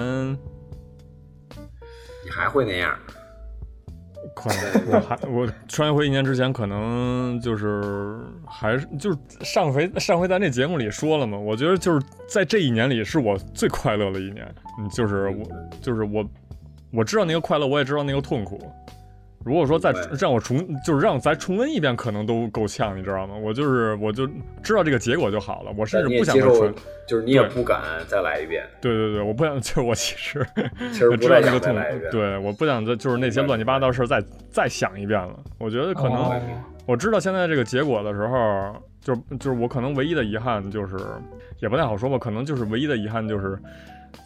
Speaker 4: 你还会那样。
Speaker 3: 可能我还我穿越回一年之前，可能就是还是就是上回上回咱这节目里说了嘛，我觉得就是在这一年里是我最快乐的
Speaker 4: 嗯
Speaker 3: 一年，嗯就是我就是我我知道那个快乐，我也知道那个痛苦，如果说再
Speaker 4: 明白
Speaker 3: 让我重，就是让我再重温一遍，可能都够呛，你知道吗？我就是我就知道这个结果就好了，我甚
Speaker 4: 但你
Speaker 3: 至
Speaker 4: 也
Speaker 3: 不想
Speaker 4: 接
Speaker 3: 再
Speaker 4: 受
Speaker 3: 重。，
Speaker 4: 就是你也
Speaker 3: 对
Speaker 4: 不敢再来一遍，
Speaker 3: 对对对，我不想， 就是我其实
Speaker 4: 其实
Speaker 3: 我
Speaker 4: 不
Speaker 3: 知道
Speaker 4: 太
Speaker 3: 这
Speaker 4: 想
Speaker 3: 个
Speaker 4: 再
Speaker 3: 痛
Speaker 4: 来一遍。
Speaker 3: 苦，，对，我不想再就是那些乱七八糟事儿再再想一遍了。我觉得可能、
Speaker 5: 哦
Speaker 3: 我知道现在这个结果的时候，就就是我可能唯一的遗憾就是，也不太好说吧，可能就是唯一的遗憾就是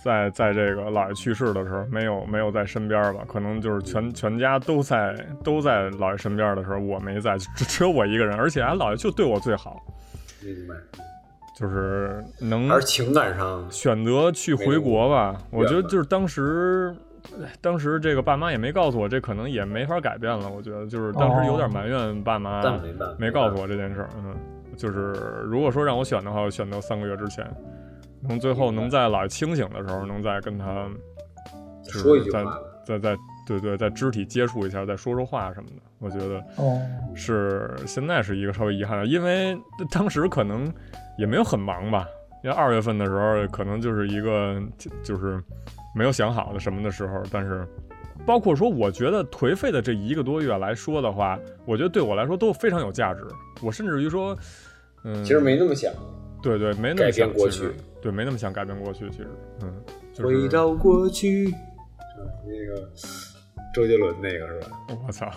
Speaker 3: 在在这个姥爷去世的时候，没有没有在身边吧，可能就是全全家都在都在姥爷身边的时候，我没在，只只有我一个人，而且俺姥爷就对我最好，
Speaker 4: 明白。
Speaker 3: 就是能
Speaker 4: 还是情感上，
Speaker 3: 选择去回国吧，我觉得
Speaker 4: 啊
Speaker 3: 就是当时， 哎当时这个爸妈也没告诉我，这可能也没法改变了。我觉得就是当时有点埋怨爸妈
Speaker 4: 但没办法，
Speaker 3: 没告诉我这件事儿。嗯，就是如果说让我选的话，我选择三个月之前，能最后能在姥爷清醒的时候，能再跟他就是
Speaker 4: 说一句
Speaker 3: 再
Speaker 4: 话吧。
Speaker 3: 再再对对再肢体接触一下，再说说话什么的，我觉得
Speaker 5: 哦，
Speaker 3: 是现在是一个稍微遗憾的，因为当时可能也没有很忙吧，因为二月份的时候可能就是一个就就是没有想好的什么的时候，但是包括说我觉得颓废的这一个多月来说的话，我觉得对我来说都非常有价值。我甚至于说，嗯，
Speaker 4: 其实没那么想，
Speaker 3: 对对，没那么
Speaker 4: 改变
Speaker 3: 想
Speaker 4: 过
Speaker 3: 其实
Speaker 4: 去
Speaker 3: 对，没那么想改变过去，其实嗯，就
Speaker 4: 回
Speaker 3: 是
Speaker 4: 到过去，那个周杰伦那个是吧？
Speaker 3: 我操。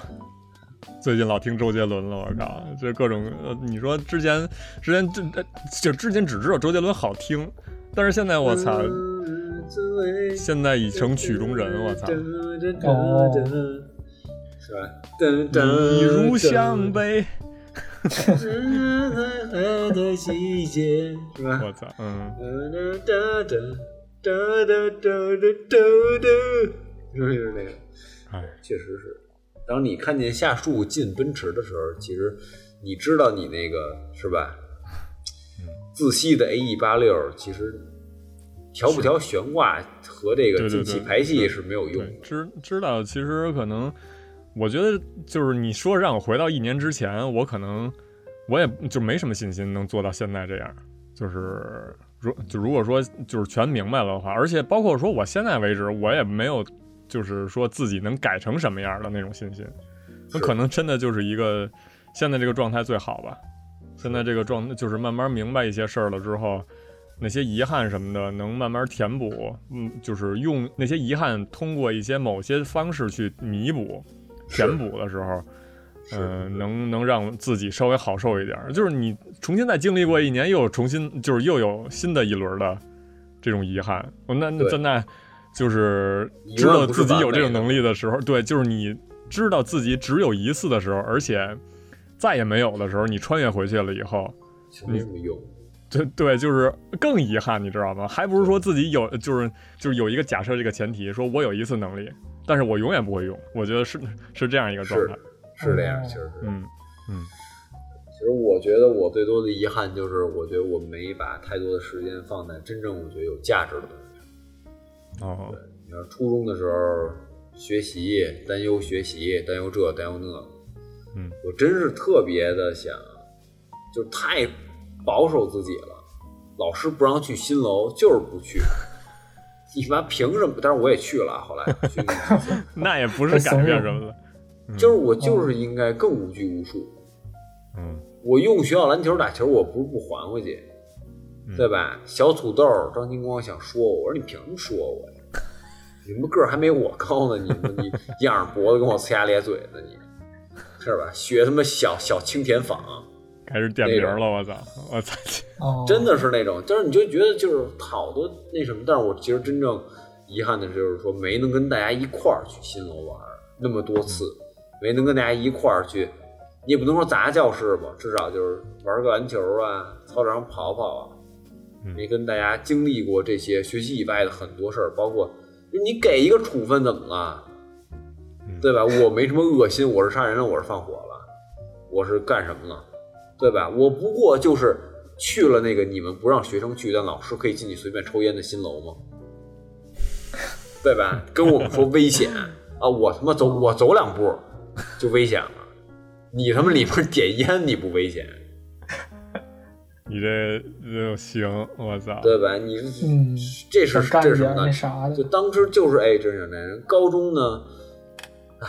Speaker 3: 最近老听周杰伦了，我靠，这各种，呃你说之前之前这呃就之前只知道周杰伦好听，但是现在我操，
Speaker 4: 嗯
Speaker 3: 现在已成曲中人，我操，
Speaker 5: 哦
Speaker 4: 是吧？
Speaker 3: 嗯
Speaker 4: 噔
Speaker 3: 你如香。杯，
Speaker 4: 爱的季节，是吧？
Speaker 3: 我操，嗯，
Speaker 4: 哒哒哒哒哒哒哒哒，就是那个，
Speaker 3: 哎，
Speaker 4: 确实是。当你看见夏树进奔驰的时候，其实你知道你那个是吧？
Speaker 3: 嗯
Speaker 4: 自吸的 A E 八六，其实调不调悬挂和这个
Speaker 3: 对对
Speaker 4: 进
Speaker 3: 对
Speaker 4: 气排气是没有用
Speaker 3: 对，
Speaker 4: 的。
Speaker 3: 知知道，其实可能，我觉得就是你说让我回到一年之前，我可能我也就没什么信心能做到现在这样，就是如就如果说就是全明白了的话，而且包括说我现在为止，我也没有就是说自己能改成什么样的那种信心，那
Speaker 4: 是
Speaker 3: 可能真的就是一个现在这个状态最好吧。现在这个状就是慢慢明白一些事儿了之后，那些遗憾什么的能慢慢填补，嗯，就是用那些遗憾通过一些某些方式去弥补、填补的时候，嗯、能能让自己稍微好受一点儿。就是你重新再经历过一年，又有重新就是又有新的一轮的这种遗憾。我那那
Speaker 4: 对
Speaker 3: 在那就是
Speaker 4: 遗
Speaker 3: 知
Speaker 4: 忘
Speaker 3: 道
Speaker 4: 不是
Speaker 3: 自己
Speaker 4: 完
Speaker 3: 有
Speaker 4: 美
Speaker 3: 这种
Speaker 4: 的
Speaker 3: 能力的时候，对，就是你知道自己只有一次的时候，而且再也没有的时候，你穿越回去了以后。
Speaker 4: 其实没什么用。
Speaker 3: 对对，就是更遗憾，你知道吗？还不是说自己有，就是就是有一个假设这个前提，说我有一次能力，但是我永远不会用。我觉得是是这样一个状态
Speaker 4: 是。是这样，
Speaker 5: 哦
Speaker 4: 其实是。
Speaker 3: 嗯，
Speaker 4: 其实我觉得我最多的遗憾就是，我觉得我没把太多的时间放在真正我觉得有价值的东西上。
Speaker 3: 哦，
Speaker 4: 你要初中的时候学习，担忧学习，担忧这，担忧那，
Speaker 3: 嗯，
Speaker 4: 我真是特别的想，就太保守自己了。老师不让去新楼，就是不去。 你妈凭什么？但是我也去了，啊后来去
Speaker 3: 那也不是改变什么的。
Speaker 4: 就是我就是应该更无拘无束。
Speaker 3: 嗯，
Speaker 4: 我用学校篮球打球，我不是不还回去，对吧？小土豆张金光想说我，我说你凭什么说我呀？你们个儿还没我高呢，你们你 仰着脖子跟我呲牙咧嘴的你，是吧？学他妈小小青田坊，
Speaker 3: 开始点名了，我操，我操，
Speaker 5: 哦，
Speaker 4: 真的是那种，就是你就觉得就是好多那什么，但是我其实真正遗憾的就是说没能跟大家一块儿去新楼玩儿那么多次，没能跟大家一块儿去，你也不能说砸教室吧，至少就是玩个篮球啊，操场上跑跑啊，
Speaker 3: 嗯
Speaker 4: 没跟大家经历过这些学习以外的很多事儿，包括你给一个处分怎么了，对吧？我没什么恶心，我是杀人了，我是放火了，我是干什么了，对吧？我不过就是去了那个你们不让学生去，但老师可以进去随便抽烟的新楼吗？对吧？跟我们说危险啊！我他妈走，我走两步就危险了。你他妈里边点烟你不危险，
Speaker 3: 你这这行，我操，
Speaker 4: 对吧？你
Speaker 5: 嗯，
Speaker 4: 这是
Speaker 5: 想干
Speaker 4: 这是
Speaker 5: 点
Speaker 4: 什么
Speaker 5: 那
Speaker 4: 呢？
Speaker 5: 啥的
Speaker 4: 就，当时就是哎，真是那人。高中呢，哎，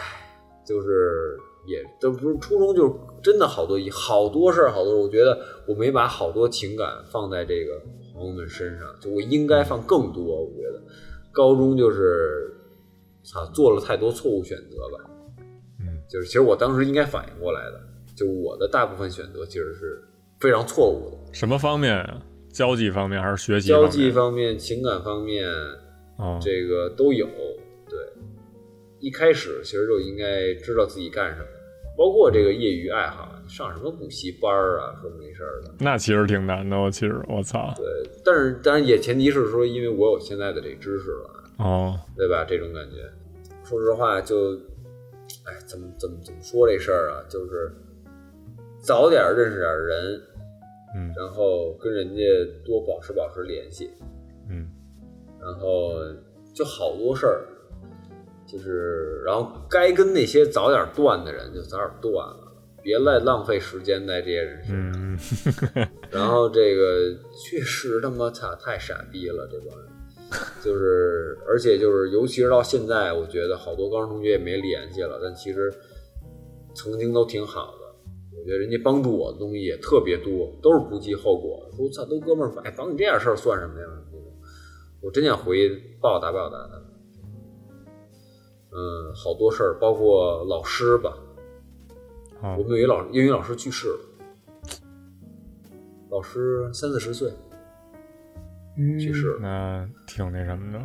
Speaker 4: 就是也都不是初中，就是真的好多好多事儿，好多事儿我觉得我没把好多情感放在这个朋友们身上，就我应该放更多。我觉得高中就是啊，做了太多错误选择吧。
Speaker 3: 嗯，
Speaker 4: 就是其实我当时应该反应过来的，就我的大部分选择其实是非常错误的。
Speaker 3: 什么方面啊？交际方面还是学习方
Speaker 4: 交
Speaker 3: 面？
Speaker 4: 际方面、情感方面，
Speaker 3: 啊，
Speaker 4: 这个都有。对，一开始其实就应该知道自己干什么，包括这个业余爱好，上什么补习班儿啊，说没事儿的。
Speaker 3: 那其实挺难的。我其实我操，
Speaker 4: 对，但是当然也前提是说，因为我有现在的这知识了，
Speaker 3: 哦，
Speaker 4: 对吧？这种感觉，说实话就，哎，怎么怎么怎么说这事儿啊？就是早点认识点人，
Speaker 3: 嗯
Speaker 4: 然后跟人家多保持保持联系，
Speaker 3: 嗯
Speaker 4: 然后就好多事儿，就是然后该跟那些早点断的人就早点断了，别再浪费时间在这些人身上。
Speaker 3: 嗯，
Speaker 4: 然后这个确实他妈操太傻逼了，这帮人。就是，而且就是，尤其是到现在，我觉得好多高中同学也没联系了，但其实曾经都挺好的。我觉得人家帮助我的东西也特别多，都是不计后果的。说操，都哥们儿，哎，帮你这点事儿算什么呀？我真想回去报答报答他们。嗯，好多事儿，包括老师吧，
Speaker 3: 好
Speaker 4: 我，们有一老英语老师去世了，老师三四十岁
Speaker 5: 嗯
Speaker 4: 去世了。
Speaker 3: 那挺那什么的。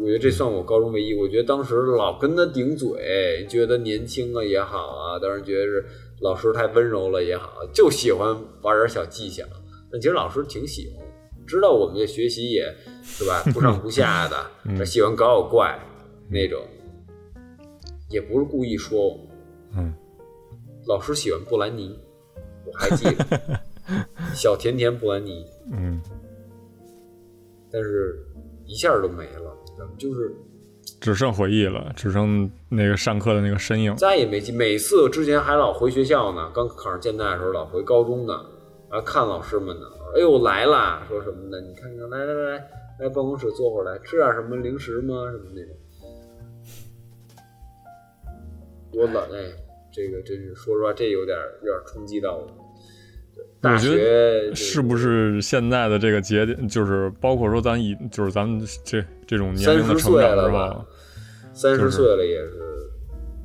Speaker 4: 我觉得这算我高中唯一。我觉得当时老跟他顶嘴，觉得年轻了也好啊，当然觉得是老师太温柔了也好，啊就喜欢玩点小技巧。但其实老师挺喜欢，知道我们这学习也是 吧，不上不下的，
Speaker 3: 嗯
Speaker 4: 喜欢搞搞怪那种，也不是故意说我们。
Speaker 3: 嗯，
Speaker 4: 老师喜欢布兰妮，我还记 得小甜甜布兰妮，
Speaker 3: 嗯，
Speaker 4: 但是一下都没了，就是
Speaker 3: 只剩回忆了，只剩那个上课的那个身影。
Speaker 4: 再也没记。每次之前还老回学校呢，刚考上建大的时候老回高中呢，啊看老师们呢，哎呦来啦，说什么的，你看看，来来来来办公室坐会儿来，吃点什么零食吗？什么那种。我老哎，这个真是说实话，这有点有点冲击到我。大
Speaker 3: 我觉
Speaker 4: 学就是
Speaker 3: 不是现在的这个节点，就是包括说咱以就是咱们这这种年龄的
Speaker 4: 30
Speaker 3: 成
Speaker 4: 岁
Speaker 3: 长
Speaker 4: 了
Speaker 3: 是
Speaker 4: 吧
Speaker 3: 吧？
Speaker 4: 三
Speaker 3: 就是
Speaker 4: 十岁了也是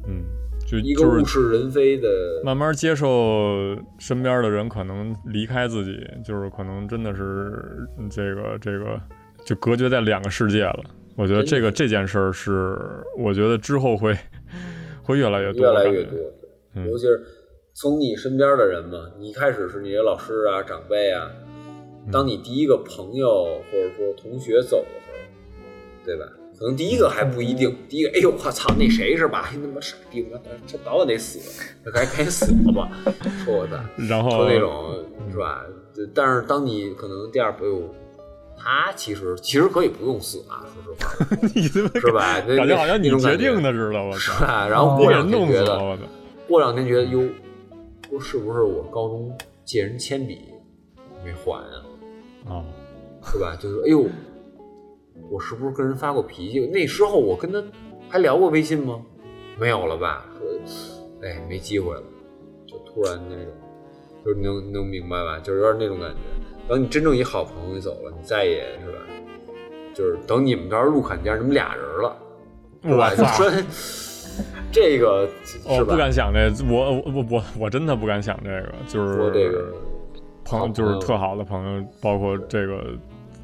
Speaker 3: 嗯，就
Speaker 4: 一个
Speaker 3: 就
Speaker 4: 物
Speaker 3: 是
Speaker 4: 是人非的，
Speaker 3: 慢慢接受身边的人可能离开自己，就是可能真的是这个这个就隔绝在两个世界了。我觉得这个这件事儿是，我觉得之后会 会越来越多，
Speaker 4: 越来越
Speaker 3: 感
Speaker 4: 多
Speaker 3: 觉。，嗯
Speaker 4: 尤其是从你身边的人嘛，你一开始是你的老师啊、长辈啊，
Speaker 3: 嗯
Speaker 4: 当你第一个朋友或者说同学走的时候，对吧？可能第一个还不一定，第一个，哎呦我操，那谁是吧？哎那么傻逼，我这早晚得死，赶紧赶紧死了吧！说我操，
Speaker 3: 然后
Speaker 4: 说那种是吧？对但是当你可能第二朋友，他其实其实可以不用死啊，说实话，
Speaker 3: 你他妈
Speaker 4: 是吧？那
Speaker 3: 感觉好像你
Speaker 4: 那种
Speaker 3: 决
Speaker 4: 感觉
Speaker 3: 定的似的，我
Speaker 4: 是
Speaker 3: 操！
Speaker 4: 吧？然后
Speaker 3: 你
Speaker 4: 过
Speaker 3: 给
Speaker 4: 两天
Speaker 3: 弄死
Speaker 4: 觉
Speaker 3: 了，
Speaker 4: 得，
Speaker 3: 我操！
Speaker 4: 过两天觉得，哟，说是不是我高中借人铅笔没还啊？
Speaker 3: 啊，
Speaker 4: 是吧？就是哎呦，我是不是跟人发过脾气？那时候我跟他还聊过微信吗？没有了吧？说，哎，没机会了，就突然那种，就是能能明白吧？就是有点那种感觉。等你真正一好朋友走了，你再也是吧？就是等你们到时候路坎肩，你们俩人了，是吧？
Speaker 3: 我
Speaker 4: 就
Speaker 3: 操！
Speaker 4: 说 这个
Speaker 3: 哦，
Speaker 4: 是吧？
Speaker 3: 不敢想这，我我我我我真的不敢想这个，就是
Speaker 4: 说这个
Speaker 3: 朋
Speaker 4: 好
Speaker 3: 友，
Speaker 4: 朋
Speaker 3: 就是
Speaker 4: 友
Speaker 3: 特好的朋友，包括这个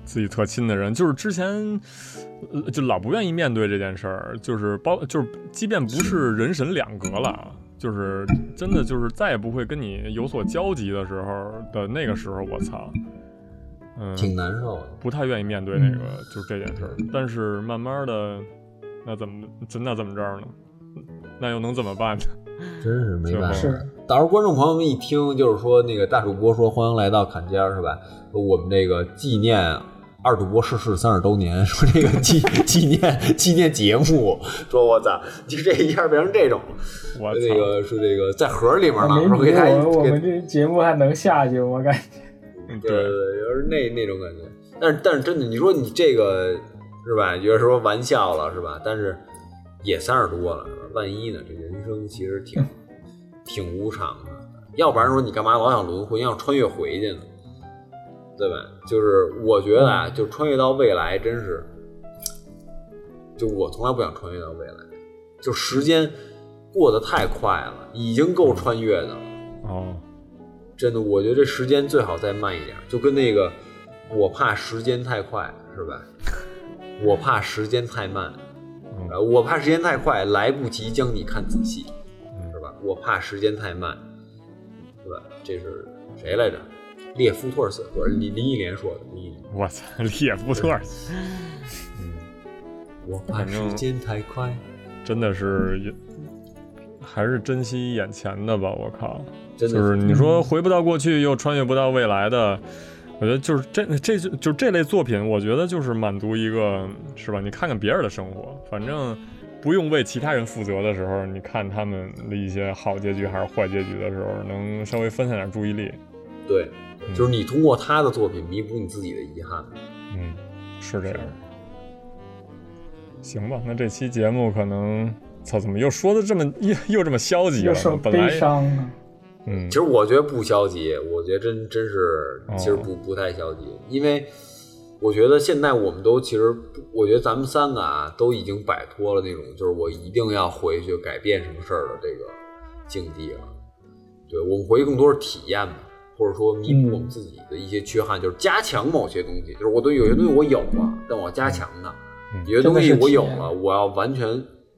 Speaker 3: 自己特亲的人，就是之前呃就老不愿意面对这件事儿，就是包就是即便不是人神两隔了啊。就是真的，就是再也不会跟你有所交集的时候的那个时候，我操，嗯，
Speaker 4: 挺嗯难受的。
Speaker 3: 不太愿意面对那个，就是这件事儿。但是慢慢的，那怎么真的怎么着呢？那又能怎么办呢？
Speaker 4: 真是没办法
Speaker 5: 是。
Speaker 4: 到时候观众朋友们一听，就是说那个大主播说欢迎来到坎肩儿是吧？我们这个纪念二主播逝世三十周年，说这个 纪纪念纪念节目，说我操，就这一下变成这种，
Speaker 3: 我
Speaker 4: 那
Speaker 3: 操！
Speaker 4: 个是这个在盒里面
Speaker 5: 啊
Speaker 4: 了，
Speaker 5: 没
Speaker 4: 说给
Speaker 5: 你
Speaker 4: 大家
Speaker 5: 我我
Speaker 4: 给
Speaker 5: 们这节目还能下去，我感觉。
Speaker 3: 嗯
Speaker 4: 对
Speaker 3: 对，
Speaker 4: 对，对，就是那那种感觉。但是但是真的，你说你这个是吧？有的时候玩笑了是吧？但是也三十多了，是吧万一呢？这个人生其实挺挺无常的。要不然说你干嘛老想轮回，你想穿越回去呢？对吧？就是我觉得啊，就穿越到未来，真是，就我从来不想穿越到未来，就时间过得太快了，已经够穿越的了。
Speaker 3: 哦，
Speaker 4: 真的，我觉得这时间最好再慢一点，就跟那个我怕时间太快，是吧？我怕时间太慢，
Speaker 3: 嗯
Speaker 4: 呃，我怕时间太快，来不及将你看仔细，
Speaker 3: 嗯
Speaker 4: 是吧？我怕时间太慢，对吧？这是谁来着？列夫·托尔斯泰，不是林林忆莲说的。林忆莲，
Speaker 3: 我操， 列夫特尔
Speaker 4: 我怕时间太快。
Speaker 3: 真的是也，还是珍惜眼前的吧。我靠，
Speaker 4: 真的
Speaker 3: 就是
Speaker 4: 是
Speaker 3: 你说回不到过去，又穿越不到未来的，我觉得就是这这就就这类作品，我觉得就是满足一个是吧？你看看别人的生活，反正不用为其他人负责的时候，你看他们的一些好结局还是坏结局的时候，能稍微分散点注意力。
Speaker 4: 对，就是你通过他的作品弥补你自己的遗憾。
Speaker 3: 嗯，是这样。行吧，那这期节目可能，操，怎么又说的这么又又这么消极
Speaker 5: 又
Speaker 3: 了
Speaker 5: 受
Speaker 3: 呢？本
Speaker 5: 悲
Speaker 3: 来，
Speaker 5: 伤了。
Speaker 3: 嗯
Speaker 4: 其，实我觉得不消极，我觉得真真是
Speaker 3: 哦
Speaker 4: 其实不不太消极，因为我觉得现在我们都其实不，我觉得咱们三个啊都已经摆脱了那种就是我一定要回去改变什么事儿的这个境地了。对我们回去更多是体验吧，或者说弥补我们自己的一些缺憾，就是加强某些东西。就是我对有些东西我有了，但我要加强它；
Speaker 3: 嗯
Speaker 4: 有些东西我有
Speaker 5: 真的
Speaker 4: 了，
Speaker 5: 是
Speaker 4: 我要完全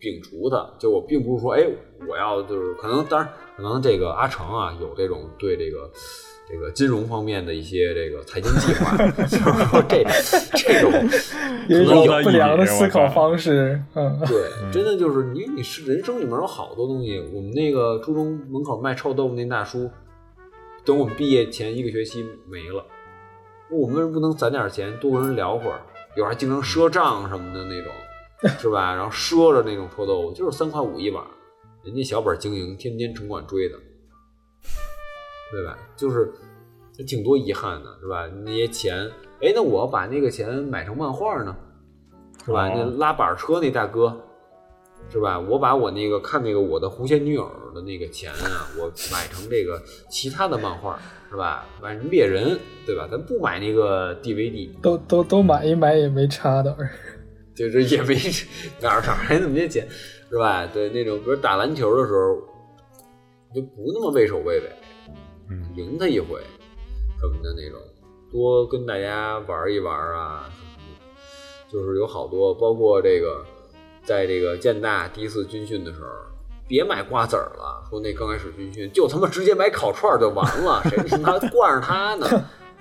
Speaker 4: 摒除它。就我并不是说，哎，我要就是可能，当然可能这个阿成啊有这种对这个。这个金融方面的一些这个财经计划， 就是说这这种
Speaker 5: 有一
Speaker 4: 可能
Speaker 5: 种
Speaker 4: 有
Speaker 5: 不良的
Speaker 3: 意义
Speaker 5: 思考
Speaker 3: 我靠
Speaker 5: 方式，嗯，
Speaker 4: 对，真的就是你，你是人生里面有好多东西。我们那个初中门口卖臭豆腐那大叔，等我们毕业前一个学期没了，我们为什么不能攒点钱，多跟人聊会儿？有时候还经常赊账什么的那种，是吧？然后赊着那种臭豆腐，就是三块五一碗，人家小本经营，天天城管追的，对吧？就是挺多遗憾的，是吧？那些钱，哎，那我把那个钱买成漫画呢，是吧？
Speaker 3: 哦
Speaker 4: 那拉板车那大哥，是吧？我把我那个看那个我的狐仙女友的那个钱啊，我买成这个其他的漫画，是吧？买成猎人，对吧？咱不买那个 DVD，
Speaker 5: 都都都买一买也没差的。
Speaker 4: 就是也没哪儿哪儿来那么些钱，是吧？对，那种比如打篮球的时候，你就不那么畏首畏尾，
Speaker 3: 嗯
Speaker 4: 赢他一回什么的那种，多跟大家玩一玩啊，就是有好多，包括这个，在这个建大第一次军训的时候。别买瓜子儿了，说那刚开始军训就他妈直接买烤串儿就完了，谁他妈 惯着他呢？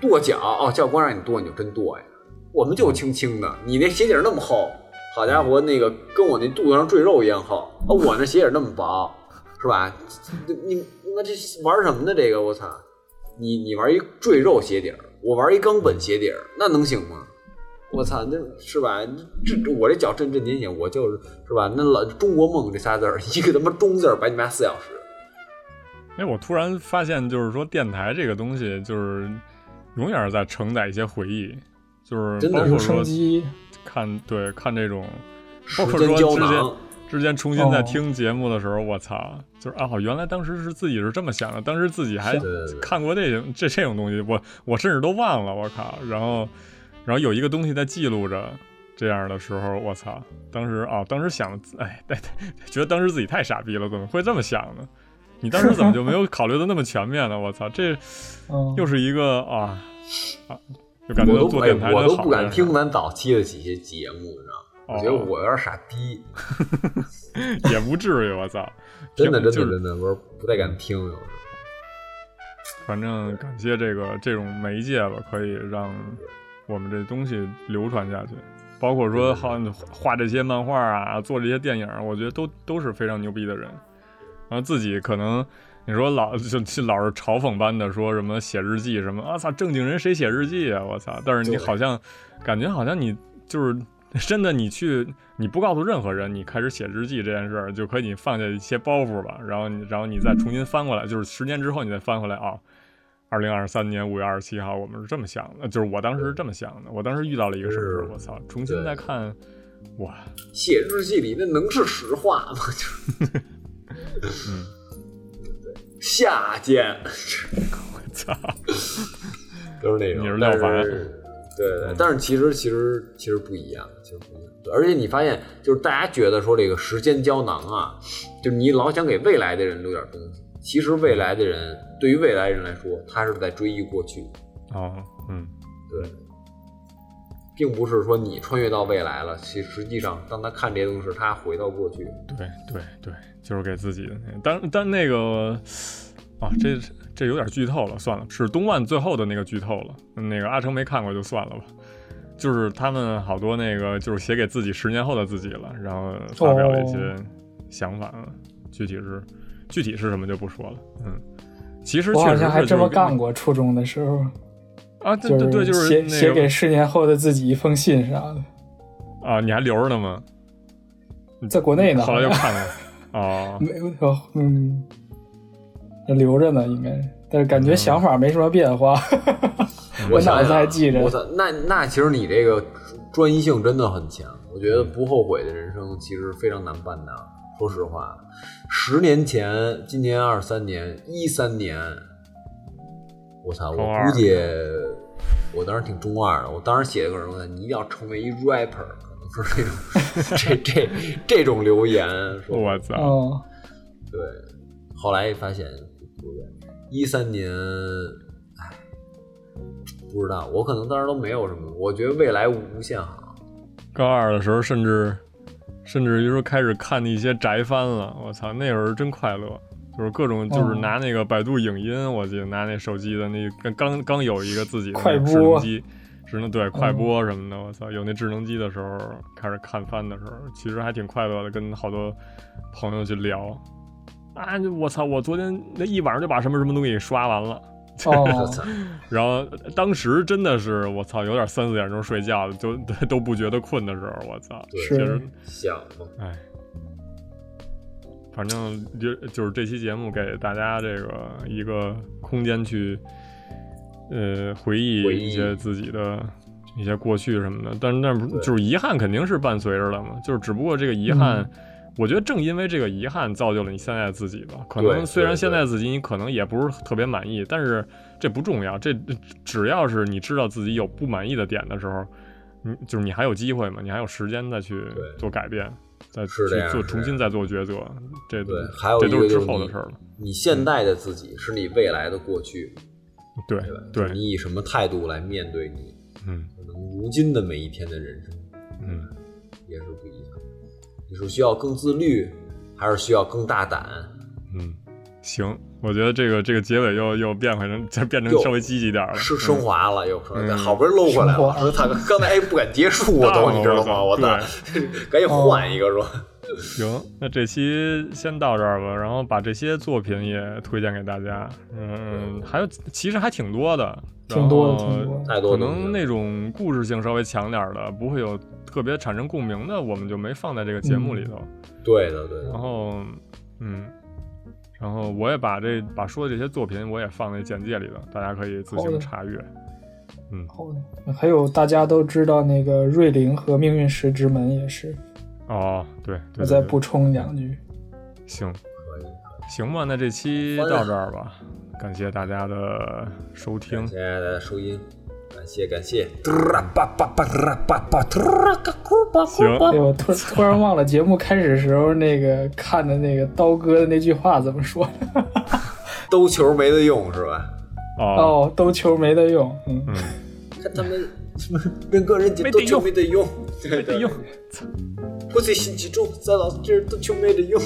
Speaker 4: 跺脚哦，教官让你跺你就真跺呀，我们就轻轻的，你那鞋底儿那么厚，好家伙，那个跟我那肚子上赘肉一样厚，啊，我那鞋底儿那么薄，是吧？你你你妈这玩什么呢？这个我操！你你玩一赘肉鞋底儿，我玩一冈本鞋底儿，那能行吗？我操，那是吧？这这我这脚震震天响，我就是是吧？那老中国梦这仨字儿，一个他妈中字儿摆你妈四小时，
Speaker 3: 哎，我突然发现，就是说电台这个东西，就是永远在承载一些回忆，就是
Speaker 4: 真的
Speaker 3: 包
Speaker 4: 是
Speaker 5: 留
Speaker 3: 括
Speaker 5: 声
Speaker 3: 说
Speaker 5: 机，
Speaker 3: 看对看这种，
Speaker 4: 时
Speaker 3: 包括
Speaker 4: 间
Speaker 3: 说
Speaker 4: 胶
Speaker 3: 之前
Speaker 4: 囊。
Speaker 3: 之前重新在
Speaker 5: 哦
Speaker 3: 听节目的时候，我操，就是啊，原来当时是自己是这么想的，当时自己还
Speaker 4: 对对对
Speaker 3: 看过这种这这种东西，我我甚至都忘了，我靠，然后然后有一个东西在记录着。这样的时候，我操！当时啊，当时想，哎， 对对，觉得当时自己太傻逼了，怎么会这么想呢？你当时怎么就没有考虑的那么全面呢？我操，这
Speaker 5: 嗯，
Speaker 3: 又是一个啊啊，就感觉
Speaker 4: 我
Speaker 3: 到
Speaker 4: 都
Speaker 3: 做
Speaker 4: 不哎
Speaker 3: 电台，
Speaker 4: 我
Speaker 3: 真
Speaker 4: 都
Speaker 3: 好。
Speaker 4: 不敢
Speaker 3: 真是哦
Speaker 4: 听咱早期的几些节目，你知道吗？我觉得我有点傻逼，
Speaker 3: 也不至于，我操！
Speaker 4: 真的
Speaker 3: 挺
Speaker 4: 真
Speaker 3: 就是
Speaker 4: 的真的，我不太敢听。有时候
Speaker 3: 反正感谢这个这种媒介吧，可以让我们这东西流传下去。包括说好画这些漫画啊，做这些电影，我觉得都都是非常牛逼的人。然后自己可能你说老就就老是嘲讽般的说什么写日记什么，啊操，正经人谁写日记啊，我操！但是你
Speaker 4: 对
Speaker 3: 好像感觉好像你就是真的，你去你不告诉任何人，你开始写日记这件事儿，就可以你放下一些包袱吧，然后你然后你再重新翻过来，就是十年之后你再翻回来啊。二零二三年五月二十七号，我们是这么想的，就是我当时是这么想的。我当时遇到了一个什么事儿，
Speaker 4: 是
Speaker 3: 我操！重新
Speaker 4: 对
Speaker 3: 再看，哇，
Speaker 4: 写日记里那能是实话吗？就是
Speaker 3: 嗯，
Speaker 4: 下贱，
Speaker 3: 我操，
Speaker 4: 都是那种。
Speaker 3: 你是廖凡嗯
Speaker 4: 但是对对，但是其实其实其实不一样，其实不一样。对而且你发现，就是大家觉得说这个时间胶囊啊，就你老想给未来的人留点东西，其实未来的人对于未来人来说，他是在追忆过去，
Speaker 3: 哦，嗯，
Speaker 4: 对，并不是说你穿越到未来了，其实际上当他看这些东西时，他回到过去。
Speaker 5: 嗯
Speaker 3: 对对对，就是给自己的那个，但但那个啊，这这有点剧透了，算了，是东万最后的那个剧透了。那个阿成没看过就算了吧。就是他们好多那个就是写给自己十年后的自己了，然后发表了一些想法，具体是具体是什么就不说了。嗯，其实
Speaker 5: 我
Speaker 3: 确
Speaker 5: 好
Speaker 3: 实是
Speaker 5: 像还
Speaker 3: 就是
Speaker 5: 这么
Speaker 3: 跟
Speaker 5: 干过，初中的时候，
Speaker 3: 啊，对
Speaker 5: 就
Speaker 3: 对对，就是
Speaker 5: 写
Speaker 3: 那个
Speaker 5: 写给十年后的自己一封信啥的，
Speaker 3: 啊，你还留着呢 吗？嗯
Speaker 5: 在国内呢，
Speaker 3: 后来又
Speaker 5: 好像
Speaker 3: 看了。哦，
Speaker 5: 没有，嗯，留着呢，应该是，但
Speaker 3: 嗯
Speaker 5: 是感觉想法没什么变化。
Speaker 4: 我
Speaker 5: 脑
Speaker 4: 想
Speaker 5: 子
Speaker 4: 想
Speaker 5: 还记着
Speaker 4: 我操，那那其实你这个专一性真的很强，我觉
Speaker 5: 嗯
Speaker 4: 得不后悔的人生其实非常难办的。说实话，十年前，今年二三年，一三年，我操，我
Speaker 3: 中二
Speaker 4: 估计我当时挺中二的。我当时写的个东西，你一定要成为一 rapper，可能是这种 这这这种留言。说
Speaker 3: 我操，
Speaker 5: 嗯，
Speaker 4: 对，后来发现不对，一三年，唉，不知道，我可能当时都没有什么，我觉得未来无限好。
Speaker 3: 高二的时候甚至甚至于说开始看一些宅番了，我操，那会儿真快乐。就是各种，就是
Speaker 5: 哦
Speaker 3: 拿那个百度影音，我记得拿那手机的那刚刚刚有一个自己的
Speaker 5: 快
Speaker 3: 那个智
Speaker 5: 播嗯
Speaker 3: 能机，智能对快播什么的，我操，有那智能机的时候，开始看番的时候，其实还挺快乐的，跟好多朋友去聊，啊，我操，我昨天那一晚上就把什么什么东西给刷完了，
Speaker 4: 我
Speaker 5: 哦，
Speaker 4: 操！
Speaker 3: 然后当时真的是我操，有点三四点钟睡觉的，就 都不觉得困的时候，我操，
Speaker 4: 对
Speaker 3: 其实
Speaker 5: 是
Speaker 4: 想嘛，
Speaker 3: 哎，反正就就是这期节目给大家这个一个空间去，呃，回忆
Speaker 4: 回忆
Speaker 3: 一些自己的一些过去什么的，但是但是
Speaker 4: 对
Speaker 3: 就是遗憾肯定是伴随着的嘛，就是只不过这个遗憾。
Speaker 5: 嗯
Speaker 3: 我觉得正因为这个遗憾，造就了你现在的自己吧。可
Speaker 4: 对
Speaker 3: 能虽然
Speaker 4: 对
Speaker 3: 现在自己你可能也不是特别满意，但是这不重要。这只要是你知道自己有不满意的点的时候，你就是你还有机会嘛，你还有时间再去
Speaker 4: 对
Speaker 3: 做改变，再去
Speaker 4: 是这样
Speaker 3: 做
Speaker 4: 是
Speaker 3: 重
Speaker 4: 这
Speaker 3: 新再做抉择。这
Speaker 4: 对，还有
Speaker 3: 这
Speaker 4: 一
Speaker 3: 都
Speaker 4: 个
Speaker 3: 是之
Speaker 4: 就是
Speaker 3: 后
Speaker 4: 你
Speaker 3: 的事儿了。
Speaker 4: 你现在的自己是你未来的过去，
Speaker 3: 对对，
Speaker 4: 你以什么态度来面对你
Speaker 3: 嗯
Speaker 4: 可能如今的每一天的人生
Speaker 3: 嗯，
Speaker 4: 也是不一样。你是需要更自律，还是需要更大胆？
Speaker 3: 嗯，行，我觉得这个这个结尾又又变回成，再变成
Speaker 4: 哟
Speaker 3: 稍微积极点儿了。
Speaker 4: 升升
Speaker 3: 嗯
Speaker 4: 华了，又说
Speaker 3: 嗯
Speaker 4: 好不容易搂回来
Speaker 5: 升
Speaker 4: 了，
Speaker 5: 华
Speaker 4: 说他刚才哎不敢结束我都，
Speaker 3: 大了
Speaker 4: 你知道吗？
Speaker 3: 我
Speaker 4: 我
Speaker 3: 操
Speaker 4: 操， 赶紧换一个说。
Speaker 3: 行，那这期先到这儿吧，然后把这些作品也推荐给大家。嗯，还有其实还挺多的，然
Speaker 5: 挺多的
Speaker 3: 后
Speaker 5: 挺多的
Speaker 4: 太多
Speaker 3: 可
Speaker 4: 东西了
Speaker 3: 能那种故事性稍微强点儿的，不会有特别产生共鸣的，我们就没放在这个节
Speaker 5: 嗯
Speaker 3: 目里头。
Speaker 4: 对的，对
Speaker 3: 然
Speaker 4: 的，
Speaker 3: 后，嗯，然后我也把这把说的这些作品我也放在简介里了，大家可以自
Speaker 5: 好的
Speaker 3: 行查阅。
Speaker 5: 还有大家都知道那个瑞灵和命运石之门也是，
Speaker 3: 哦，对
Speaker 5: 我
Speaker 3: 对
Speaker 5: 再
Speaker 3: 对
Speaker 5: 补
Speaker 3: 对，
Speaker 5: 充两句。
Speaker 3: 行
Speaker 4: 可以。
Speaker 3: 行吧，那这期
Speaker 4: 完了
Speaker 3: 到这儿吧，感谢大家的收听
Speaker 4: 感。谢大家收音，感谢感谢。 行
Speaker 3: 哦
Speaker 5: 哎呦，我突突然忘了节目开始时候那个看的那个刀哥的那句话怎么说？
Speaker 4: 兜球没得用是吧？
Speaker 3: 哦，
Speaker 5: 哦，兜球没得用。嗯，
Speaker 3: 嗯，
Speaker 4: 看他们什么人跟人家兜球没得用，没
Speaker 3: 哎呦，
Speaker 4: 破碎心机重，咱老这儿兜球没得用。